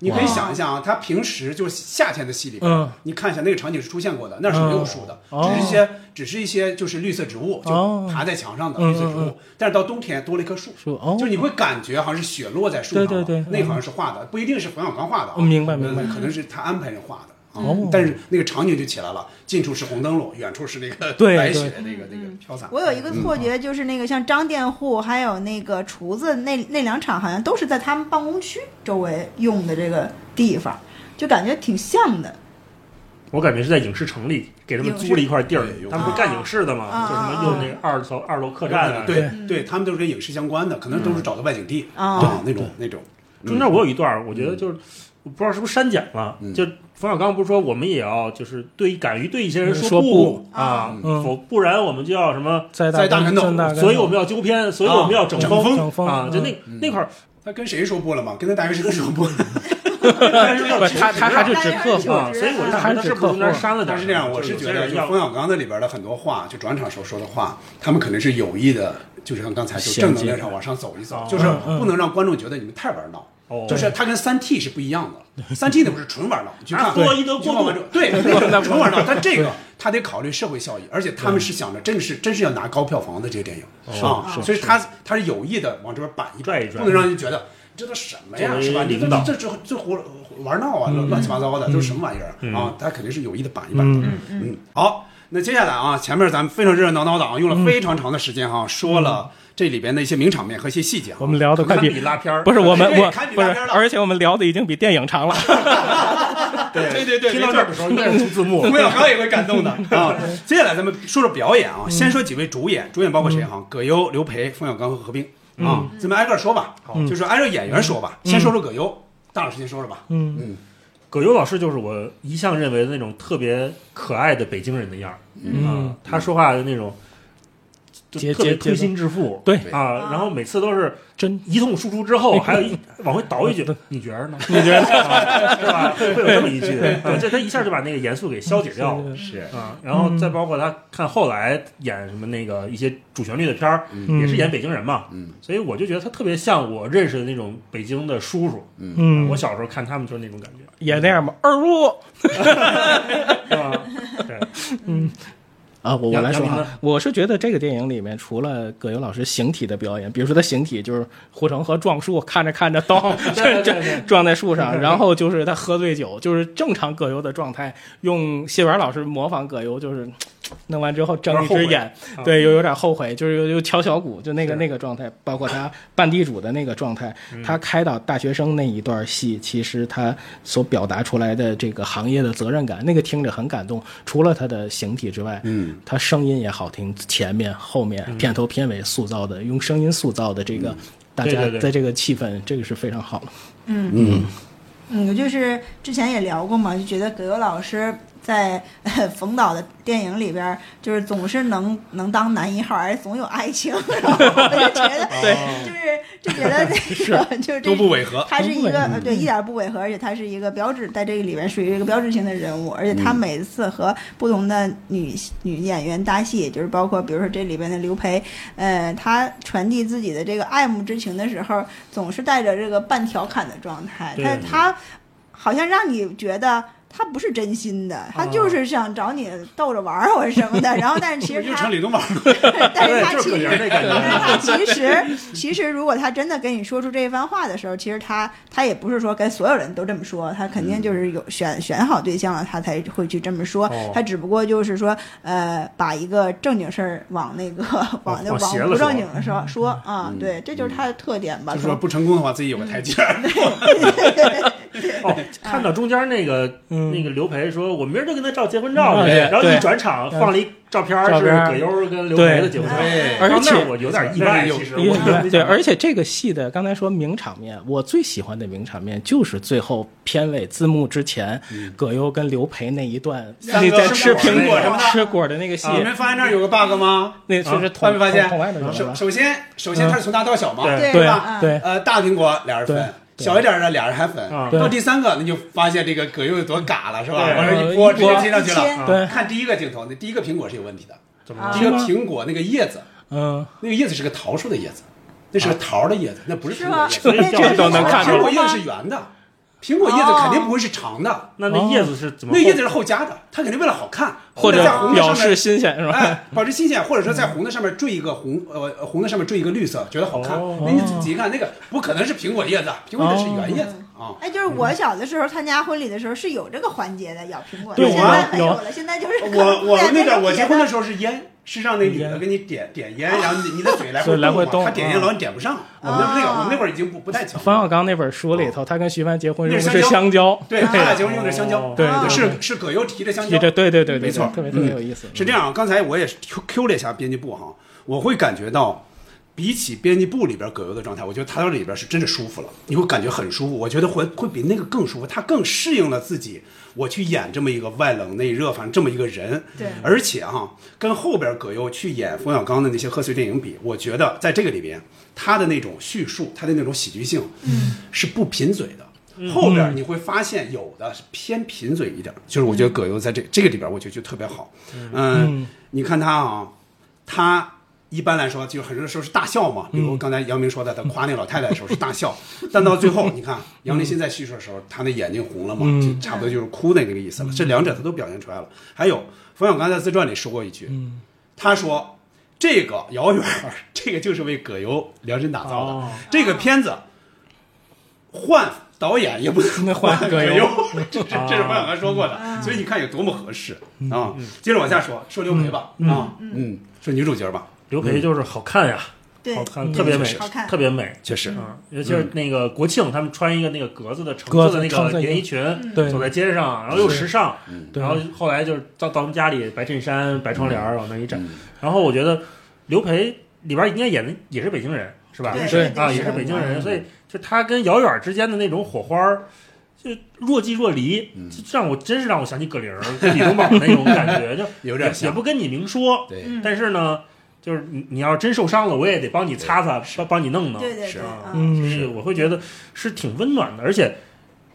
你可以想一下啊，他平时就是夏天的戏里边嗯，你看一下那个场景是出现过的，那是没有树的，哦只是一些只是一些就是绿色植物，哦就爬在墙上的嗯绿色植嗯物嗯。但是到冬天多了一棵树，树哦就你会感觉好像是雪落在树上对了，对对那个好像是画的，不一定是冯小刚画的啊，嗯明白明白可能是他安排人画的。啊哦但是那个场景就起来了，近处是红灯笼，远处是那 个对白对雪，那个那个飘洒。我有一个错觉，就是那个像张佃户还有那个厨子那那两场，好像都是在他们办公区周围用的这个地方，就感觉挺像的。我感觉是在影视城里给他们租了一块地儿影视对有，他们不干影视的嘛，啊就什么用那个二楼二楼客栈啊。对对，他们都是跟影视相关的，可能都是找的外景地嗯啊，那种那种。中嗯间我有一段儿，我觉得就是我不知道是不是删减了，就冯小刚不是说我们也要就是对敢于对一些人嗯说不不啊，嗯否不然我们就要什么在在大跟跟头头，所以我们要纠偏，所以我们要整风整风啊，就那嗯那块儿，他跟谁说播了吗？跟他大学生 说播了。 但是要不求他他实还是啊指客户啊，所以我就还是想他指是不客户是中间删了点但儿？是这样，我是觉得，就是就要冯小刚那里边的很多话，就转场时候说的话，他们可能是有意的，就是像刚才就正能量上往上走一走，就是不能让观众觉得你们太玩闹。哦就是它跟三 T 是不一样的，三 T 那不是纯玩闹，你去看啊弗洛伊德过度你去看完之后对，那种 纯玩闹。但这个他得考虑社会效益，而且他们是想着真是真是要拿高票房的这个电影是啊，哦是所以他他是有意的往这边摆一摆拽一拽不能让人觉得这都什么呀，作为是吧？你这领导嗯这这这胡玩闹啊，乱乱七八糟的，都是什么玩意儿啊啊？他肯定是有意的板一板的。嗯嗯嗯，好，那接下来啊，前面咱们非常热热闹闹的啊，用了非常长的时间哈、说了这里边的一些名场面和一些细节啊。我们聊的 快堪比拉片儿不是我们对我堪比不拉是片儿，了而且我们聊的已经比电影长了。对对对对，听到没这错儿的时候应该是出字幕冯小刚也会 感动的啊。 接下来咱们说说表演啊，先说几位主演，主演包括谁嗯哈？葛优、刘培、冯小刚和何冰啊嗯，咱们挨个说吧，嗯就是按照演员说吧，嗯先说说葛优，大老师先说说吧。嗯嗯，葛优老师就是我一向认为的那种特别可爱的北京人的样儿，嗯啊他说话的那种。就节特别节推心节置腹，对哎啊，然后每次都是真一通输出之后，还有一往回倒一句，你觉着呢？你觉得 是吧？会有这么一句对，啊这他一下就把那个严肃给消解掉了，是啊，然后嗯再包括他看后来演什么那个一些主旋律的片儿，嗯也是演北京人嘛，嗯，所以我就觉得他特别像我认识的那种北京的叔叔，嗯啊我小时候看他们就是那种感觉。也那样吧，二叔。 对，嗯。啊，我我杨来说杨明哈呢，我是觉得这个电影里面，除了葛优老师形体的表演，比如说他形体就是护城河撞树，看着看着咚， 这对对这对撞在树上，对然后就是他喝醉酒，就是正常葛优的状态，用谢元老师模仿葛优，就是弄完之后睁一只眼有点后悔，啊对，又有点后悔，就是又又敲小鼓，就那个是那个状态，包括他扮地主的那个状态嗯，他开导大学生那一段戏，其实他所表达出来的这个行业的责任感，那个听着很感动。除了他的形体之外，嗯，他声音也好听，前面、后面、嗯片头、片尾塑造的，用声音塑造的这个，大对家对对在这个气氛，这个是非常好的。嗯嗯嗯，就是之前也聊过嘛，就觉得葛优老师在、呃冯导的电影里边儿，就是总是能能当男一号，而且总有爱情，然后我就觉得对就是就觉得这个就是这都不违和他是一都不违个和呃对一点儿不违和，而且他是一个标志，在这个里边属于一个标志性的人物，而且他嗯每次和不同的女女演员搭戏，就是包括比如说这里边的刘培，呃，他传递自己的这个爱慕之情的时候，总是带着这个半调侃的状态，对但是他好像让你觉得。他不是真心的，他就是想找你逗着玩儿或者什么的，然后但是 其实又他成李东宝了，但是他对就是其葛实，优这感觉但是他 其实，其实如果他真的跟你说出这一番话的时候，其实他他也不是说跟所有人都这么说，他肯定就是有嗯选选好对象了，他才会去这么说哦。他只不过就是说，呃，把一个正经事儿往那个往那往邪了往不说嗯正经的说说啊，对，这就是他的特点吧。就是可说能不成功的话，自己有个台阶儿。 哦，看到中间那个那个刘培说，我明儿就跟他照结婚照嗯去，对然后对一转场放了一照片儿，照是片儿葛优跟刘培的结婚照，嗯啊对然而后那且儿我有点意外，其实意我外对，而且这个戏的刚才说名场面，我最喜欢的名场面就是最后片尾字幕之前，葛优跟刘培那一段，三那个在吃吃苹苹果什什么么的的吃果的那个戏，你们发现这儿有个 bug 吗？那就是啊捅发没发现捅外头了？首首先，首先它是从大到小嘛，嗯对对啊吧？对对呃，大苹果俩人分，对啊小一点的俩人还分。对到第三个，那就发现这个葛优有多嘎了，是吧？对往上嗯一一啊拨，直接拨贴上去啊了。对看第一个镜头，那第一个苹果是有问题的。怎么了第一个苹果那个叶子，嗯，那个叶子是个桃树的叶啊子，那是个桃的叶子，那不是苹果叶是吗子。那这个都能看出来苹果叶子是圆的，苹果叶子肯定不会是长哦的。那那叶子是怎么那后叶子是后加的，它肯定为了好看，或者在红的上表面示新鲜是吧哎，保持新鲜，或者说在红的上面缀一个红，呃，红的上面缀一个绿色，觉得好看。那你仔细看，那个不可能是苹果叶子，苹果叶子是圆叶子啊。哎，就是我小的时候参加婚礼的时候是有这个环节的，咬苹果的。对现在我没有有了，现在就是我我对那个种我别结婚的的时候是啊烟，是让那女的给你点点烟，然后你你的嘴来嘴回嗯来回动嘛，她点烟啊老你点不上。我们那个我们那会儿已经不不太强。冯小刚那本书里头，他跟徐帆结婚那用的是是香蕉，对他俩结婚用的是香蕉，对对是是葛优提的香蕉，提着对对对对对没错，特别特别嗯有意思是这样啊，刚才我也是 Q Q 了一下编辑部哈，我会感觉到。比起编辑部里边葛优的状态，我觉得他到里边是真的舒服了，你会感觉很舒服。我觉得会会比那个更舒服，他更适应了自己，我去演这么一个外冷内热，反正这么一个人。对而且哈、跟后边葛优去演冯小刚的那些贺岁电影比，我觉得在这个里边，他的那种叙述，他的那种喜剧性，是不贫嘴的。后边你会发现有的是偏贫嘴一点儿，就是我觉得葛优在这这个里边，我觉得就特别好。嗯，你看他啊，他一般来说就是很多时候是大笑嘛，比如刚才杨明说的，他夸那老太太的时候是大笑，但到最后你看杨林现在叙述的时候，他那眼睛红了嘛，嗯就差不多就是哭的那个意思了。这两者他都表现出来了。还有冯小刚在自传里说过一句，他说这个遥远儿，这个就是为葛优量身打造的。这个片子换导演也不能换葛葛优优， 这这这是冯小啊刚说过嗯哦的，所以你看有多么合适啊！接着往下说，说刘培吧嗯啊，嗯，说女主角吧，刘培就是好看呀，对好看，嗯特别美确实，好看特别美，确实嗯，尤其是那个国庆，他们穿一个那个格子的橙格色子的那橙色个衣连衣裙嗯，对走在街上，然后又是时尚嗯，对嗯然后后来就是到到我们家里白衬衫、白窗帘儿往那一站，然后我觉得刘培里边应该演的也是北京人，是吧？对对啊，对也是北京人，嗯所以就他跟姚远之间的那种火花儿。就若即若离，嗯就让我真是让我想起葛玲儿、跟李东宝那种感觉，就有点也像也不跟你明说，对嗯但是呢，就是你你要是真受伤了，我也得帮你擦擦，帮帮你弄弄，对对对啊，嗯就是我会觉得是挺温暖的，而且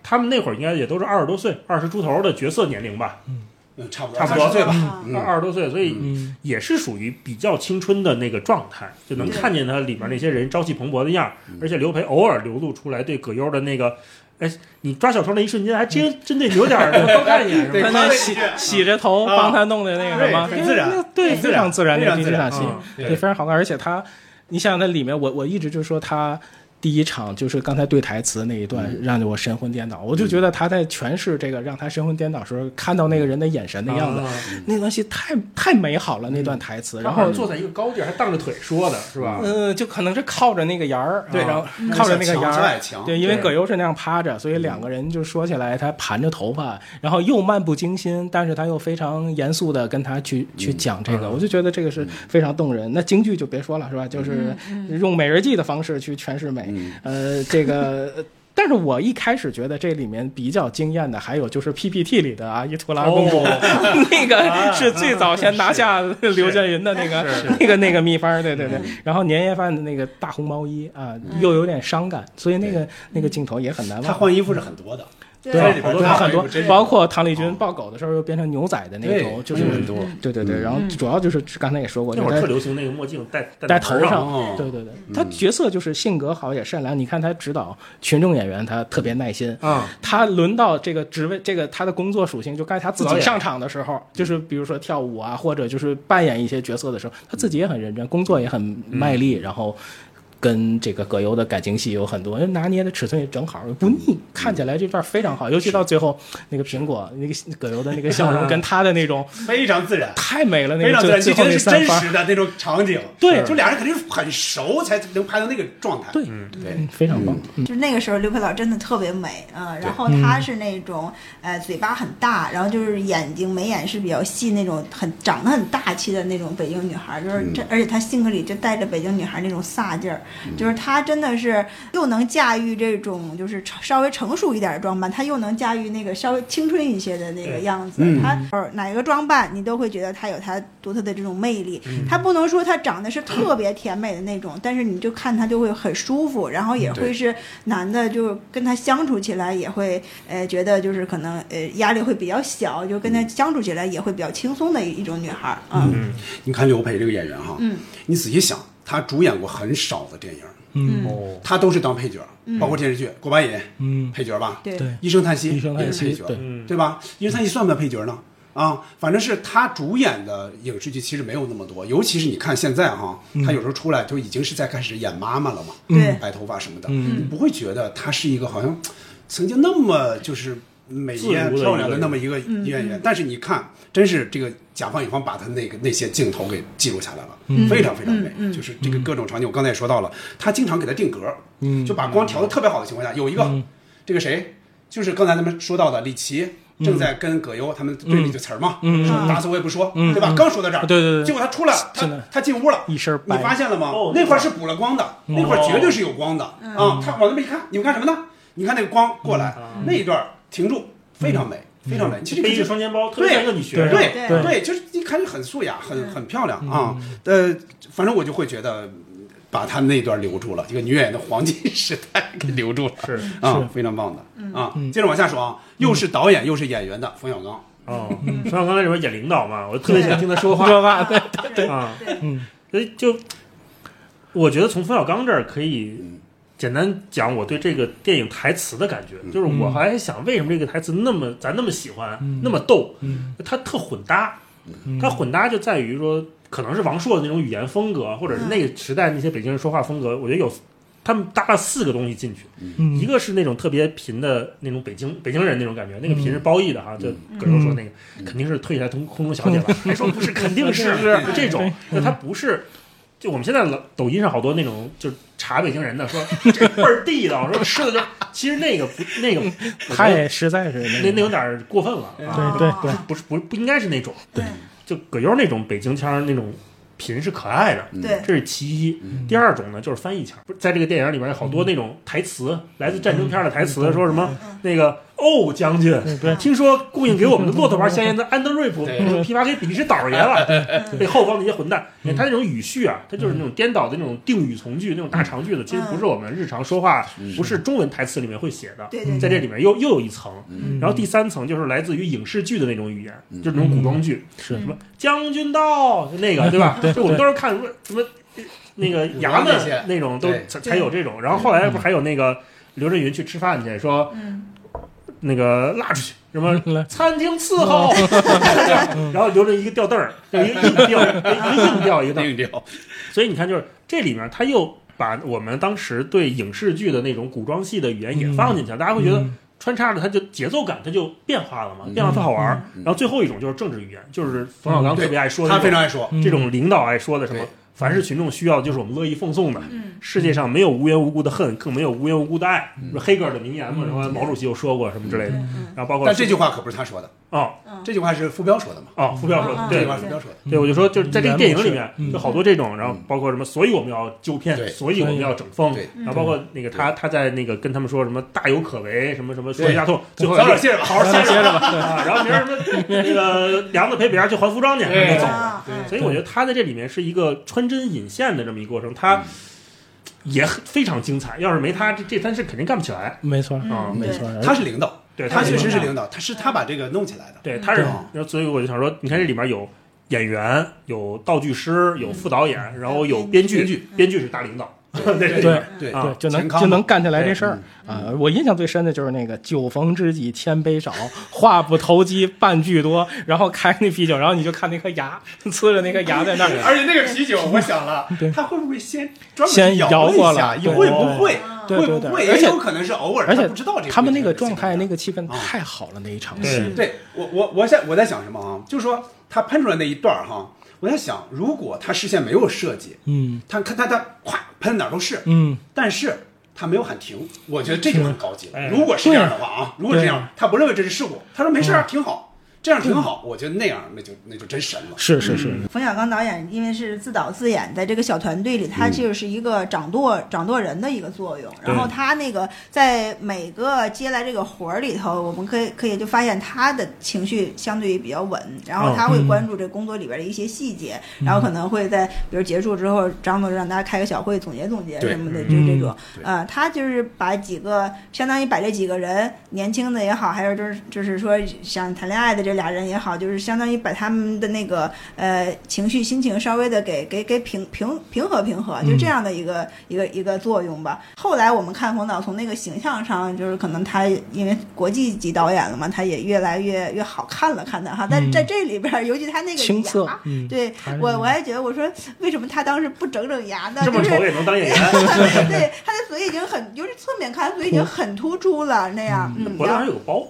他们那会儿应该也都是二十多岁、二十出头的角色年龄吧，嗯，差不多差不多30岁吧，嗯二十多岁，所以嗯也是属于比较青春的那个状态，就能看见他里面那些人朝气蓬勃的样儿，而且刘培偶尔流露出来对葛优的那个。哎，你抓小偷那一瞬间，还真真得有点儿多看一眼，是吧他那洗洗着头啊帮他弄的那个什么，对很自然那对，很自非然常自然非的常第自一场然戏嗯，对对，非常好看。而且他，你想想他里面，我我一直就说他第一场就是刚才对台词那一段，让我神魂颠倒。我就觉得他在诠释这个让他神魂颠倒时候，看到那个人的眼神的样子啊，那段戏太太美好了，那段台词。然然后后坐在一个高地儿，还荡着腿说的是吧？呃，就可能是靠着那个沿儿，啊对然后嗯靠着那个沿向墙向外儿墙，对，因为对葛优是那样趴着，所以两个人就说起来，他盘着头发，然后又漫不经心，但是他又非常严肃的跟他去嗯去讲这个，我就觉得这个是非常动人。那京剧就别说了，是吧？嗯就是用美人计的方式去诠释美，呃，这个。但是我一开始觉得这里面比较惊艳的，还有就是 PPT 里的阿依图拉公主，哦 那个是最早先拿下刘震云的那个是嗯那个那个秘方，对对对。然后年夜饭的那个大红毛衣啊，又有点伤感，所以那个那个镜头也很难忘。他换衣服是很多的，这里对，边好他多换很衣服多真，是包括唐丽君抱狗的时候又变成牛仔的那对种，就是很多对对对。嗯然后主要就是刚才也说过，那就会是儿他特流行那个墨镜戴戴头上，上，嗯对对对，他角色就是性格好也善良。你看他指导群众演员，他特别耐心。啊，他轮到这个职位，这个他的工作属性，就该他自导己演上场的时候，就是比如说跳舞啊，或者就是扮演一些角色的时候，他自己也很认真，工作也很卖力，然后。跟这个葛优的感情戏有很多，拿捏的尺寸也正好，不腻，看起来这段非常好。尤其到最后那个苹果，那个葛优的那个笑容，跟他的那种非常自然，太美了，那非个常自最然，就最觉后得那是散真发，实的那种场景。对就俩人肯定是很熟才能拍到那个状态。嗯对，对，非常棒。就是那个时候，刘培老真的特别美啊、然后嗯她是那种呃嘴巴很大，然后就是眼睛眉眼是比较细那种很长得很大气的那种北京女孩，就是嗯这，而且她性格里就带着北京女孩那种飒劲儿，就是她真的是又能驾驭这种就是稍微成熟一点的装扮，她又能驾驭那个稍微青春一些的那个样子嗯，她呃哪个装扮你都会觉得她有她独特的这种魅力，嗯她不能说她长得是特别甜美的那种，但是你就看她就会很舒服，然后嗯也对会是男的就跟他相处起来也会，呃，觉得就是可能呃压力会比较小，就跟他相处起来也会比较轻松的一种女孩儿啊。嗯，你看刘培这个演员哈，嗯，你仔细想，他主演过很少的电影，嗯哦，他都是当配角，嗯包括电视剧《过把瘾》，嗯，配角吧，对对一声叹息，一声叹息也是配角，对对吧？一声叹息算不算配角呢？啊，反正是他主演的影视剧其实没有那么多，尤其是你看现在哈，嗯他有时候出来就已经是在开始演妈妈了嘛，对白头发什么的，嗯你不会觉得他是一个好像曾经那么就是美艳自漂如的一个人亮的那么一个嗯演员嗯，但是你看，真是这个甲方乙方把他那个那些镜头给记录下来了，嗯非常非常美，嗯嗯就是这个各种场景，我刚才也说到了，他经常给他定格，嗯就把光调的特别好的情况下，有一个、这个谁，就是刚才咱们说到的李琦。嗯正在跟葛优他们对李的词儿嘛，嗯嗯说嗯打死我也不说，嗯对吧？嗯刚说到这儿，对对对结果他出来了，他真的他进屋了，一身你白发现了吗？哦那块儿是补了光的，嗯那块儿绝对是有光的嗯啊！他往那边一看，你们干什么呢？你看那个光过来嗯那一段儿停住，非常美，非常美。其实背这一就个双肩包，特别对像一个女学生，对对对，就是一看就很素雅，很很漂亮啊。呃，反正我就会觉得。把他那段留住了，这个女演员的黄金时代给留住了，是啊是，非常棒的啊。接着往下说啊，又是导演又是演员的冯小刚，哦，嗯冯小刚在里边演领导嘛，我特别想听他说话，说话，对对对啊，嗯，所以就我觉得从冯小刚这儿可以简单讲我对这个电影台词的感觉，就是嗯我还想为什么这个台词那么咱那么喜欢，那么逗，它特混搭，嗯它混搭就在于说，可能是王朔的那种语言风格，或者是那个时代那些北京人说话风格，我觉得有。他们搭了四个东西进去，嗯一个是那种特别贫的那种北京北京人那种感觉，那个贫嗯是褒义的哈，就葛优说那个肯定是退下空空中小姐了，还说不是，肯定是是就这种 对，那他不是就我们现在老抖音上好多那种就是查北京人的，说这倍儿地道，说吃的就其实那个不那个， 太实在是那那有点儿过分了。啊对对对，不是不不应该是那种。对，就葛优那种北京腔儿那种品是可爱的，对这是其一。第二种呢，就是翻译腔儿，不是在这个电影里边有好多那种台词，来自战争片儿的台词，说什么嗯那个哦将军，嗯听说供应给我们的骆驼牌香烟的安德瑞普批发给比利时倒爷嗯了， 被后方那些混蛋。哎他那种语序啊，他就是那种颠倒的那种定语从句、那种大长句子，其实不是我们日常说话，不是中文台词里面会写的对对对，在这里面又又有一层。嗯然后第三层就是来自于影视剧的那种语言，嗯就是那种古装剧，嗯是什么将军 到就那个对吧？对就我们都是看什么什么呃那个衙门那些那种都对才才有这种。然后后嗯来不是还有那个刘震云去吃饭去说嗯，那个拉出去什么餐厅伺候，嗯 然后留着一个吊凳儿，就一个硬吊，一个硬吊一个凳，硬吊。所以你看，就是这里面他又把我们当时对影视剧的那种古装戏的语嗯言也放进去了，大家会觉得穿插着它就节奏感它就变化了嘛，变化特好玩儿。然后最后一种就是政治语言，就是冯小刚特别爱说的嗯嗯对那种，他非常爱说这种领导爱说的什么。凡是群众需要，就是我们乐意奉送的。嗯世界上没有无缘无故的恨，更没有无缘无故的爱。说黑格尔的名言嘛，然后毛主席又说过什么之类嗯的。嗯然后包括，嗯但这句话可不是他说的哦，这句话是傅彪说的嘛？哦，傅彪说嗯的，嗯对，这句话是傅彪说的对，我就说就是在这个电影里原面来是嗯，就好多这种，然后包括什么，所以我们要纠偏，所以我们要整风对，然后包括那个他他在那个跟他们说什么大有可为，什么什么说一大通，对最后早点歇着吧好好早点着吧歇着吧啊，然后明儿什 么那个梁子陪别人去还服装去，对然后就走了啊对。嗯所以我觉得他在这里面是一个穿针引线的这么一个过程，嗯他也很非常精彩。要是没他，这这单是肯定干不起来。没错嗯啊，没错，对他是领导，对他他是确实是领领导，他是他把这个弄起来的。对，他是，然后所以我就想说，你看这里面有演员，有道具师，有副导演，然后有编剧，编剧是大领导，嗯 对对嗯对啊对，就能就能干起来这事儿啊！我印象最深的就是那个“酒逢知己千杯少，话不投机半句多”，然后开那啤酒，然后你就看那颗牙，呲着那颗牙在那 儿，而且那个 啤酒，我想了，他会不会先专门先摇过了了一，下对会不会？对会对不对，会？而也且有可能是偶尔，而且他不知道这个。啊他们那个状态、那个气氛太好了，那一场戏对，对我我我在我在想什么啊？就是说他喷出来那一段儿哈，我在想，如果他事先没有设计，嗯他看他他咵喷哪儿都是，嗯，但是他没有喊停，我觉得这就很高级了。哎如果是这样的话啊，对嗯如果是这样对，他不认为这是事故，他说没事儿，挺好，这样挺嗯好。我觉得那样那就那就真神了。是是是嗯冯小刚导演因为是自导自演，在这个小团队里，他就是一个掌舵、掌舵人的一个作用。嗯对然后他那个在每个接来这个活儿里头，我们可以可以就发现他的情绪相对于比较稳，然后他会关注这工作里边的一些细节，哦嗯然后可能会在比如结束之后，张总让大家开个小会总结总结对什么的，就嗯这种。呃，他就是把几个相当于把这几个人，年轻的也好，还有就是就是说想谈恋爱的这俩人也好，就是相当于把他们的那个呃情绪心情稍微的给给给平平平和平和，就嗯这样的一个、一个一个作用吧。后来我们看冯导从那个形象上，就是可能他因为国际级导演了嘛，他也越来越越好看了，看的哈。但是在嗯这里边儿，尤其他那个青牙涩，嗯，对还是我那我还觉得我说为什么他当时不整整牙呢？这么就是丑也能当演员对，他的嘴已经很，就是侧面看嘴已经很突出了那样。嗯，脖子然上后有个包，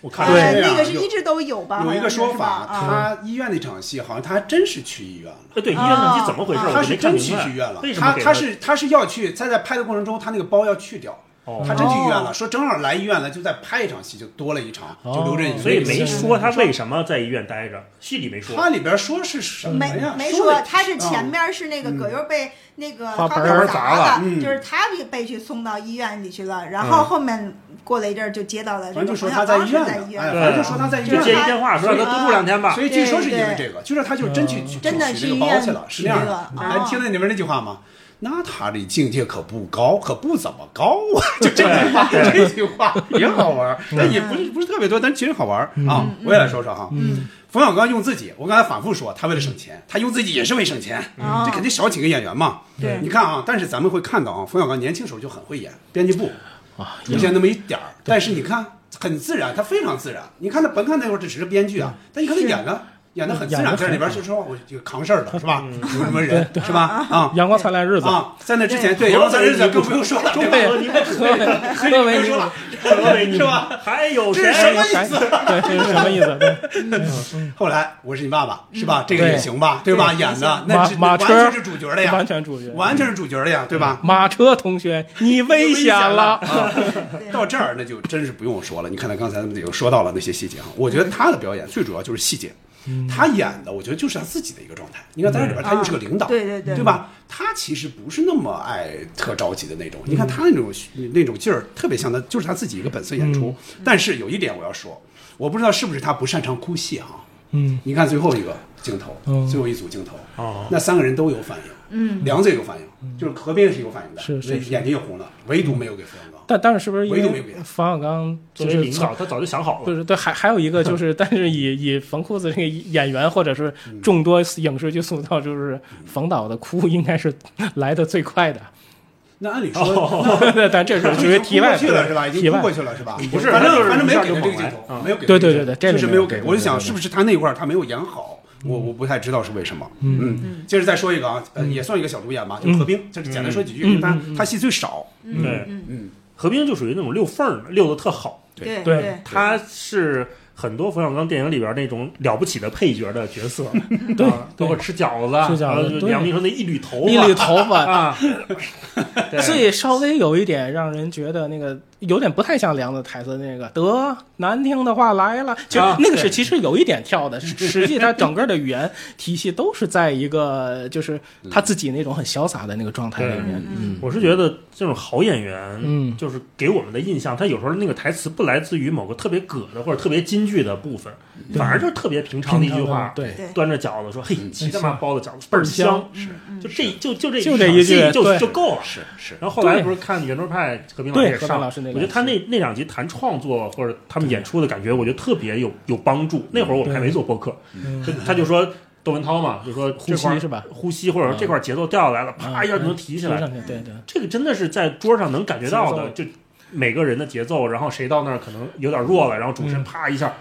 我看哎着呃是这那样个是一直都有吧？有一个说法，好像是吧啊他医院那场戏好像他还真是去医院了。哎对医院那集怎么回事我就他是没看真明白去医院了为。什么他给他他是他是要去，他在拍的过程中，他那个包要去掉。哦他真去医院了，说正好来医院了，就再拍一场戏，就多了一场，就刘震云。哦所以没说他为什么在医院待着，戏里没说。他里边说是什么没哎呀？没说说的，他是前面是那个葛优被那个花花盆儿儿砸砸了了，嗯就是他被被去送到医院里去了，然后嗯后面过了一阵儿就接到了，啊反正就说冯他小在医刚是院啊在了医，哎，院，反正就说他在医院了，就接一电话说让他多住两天吧所以据说是因为这对个，对据说他就是真去嗯去真的取去那医个包院去了，是那样的嗯取。那个咱哦听了你们那句话吗？那他这境界可不高，可不怎么高啊！ 就这句话，这句话也好玩儿，嗯但也不是不是特别多，但其实好玩儿啊。我也来说说哈，嗯冯小刚用自己，我刚才反复说，他为了省钱，他用自己也是为省钱，嗯这肯定少请个演员嘛。对你看啊，但是咱们会看到啊，冯小刚年轻时候就很会演，编辑部啊出现那么一点儿，嗯但是你看很自然，他非常自然。你看他甭看那会儿只是个编剧啊，但你看他演的，演的很自然，在里边就说我就扛事儿了，是吧？什么什么人嗯对对是吧？啊，阳光灿烂日子啊，在那之前，对阳光灿烂日子更不用说了，中对吧北科维尼说了，科维尼是吧？还有这谁？是什么意思？对，这是什么意思？对 后来我是你爸爸，是吧？这个对也行吧，对吧？对演的马那是马完车全是主角了呀，完全主角，完全是主角了呀，对吧？马车同学，你危险了。啊！到这儿那就真是不用说了。你看他刚才有说到了那些细节哈，我觉得他的表演最主要就是细节，嗯他演的我觉得就是他自己的一个状态。你看在这里边，他又是个领导，啊对对对对吧？他其实不是那么爱特着急的那种。嗯你看他那种那种劲儿，特别像他就是他自己一个本色演出。嗯但是有一点我要说，我不知道是不是他不擅长哭戏哈。嗯，你看最后一个镜头，最后一组镜头，哦那三个人都有反应，嗯梁子也有反应，就是何冰也是有反应的，是是嗯是眼睛也红了，唯独没有给冯小刚。但但是是不是因唯独没为有给他冯小刚就作是为领导他哦早就想好了不是对，还还有一个 就是，但是以以冯裤子这个演员或者是嗯众多影视剧塑造，就是冯导的哭应该是来的最快的。 那按理哦说，但这是属于题已外经哭过去了是吧？已题经外哭过去了是吧？不是反正他就是反正没有给一下他就这个猛镜来头啊，没有给他对这个对对对镜头这确个实没没有有给给。嗯我就想没有是不是他那块儿他没有演好，我我不太知道是为什么。嗯嗯，接着再说一个啊，呃也算一个小主演吧，就嗯何冰，就是简单说几句，嗯因为他嗯嗯他戏最少。嗯对嗯，何冰就属于那种溜缝儿的，溜的特好。对对对对，他是很多冯小刚电影里边那种了不起的配角的角 色，对啊，包括吃饺子，吃饺子然后就对梁明说那一缕嗯头发，一缕头发 啊，对所以稍微有一点让人觉得那个有点不太像梁子台词那个得难听的话来了，就啊那个是对其实有一点跳 的，实实际他整个的语言体系都是在一个就是他自己那种很潇洒的那个状态里面。嗯，我是觉得这种好演员，嗯就是给我们的印象，他有时候那个台词不来自于某个特别葛的或者特别金句的部分，对嗯反而就是特别平常的一句话，平常的对端着饺子说：“嘿，急他妈包的饺子倍倍儿儿香香。”是，嗯就这就就这嗯就这这一句就对就够了。是是然后后来对不是看圆桌派何冰老师对也何冰上老师那两我觉得他那那两集谈创作或者他们演出的感觉，我觉得特别有有帮助。那会儿我们还没做播客，嗯就他就说。窦文涛嘛，就说呼吸这块儿是吧呼吸或者说这块儿节奏掉下来了，啪一下就能提起来嗯提。上去对对这个真的是在桌上能感觉到的，就每个人的节奏，然后谁到那儿可能有点弱了，然后主嗯持人啪一下，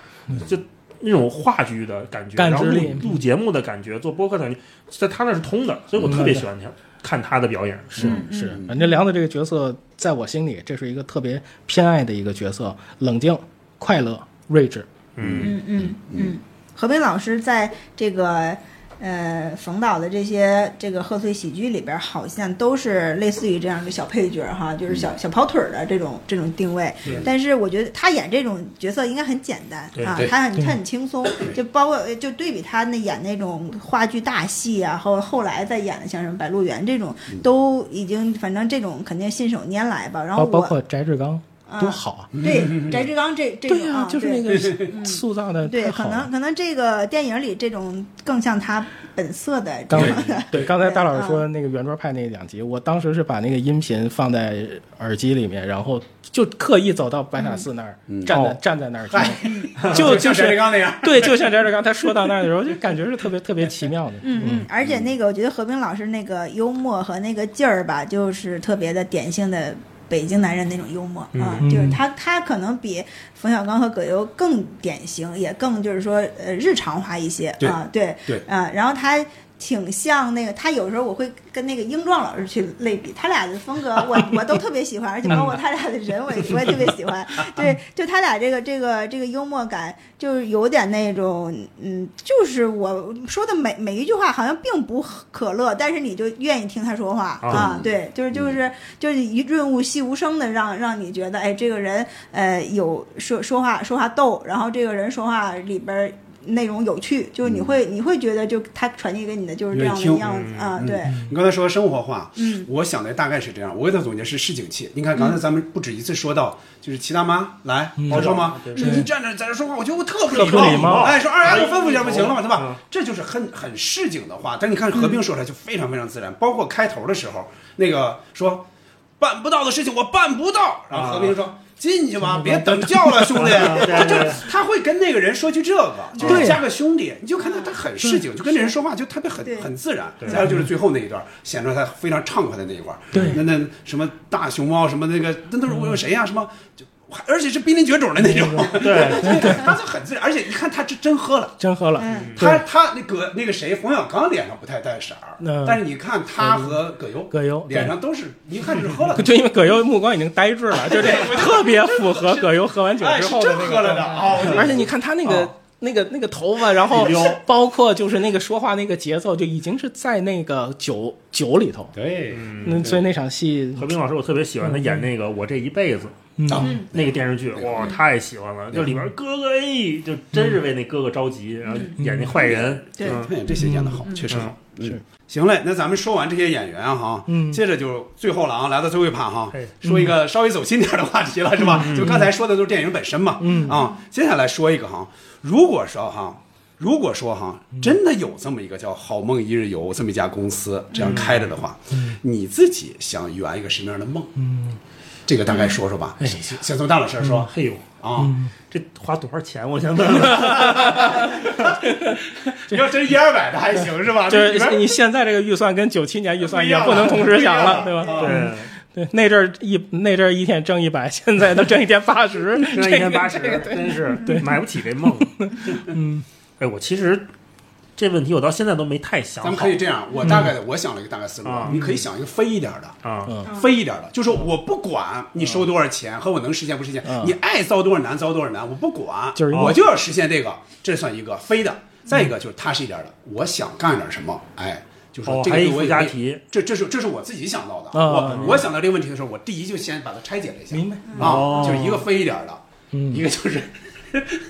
就那种话剧的感觉，感然后知录力录节目的感觉，做播客的感觉，在他那是通的，所以我特别喜欢他看他的表演。嗯是嗯是，反正梁子这个角色在我心里，这是一个特别偏爱的一个角色，冷静、快乐、睿智。嗯嗯嗯，何冰老师在这个呃冯导的这些这个贺岁喜剧里边，好像都是类似于这样的小配角嗯哈，就是小、小跑腿儿的这种这种定位对。但是我觉得他演这种角色应该很简单对啊对，他很对他很 轻松，就包括呃就对比他那演那种话剧大戏啊，后后来再演的像什么《白鹿原》这种，嗯都已经反正这种肯定信手拈来吧。然后包包我括翟志刚啊多好啊！对翟志刚这这对种啊啊，，就是那对个嗯塑造的对，呃太可好了。能可能这个电影里这种更像他本色的这刚种的，对刚才大老师说那个圆桌派那两集，我当时是把那个音频放在耳机里面，然后就刻意走到白塔寺那儿，站在哦站在那儿听， 就就像是翟志刚那样对，就像翟志刚他说到那儿的时候，就感觉是特别特别奇妙的。 嗯嗯，而且那个我觉得何冰老师那个幽默和那个劲儿吧，就是特别的典型的北京男人那种幽默啊，嗯就是他他可能比冯小刚和葛优更典型，也更就是说呃日常化一些对啊，对对啊，然后他。挺像那个，他有时候我会跟那个英壮老师去类比，他俩的风格我我都特别喜欢，而且包括他俩的人我也 我也特别喜欢。对，就他俩这个这个这个幽默感，就是有点那种，嗯，就是我说的每每一句话好像并不可乐，但是你就愿意听他说话啊啊，对，就是就是就是一润物细无声的让让你觉得，哎，这个人呃有说说话说话逗，然后这个人说话里边儿内容有趣，就是嗯你会、你会觉得就他传递给你的就是这样的听样子啊，嗯对，你刚才说生活化，嗯我想的大概是这样。我给他总结是市井气。你看刚才咱们不止一次说到，就是齐大妈来嗯包装吗？对说对你站着在这说话，我觉得我特特不不礼貌哎，说二丫哎给我吩咐一下不行了吗？对嗯吧？这就是很很市井的话。但是你看何冰说出来就非常非常自然，包括开头的时候那个说办不到的事情我办不到，然后何冰嗯说。进去吧，别等叫了，兄弟。对对就对就他会跟那个人说句这个，就是对加个兄弟，你就看到他很市嗯井，就跟这人说话就特别很很自然。对再有就是最后那一段，显出他非常畅快的那一块儿。对那那什么大熊猫什么那个，那都是我有谁呀、什么就而且是濒临绝种的那种，对对，他就很自然，而且你看他这真喝了，真喝了，嗯他他那葛那个谁冯小刚脸上不太带色儿嗯，但是你看他和葛优，葛优脸上都是一看就是 喝了的，就因为葛优目光已经呆滞了，就这特别符合葛优喝完酒之后的那哎是真个喝状了的态。哦而且你看他那个。那个那个头发，然后一撩 包括就是那个说话那个节奏，就已经是在那个酒酒里头。对，嗯，所以那场戏， 何冰老师我特别喜欢他演那个《我这一辈子》嗯那个电视剧，哇，太喜欢嗯了！就里边哥哥哎，就真是为那哥哥着急，然后演那坏人，对嗯对这些演得好确实好。嗯是行嘞，那咱们说完这些演员哈，嗯接着就最后了啊，来到最后一趴哈哎，说一个稍微走心点的话题了，是吧？嗯就刚才说的都是电影本身嘛，嗯啊，接下来说一个哈，如果说哈。如果说哈，嗯真的有这么一个叫“好梦一日游”这么一家公司这样开着的话，你自己想圆一个什么样的梦？嗯，这个大概说说吧。哎呀嗯先先从大老嗯师说。哎嘿呦啊，这花多少钱？我想问问。 你要真一二百的还行是吧？就是你现在这个预算跟九七年预算也不能同时想了，对吧？嗯对对，那阵儿一那阵儿一天挣一百，现在都挣一天八十， 挣一天八十这个，对真是对买不起这梦。嗯，哎，我其实这问题我到现在都没太想咱好。们可以这样，我大嗯概的我想了一个大概思路，啊你可以想一个飞一点的啊，嗯飞一点的，就说我不管你收多少钱和我能实现不实现，你爱遭多少难遭多少难，我不管，就是因为我就要实现这个，这算一个飞的。再一个就是踏实一点的，我想干点什么，哎，就说哦这个还对有一我附有加利题，这这是这是我自己想到的。啊我我想到这个问题的时候，我第一就先把它拆解了一下，明白啊哦，就是一个飞一点的，嗯一个就是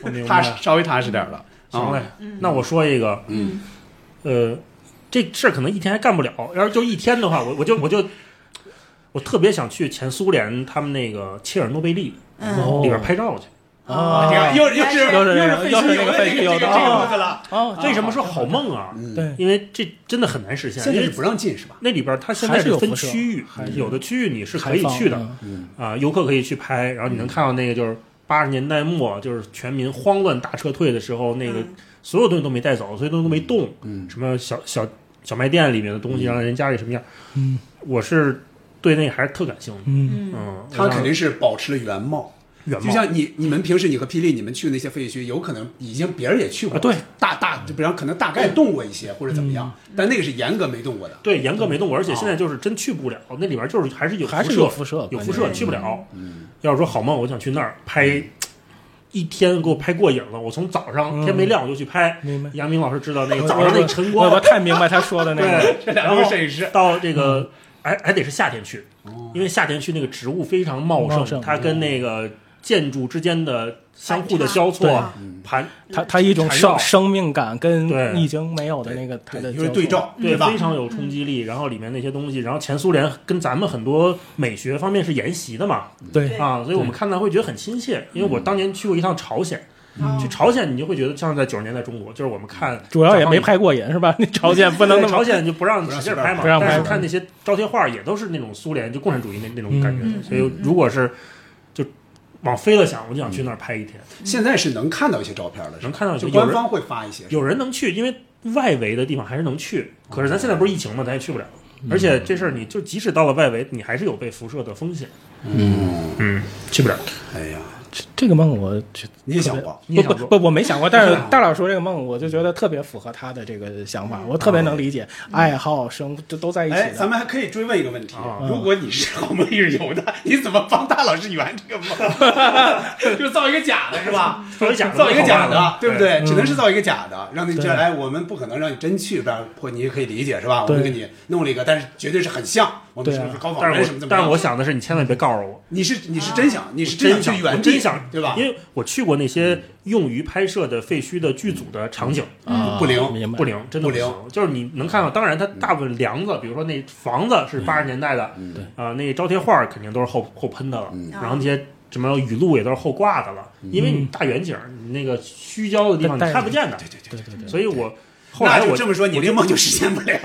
我明白踏了实稍微踏实点的。行嘞啊，那我说一个，嗯，呃，这事儿可能一天还干不了，要是就一天的话，我我就我就我特别想去前苏联他们那个切尔诺贝利嗯里边拍照去。哦啊你看又又是又是又是又是那个废废墟墟有有的这个这个的这个部分了。哦嗯为什么说好梦啊？对，因为这真的很难实现，现在因是为不让进是吧？那里边它现还在是有分辐射区域还，是有的区域你是可以去开放嗯的，啊，游客可以去拍，然后你能看到那个就是八十年代末，就是全民慌乱大撤退的时候，那个所有东西都没带走，所有东西都没动，嗯什么小小小卖店里面的东西，嗯让人家里什么样，嗯，我是对那个还是特感兴趣，嗯嗯，他肯定是保持了原貌。原貌就像你、你们平时你和霹雳，你们去那些废墟，有可能已经别人也去过，啊对，嗯大大就比方可能大概动过一些或者怎么样，但那个是严格没动过 的。对严格没动过，而且啊现在就是真去不了，那里边就是还是有还是有有辐射有关辐键射是去不了。嗯，要是说好梦，我想去那儿拍一天，给我拍过瘾了。我从早上嗯天没亮我就去拍。明白杨明老师知道那个我早上那个晨光我，我太明白他说的那个，对，然都后是摄影师到这嗯个还还得是夏天去，因为夏天去那个植物非常茂哦茂盛嗯它跟那个建筑之间的相互的交对错，盘他他一种缠绕生生命感跟对易经没有的那个他的对因为交对错照对，吧嗯非？常有冲击力。然后里面那些东西，然后前苏联跟咱们很多美学方面是沿袭的嘛，对啊，所以我们看到会觉得很亲切。因为我当年去过一趟朝鲜，去朝鲜你就会觉得像在九十年代中国，就是我们看主要也没解放以拍过瘾是吧？那 朝鲜不能那对么朝鲜就不让不使让劲随儿便拍拍嘛，不让但是拍看那些照贴画也都是那种苏联就共产主义那那种感觉嗯的，所以如果是就往飞了想，我就想去那儿拍一天。现在是能看到一些照片了，是吧能看到就有官人方会发一些。有人能去，因为外围的地方还是能去。可是咱现在不是疫情嘛，咱也去不了。嗯而且这事儿，你就即使到了外围，你还是有被辐射的风险。嗯，嗯，去不了。哎呀，这个梦我觉得你也想过？你也不想不过不，我没想过，但是大佬说这个梦，我就觉得特别符合他的这个想法，我特别能理解，爱好生这都在一起哎，的。咱们还可以追问一个问题：啊如果你是好梦一日游的，你怎么帮大老师圆这个梦？ 就造一个假的是吧？造一个假的造一个假太好玩的了，对不对？只能是造一个假的，让你对这哎，我们不可能让你真去，不然或你也可以理解是吧？我对们给你弄了一个，但是绝对是很像，我们对是啊不是高仿但人是什么我怎么但样？是我想的是，你千万别告诉我，你是你是真想，你是真想想去原我地真想对吧？因为我去过那些用于拍摄的废墟的剧组的场景，啊不灵明白不灵，真的不灵嗯行。就是你能看到，当然它大部分梁子，比如说那房子是八十年代的，啊、嗯那照贴画儿肯定都是后后喷的了，嗯然后那些什么语录也都是后挂的了，因为你大远景儿，你那个虚焦的地方你带着看不见的，对对对，对对对，所以我后那来就我这么说，你这个梦就实现不了，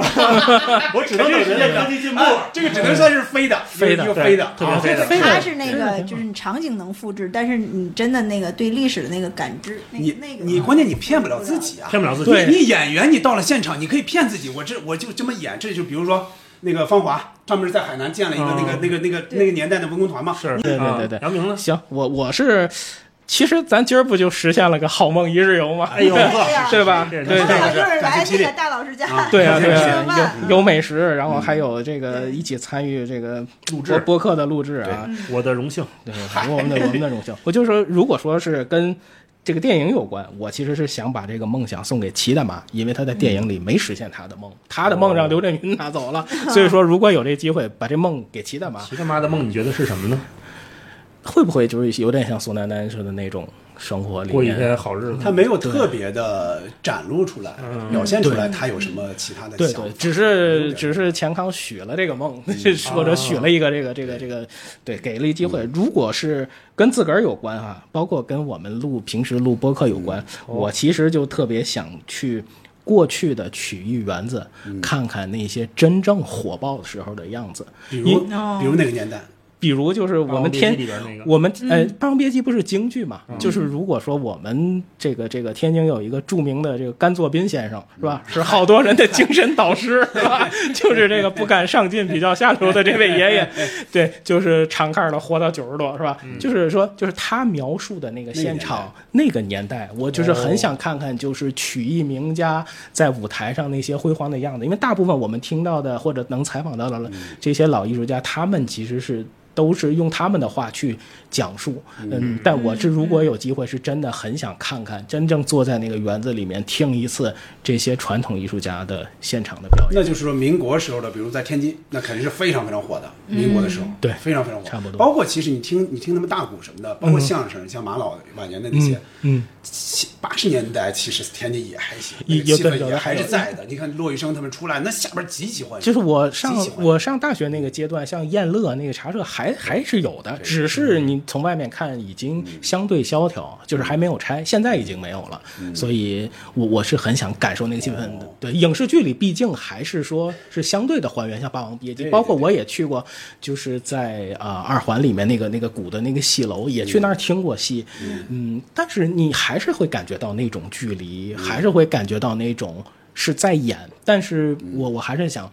我只能肯定等人是这类样科技进步哎了。这个只能算是飞的，飞的一个对飞的，特别啊飞的就是它是那非得个，就是你场景能复制，但是你真的那个对历史的那个感知，那你个那个啊你关键你骗不了自己啊，骗不了自己你你演员你到了现场，你可以骗自己，我这我就这么演，这就比如说那个芳华，专门在海南建了一个那个那个那个那个年代的文工团嘛。是，嗯对对对对。姚啊明呢？行，我我是。其实咱今儿不就实现了个好梦一日游吗？哎呦，对吧？对是是对正对好就是来这这个个大老师家， 对啊嗯对是啊，嗯有有美食，然后还有这个一起参与这个录播制播客的录制啊，我的荣幸。对，我们的我们的荣幸。我就说，如果说是跟这个电影有关，我其实是想把这个梦想送给齐大妈，因为她在电影里没实现她的梦，嗯她的梦哦让刘震云拿走 了。所以说，如果有这机会，把这梦给齐大妈，齐大妈的梦你觉得是什么呢？会不会就是有点像宋丹丹似的那种生活里过一天面？好日他子。没有特别的展露出来、表现出来，他有什么其他的嗯对想对法，？只是只是钱康许了这个梦， 或者许了一个这个这个这个，对，给了一机会。如果是跟自个儿有关啊，包括跟我们录平时录播客有关，我其实就特别想去。过去的曲艺园子，看看那些真正火爆的时候的样子，比如比如哪个年代？比如就是我们天霸王别姬里边那个嗯我们呃《霸王别姬》不是京剧嘛？就是如果说我们这个这个天津有一个著名的这个甘作斌先生是吧？是好多人的精神导师是吧？ 就是这个不敢上进、比较下流的这位爷爷，对，就是长盖儿的活到九十多是吧？嗯就是说，就是他描述的那个现场那个年代，我就是很想看看，就是曲艺名家在舞台上那些辉煌的样子，因为大部分我们听到的或者能采访到的这些老艺术家，他们其实是。都是用他们的话去讲述，嗯，但我是如果有机会，是真的很想看看，真正坐在那个园子里面听一次这些传统艺术家的现场的表演，那就是说，民国时候的，比如在天津，那肯定是非常非常火的。民国的时候，嗯对非常非常火。差不多包括其实你听，你听他们大鼓什么的，包括相声，像马老晚年的那些，嗯，八十年代其实天津也还行，也那个气有的氛有也的还是有的在的。你看骆玉笙他们出来，那下边极其欢迎。就是我上极其欢迎我上大学那个阶段，像燕乐那个茶社还还是有的，只是嗯你从外面看已经相对萧条，就是还没有拆，现在已经没有了。所以我我是很想感受那个气氛的。对，影视剧里毕竟还是说是相对的还原，像《霸王别姬》，包括我也去过，就是在啊、呃二环里面那个那个古的那个戏楼，也去那儿听过戏。嗯，但是你还是会感觉到那种距离，还是会感觉到那种。是在演，但是我我还是想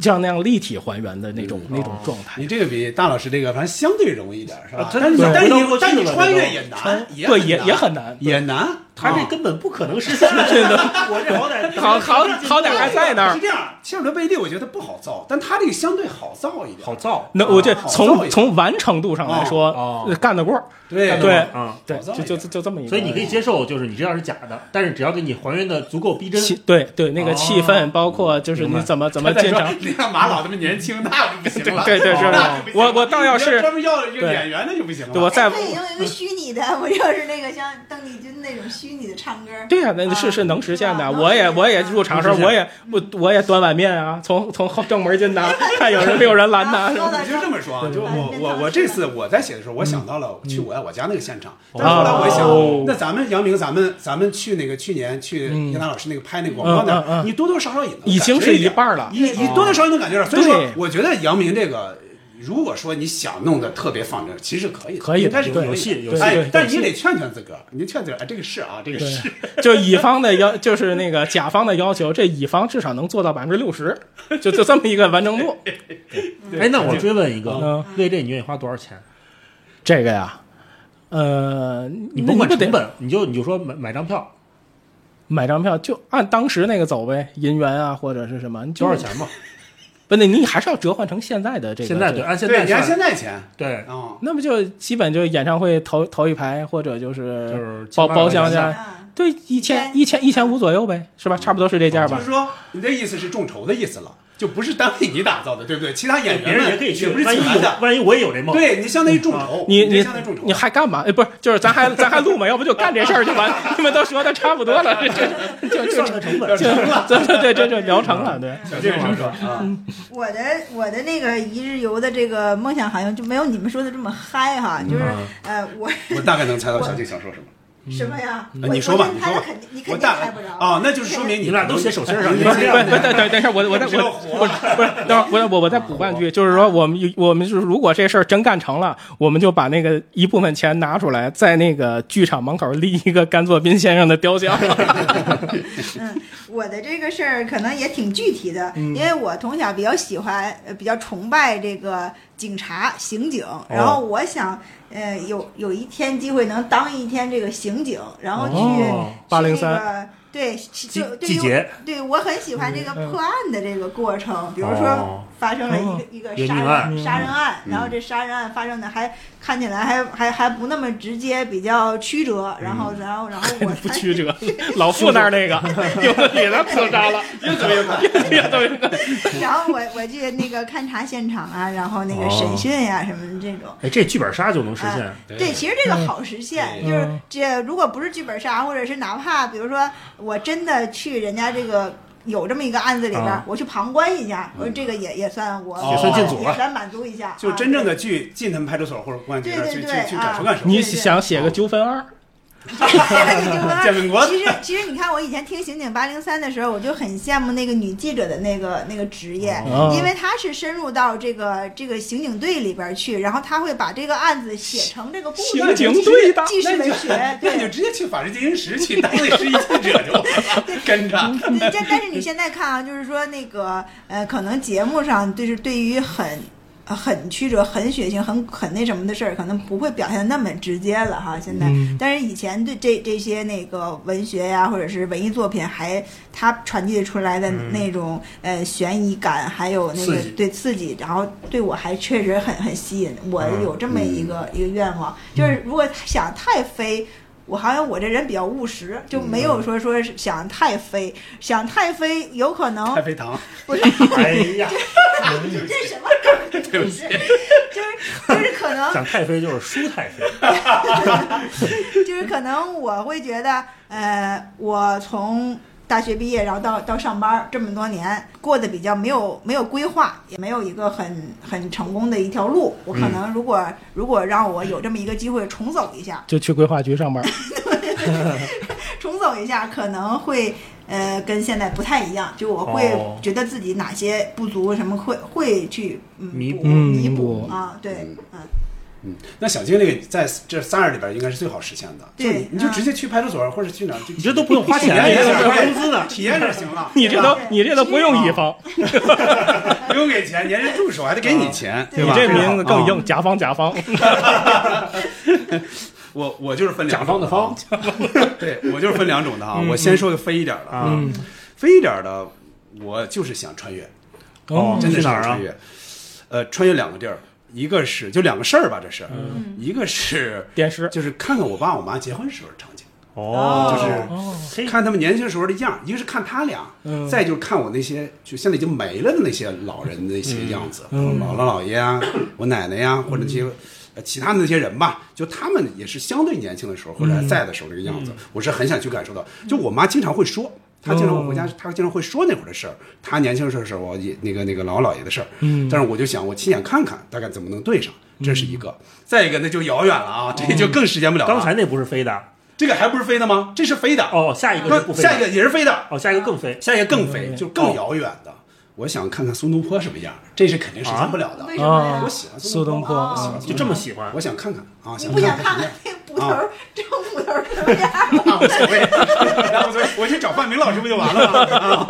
像那样立体还原的那种、那种状态。你这个比大老师这个，反正相对容易一点，是吧啊？但是对但回是到你过去但你了穿这越都也难，对，也也也很很难。也难。他这根本不可能实现，真的。 我这好歹好好好歹还在那是儿。这样，切尔诺贝利我觉得不好造，但他这个相对好造一点。好造，那我这好造从一点从完成度上来说，呃干得过儿。对对啊，对，好造就一就点就这么一个。所以你可以接受，就是你知道是假的，但是只要给你还原的足够逼真，气对对那个气氛，哦包括就是明你白怎么怎 么进场。你看马老他们年轻，那就不行了。对对是那就不行了我我倒要是你专门要一个对演员，那就不行了。对，我再可以用一嗯个虚拟的，我就是那个像邓丽君那种虚拟的唱歌。对呀，那啊是是能实现的。是吧我也能实现我也入场时候，能实现我也我我也端碗面啊，从从后正门进 的，看有人没有人拦啊的。是吧说你就这么说啊，就对我对我对我对这次我在写的时候，我想到了去我爱我家那个现场，嗯哦但是后来我一哦嗯想，那咱们杨明，咱们咱们去那个去年去叶丹老师那个拍那个广告那嗯嗯儿，嗯你多多少少也能已经是一半了哦感觉一点你你多多少少也能感觉到。所以对说，我觉得杨明这个。如果说你想弄得特别放正，其实可以的，可以的应该是对可有以戏的。有戏哎对但有是你得劝劝自个儿，你劝自个儿，哎，这个是啊，这个是。 就乙方的要，就是那个甲方的要求，这乙方至少能做到百分之六十，就就这么一个完成度。哎，那我追问一嗯个，为这你愿意花多少钱？ 这个呀，呃，你你甭管成得本，你就你就说买买张票买张票，就按当时那个走呗，银元啊或者是什么，你就多少？钱吧。不，那你还是要折换成现在嗯的这个。现在这对，个按现对，在你按现算，在钱对，啊，那不就基本就演唱会头头一排，或者就就是是包700包厢啊块钱价，对，一千一千一千五左右呗，是吧？差不多是这价就吧是。说你的意思是众筹的意思了，就不是单为你打造的，对不对？其他演别员人们也可以去，不是万一请来的有，万一我也有这梦，对你相当于众筹，嗯你这你相当于众筹，你还干嘛？哎，不是，就是咱还咱还录嘛，要不就干这事儿就完。 你们都说的差不多 了，这这就就算个成本就。对对对，这就聊成了， 对。小静说说啊，嗯我的我的那个一日游的这个梦想好像就没有你们说的这么嗨哈，就是呃我啊我大概能猜到小静想说什么。什么呀？呃你说吧，你他说吧肯定，你我肯定大猜不着。哦，那就是说明你你们俩都写手心上你你们们这俩样等等等一下，我我再我我不是，等会儿我我我再补半句，就是说我们我们就是如果这事儿真干成了，我们就把那个一部分钱拿出来，在那个剧场门口立一个甘作斌先生的雕像。 嗯我的这个事儿可能也挺具体的，嗯因为我从小比较喜欢、呃比较崇拜这个警察、刑警，然后我想，呃，有有一天机会能当一天这个刑警，然后去、哦803去那个对，就对季于节对我很喜欢这个破案的这个过程，比如哦说发生了一个、哦一个人杀命人案杀人案，嗯然后这杀人案发生的还看起来还还还不那么直接，比较曲折，然后然后然后我不曲折，老傅那儿那个有的里头自杀 了，又怎么又又怎么 又 然后我我去那个勘察现场啊，然后哦那个审讯呀、什么的这种。哎，这剧本杀就能实现啊，，对，其实这个好实现，嗯就是这如果不是剧本杀，或者是哪怕比如说我真的去人家这个有这么一个案子里边儿啊，我去旁观一下，我说这个也也算我啊也算进组了也算满足一下，就啊真正的去进他们派出所或者公安局那儿对去对去对去啊感受感受。你想写个纠纷二？ 建本国其实其实你看，我以前听《刑警八零三》的时候，我就很羡慕那个女记者的那个那个职业，哦因为她是深入到这个这个刑警队里边儿去，然后她会把这个案子写成这个故事，刑警队的纪实文学，那对你就直接去法制进行时去当那实习记者就完了， 跟着。对，但但是你现在看啊，就是说那个呃，可能节目上就是对于很。呃很曲折、很血腥、很很那什么的事儿，可能不会表现得那么直接了哈。现在，嗯但是以前对这这些那个文学呀，或者是文艺作品还，它传递出来的那种、呃悬疑感，还有那个嗯刺激对刺激，然后对我还确实很很吸引。我嗯有这么一个、一个愿望，就是如果想太飞，我好像我这人比较务实，就没有嗯说说是想太飞，想太飞有可能飞糖， 不 是，哎呀，这什么梗？对 不起，就是可 能想太妃就是舒太妃，就是可能我会觉得，呃，我从大学毕业，然后到到上班儿这么多年，过得比较没有没有规划，也没有一个很很成功的一条路。我可能如果、如果让我有这么一个机会重走一下，就去规划局上班。重走一下可能会呃跟现在不太一样，就我会哦觉得自己哪些不足什么会会去嗯弥补补弥弥补补啊，对，嗯，嗯，那小精灵在这仨人里边应该是最好实现的。对就你你就直接去派出所或者去哪儿，你这都不用花钱体验一也下不用工资呢体验就行了。 你这都你这都不用乙方，不用给钱，人家助手还得给你钱，对吧？啊你这名字更啊。硬，甲方甲方。我我就是分甲方的方，对我就是分两种的啊。嗯我先说个飞一点的啊嗯，飞一点的，我就是想穿越，哦真的是去哪儿啊想穿越。呃，穿越两个地儿，一个是就两个事儿吧，这是，一个是嗯电视，就是看看我爸我妈结婚时候的场景，哦就是看他们年轻时候的样儿，一个是看他俩，嗯再就是看我那些就现在已经没了的那些老人的那些样子，嗯嗯姥姥姥爷啊，我奶奶呀、或者那些。呃其他的那些人吧，就他们也是相对年轻的时候或者还在的时候那个样子，嗯我是很想去感受到。就我妈经常会说，她经常会回家，她经常会说那会儿的事儿，她年轻时候的事儿，我也那个那个姥姥姥爷的事儿。嗯但是我就想，我亲眼看看，大概怎么能对上，这是一个。再一个，那就遥远了啊，这就更实现不了了。嗯刚才那不是飞的，这个还不是飞的吗？这是飞的哦，下一个是不飞的，下一个也是飞的哦，下一个更飞，下一个更飞，就更遥远的。我想看看苏东坡什么样，这是肯定实现不了的。啊为什么呀我喜啊欢东我喜欢苏东坡就这么喜欢我想看看啊，你不想看看看看什那么样个捕头 儿啊正捕头儿什么样？那无所谓，那 无所谓，我去找范明老师不就完了吗？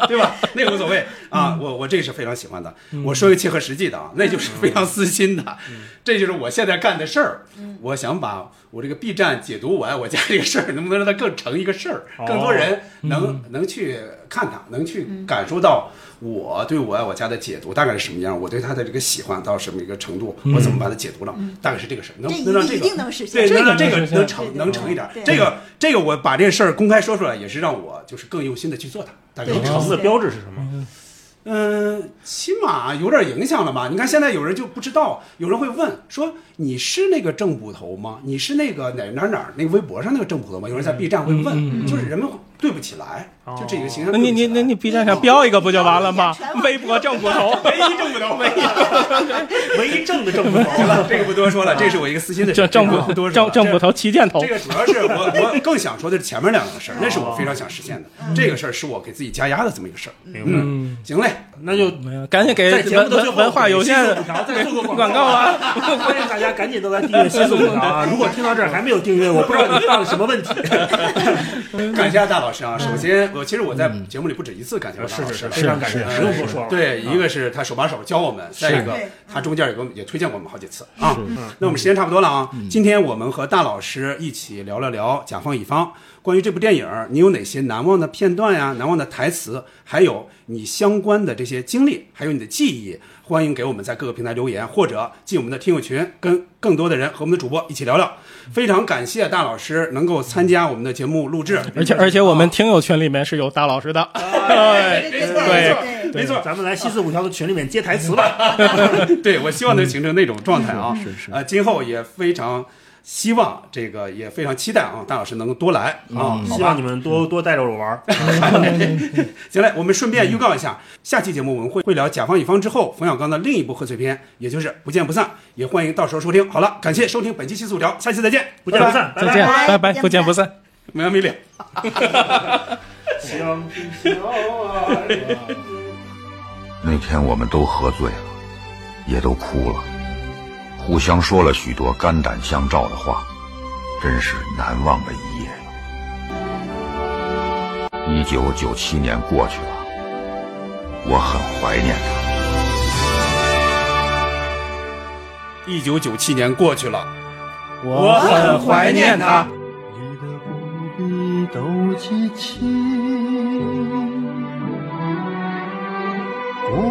啊，对吧？那无所谓啊，我我这个是非常喜欢的。我说一个切合实际的啊，那就是非常私心的，这就是我现在干的事儿。我想把我这个 B 站解读完，我家这个事儿能 不能让它更成一个事儿，哦更多人能能去看它，能去感受到我对我爱我家的解读大概是什么样，我对它的这个喜欢到什么一个程度，我怎么把它解读了，大概是这个事儿，能 这一能让这定个一定能实现对，能让这这个个能实现能对成对能成一点儿对，这个。这个我把这事儿公开说出来，也是让我就是更用心的去做它。大概这哦是个这样橙子标志是什么？嗯，起码有点影响了吧？你看现在有人就不知道，有人会问说你是那个郑捕头吗？你是那个哪哪哪儿那个微博上那个郑捕头吗？有人在 B 站会问，嗯嗯嗯就是人们对不起来，就这个形象哦那对不起你来。你那你 B 站上标一个不就完了吗？微博正骨头，唯一正骨头，唯一唯一正的正骨 头了，这个不多说了，这是我一个私心的事正儿，正这个骨不多说正了正骨头旗舰头这。个主要是我我更想说的是前面两个事儿，那是我非常想实现的，这个事儿是我给自己加压的这么一个事儿。嗯，行嘞，那就赶紧给在节目文的最后文文化有限给西索再做个广告啊！ 欢迎大家赶紧都来订阅西索股票啊！如果听到这儿还没有订阅，我不知道你犯了什么问题。感谢大老师啊！首先，我其实我在节目里不止一次感谢过大老师了，嗯是是是非常感谢呃不用多说了对，啊一个是他手把手教我们，是再一个对他中间也给我们也推荐过我们好几次啊是嗯。那我们时间差不多了啊，今天我们和大老师一起聊了聊《甲方乙方》，关于这部电影，你有哪些难忘的片段呀、难忘的台词，还有你相关的这些经历，还有你的记忆，欢迎给我们在各个平台留言，或者进我们的听友群，跟更多的人和我们的主播一起聊聊。非常感谢大老师能够参加我们的节目录制，嗯而且而且我们听友群里面是有大老师的，哎没错对没错，咱们来西四五条的群里面接台词吧。 对，我希望能形成那种状态啊，嗯是是呃，今后也非常希望这个，也非常期待啊，大老师能够多来啊，好吧嗯希 望你们多多带着我玩儿。行嘞，我们顺便预告一下，下期节目我们会会聊甲方乙方之后冯小刚的另一部贺岁片，也就是《不见不散》，也欢迎到时候收听。好了，感谢收听本期《新速聊》，下期再见，不见不散再见，拜拜，不见不散，散。没完没了。 行。那天我们都喝醉了，也都哭了，互相说了许多肝胆相照的话，真是难忘的一夜呀。一九九七年过去了，我很怀念他。一九九七年过去了，我很怀念他。你都记起，过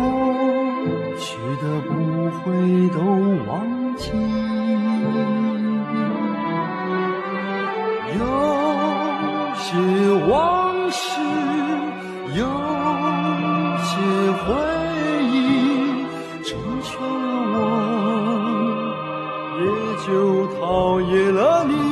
去的不会都忘记，有些往事，有些回忆，成全了我，也就讨厌了你。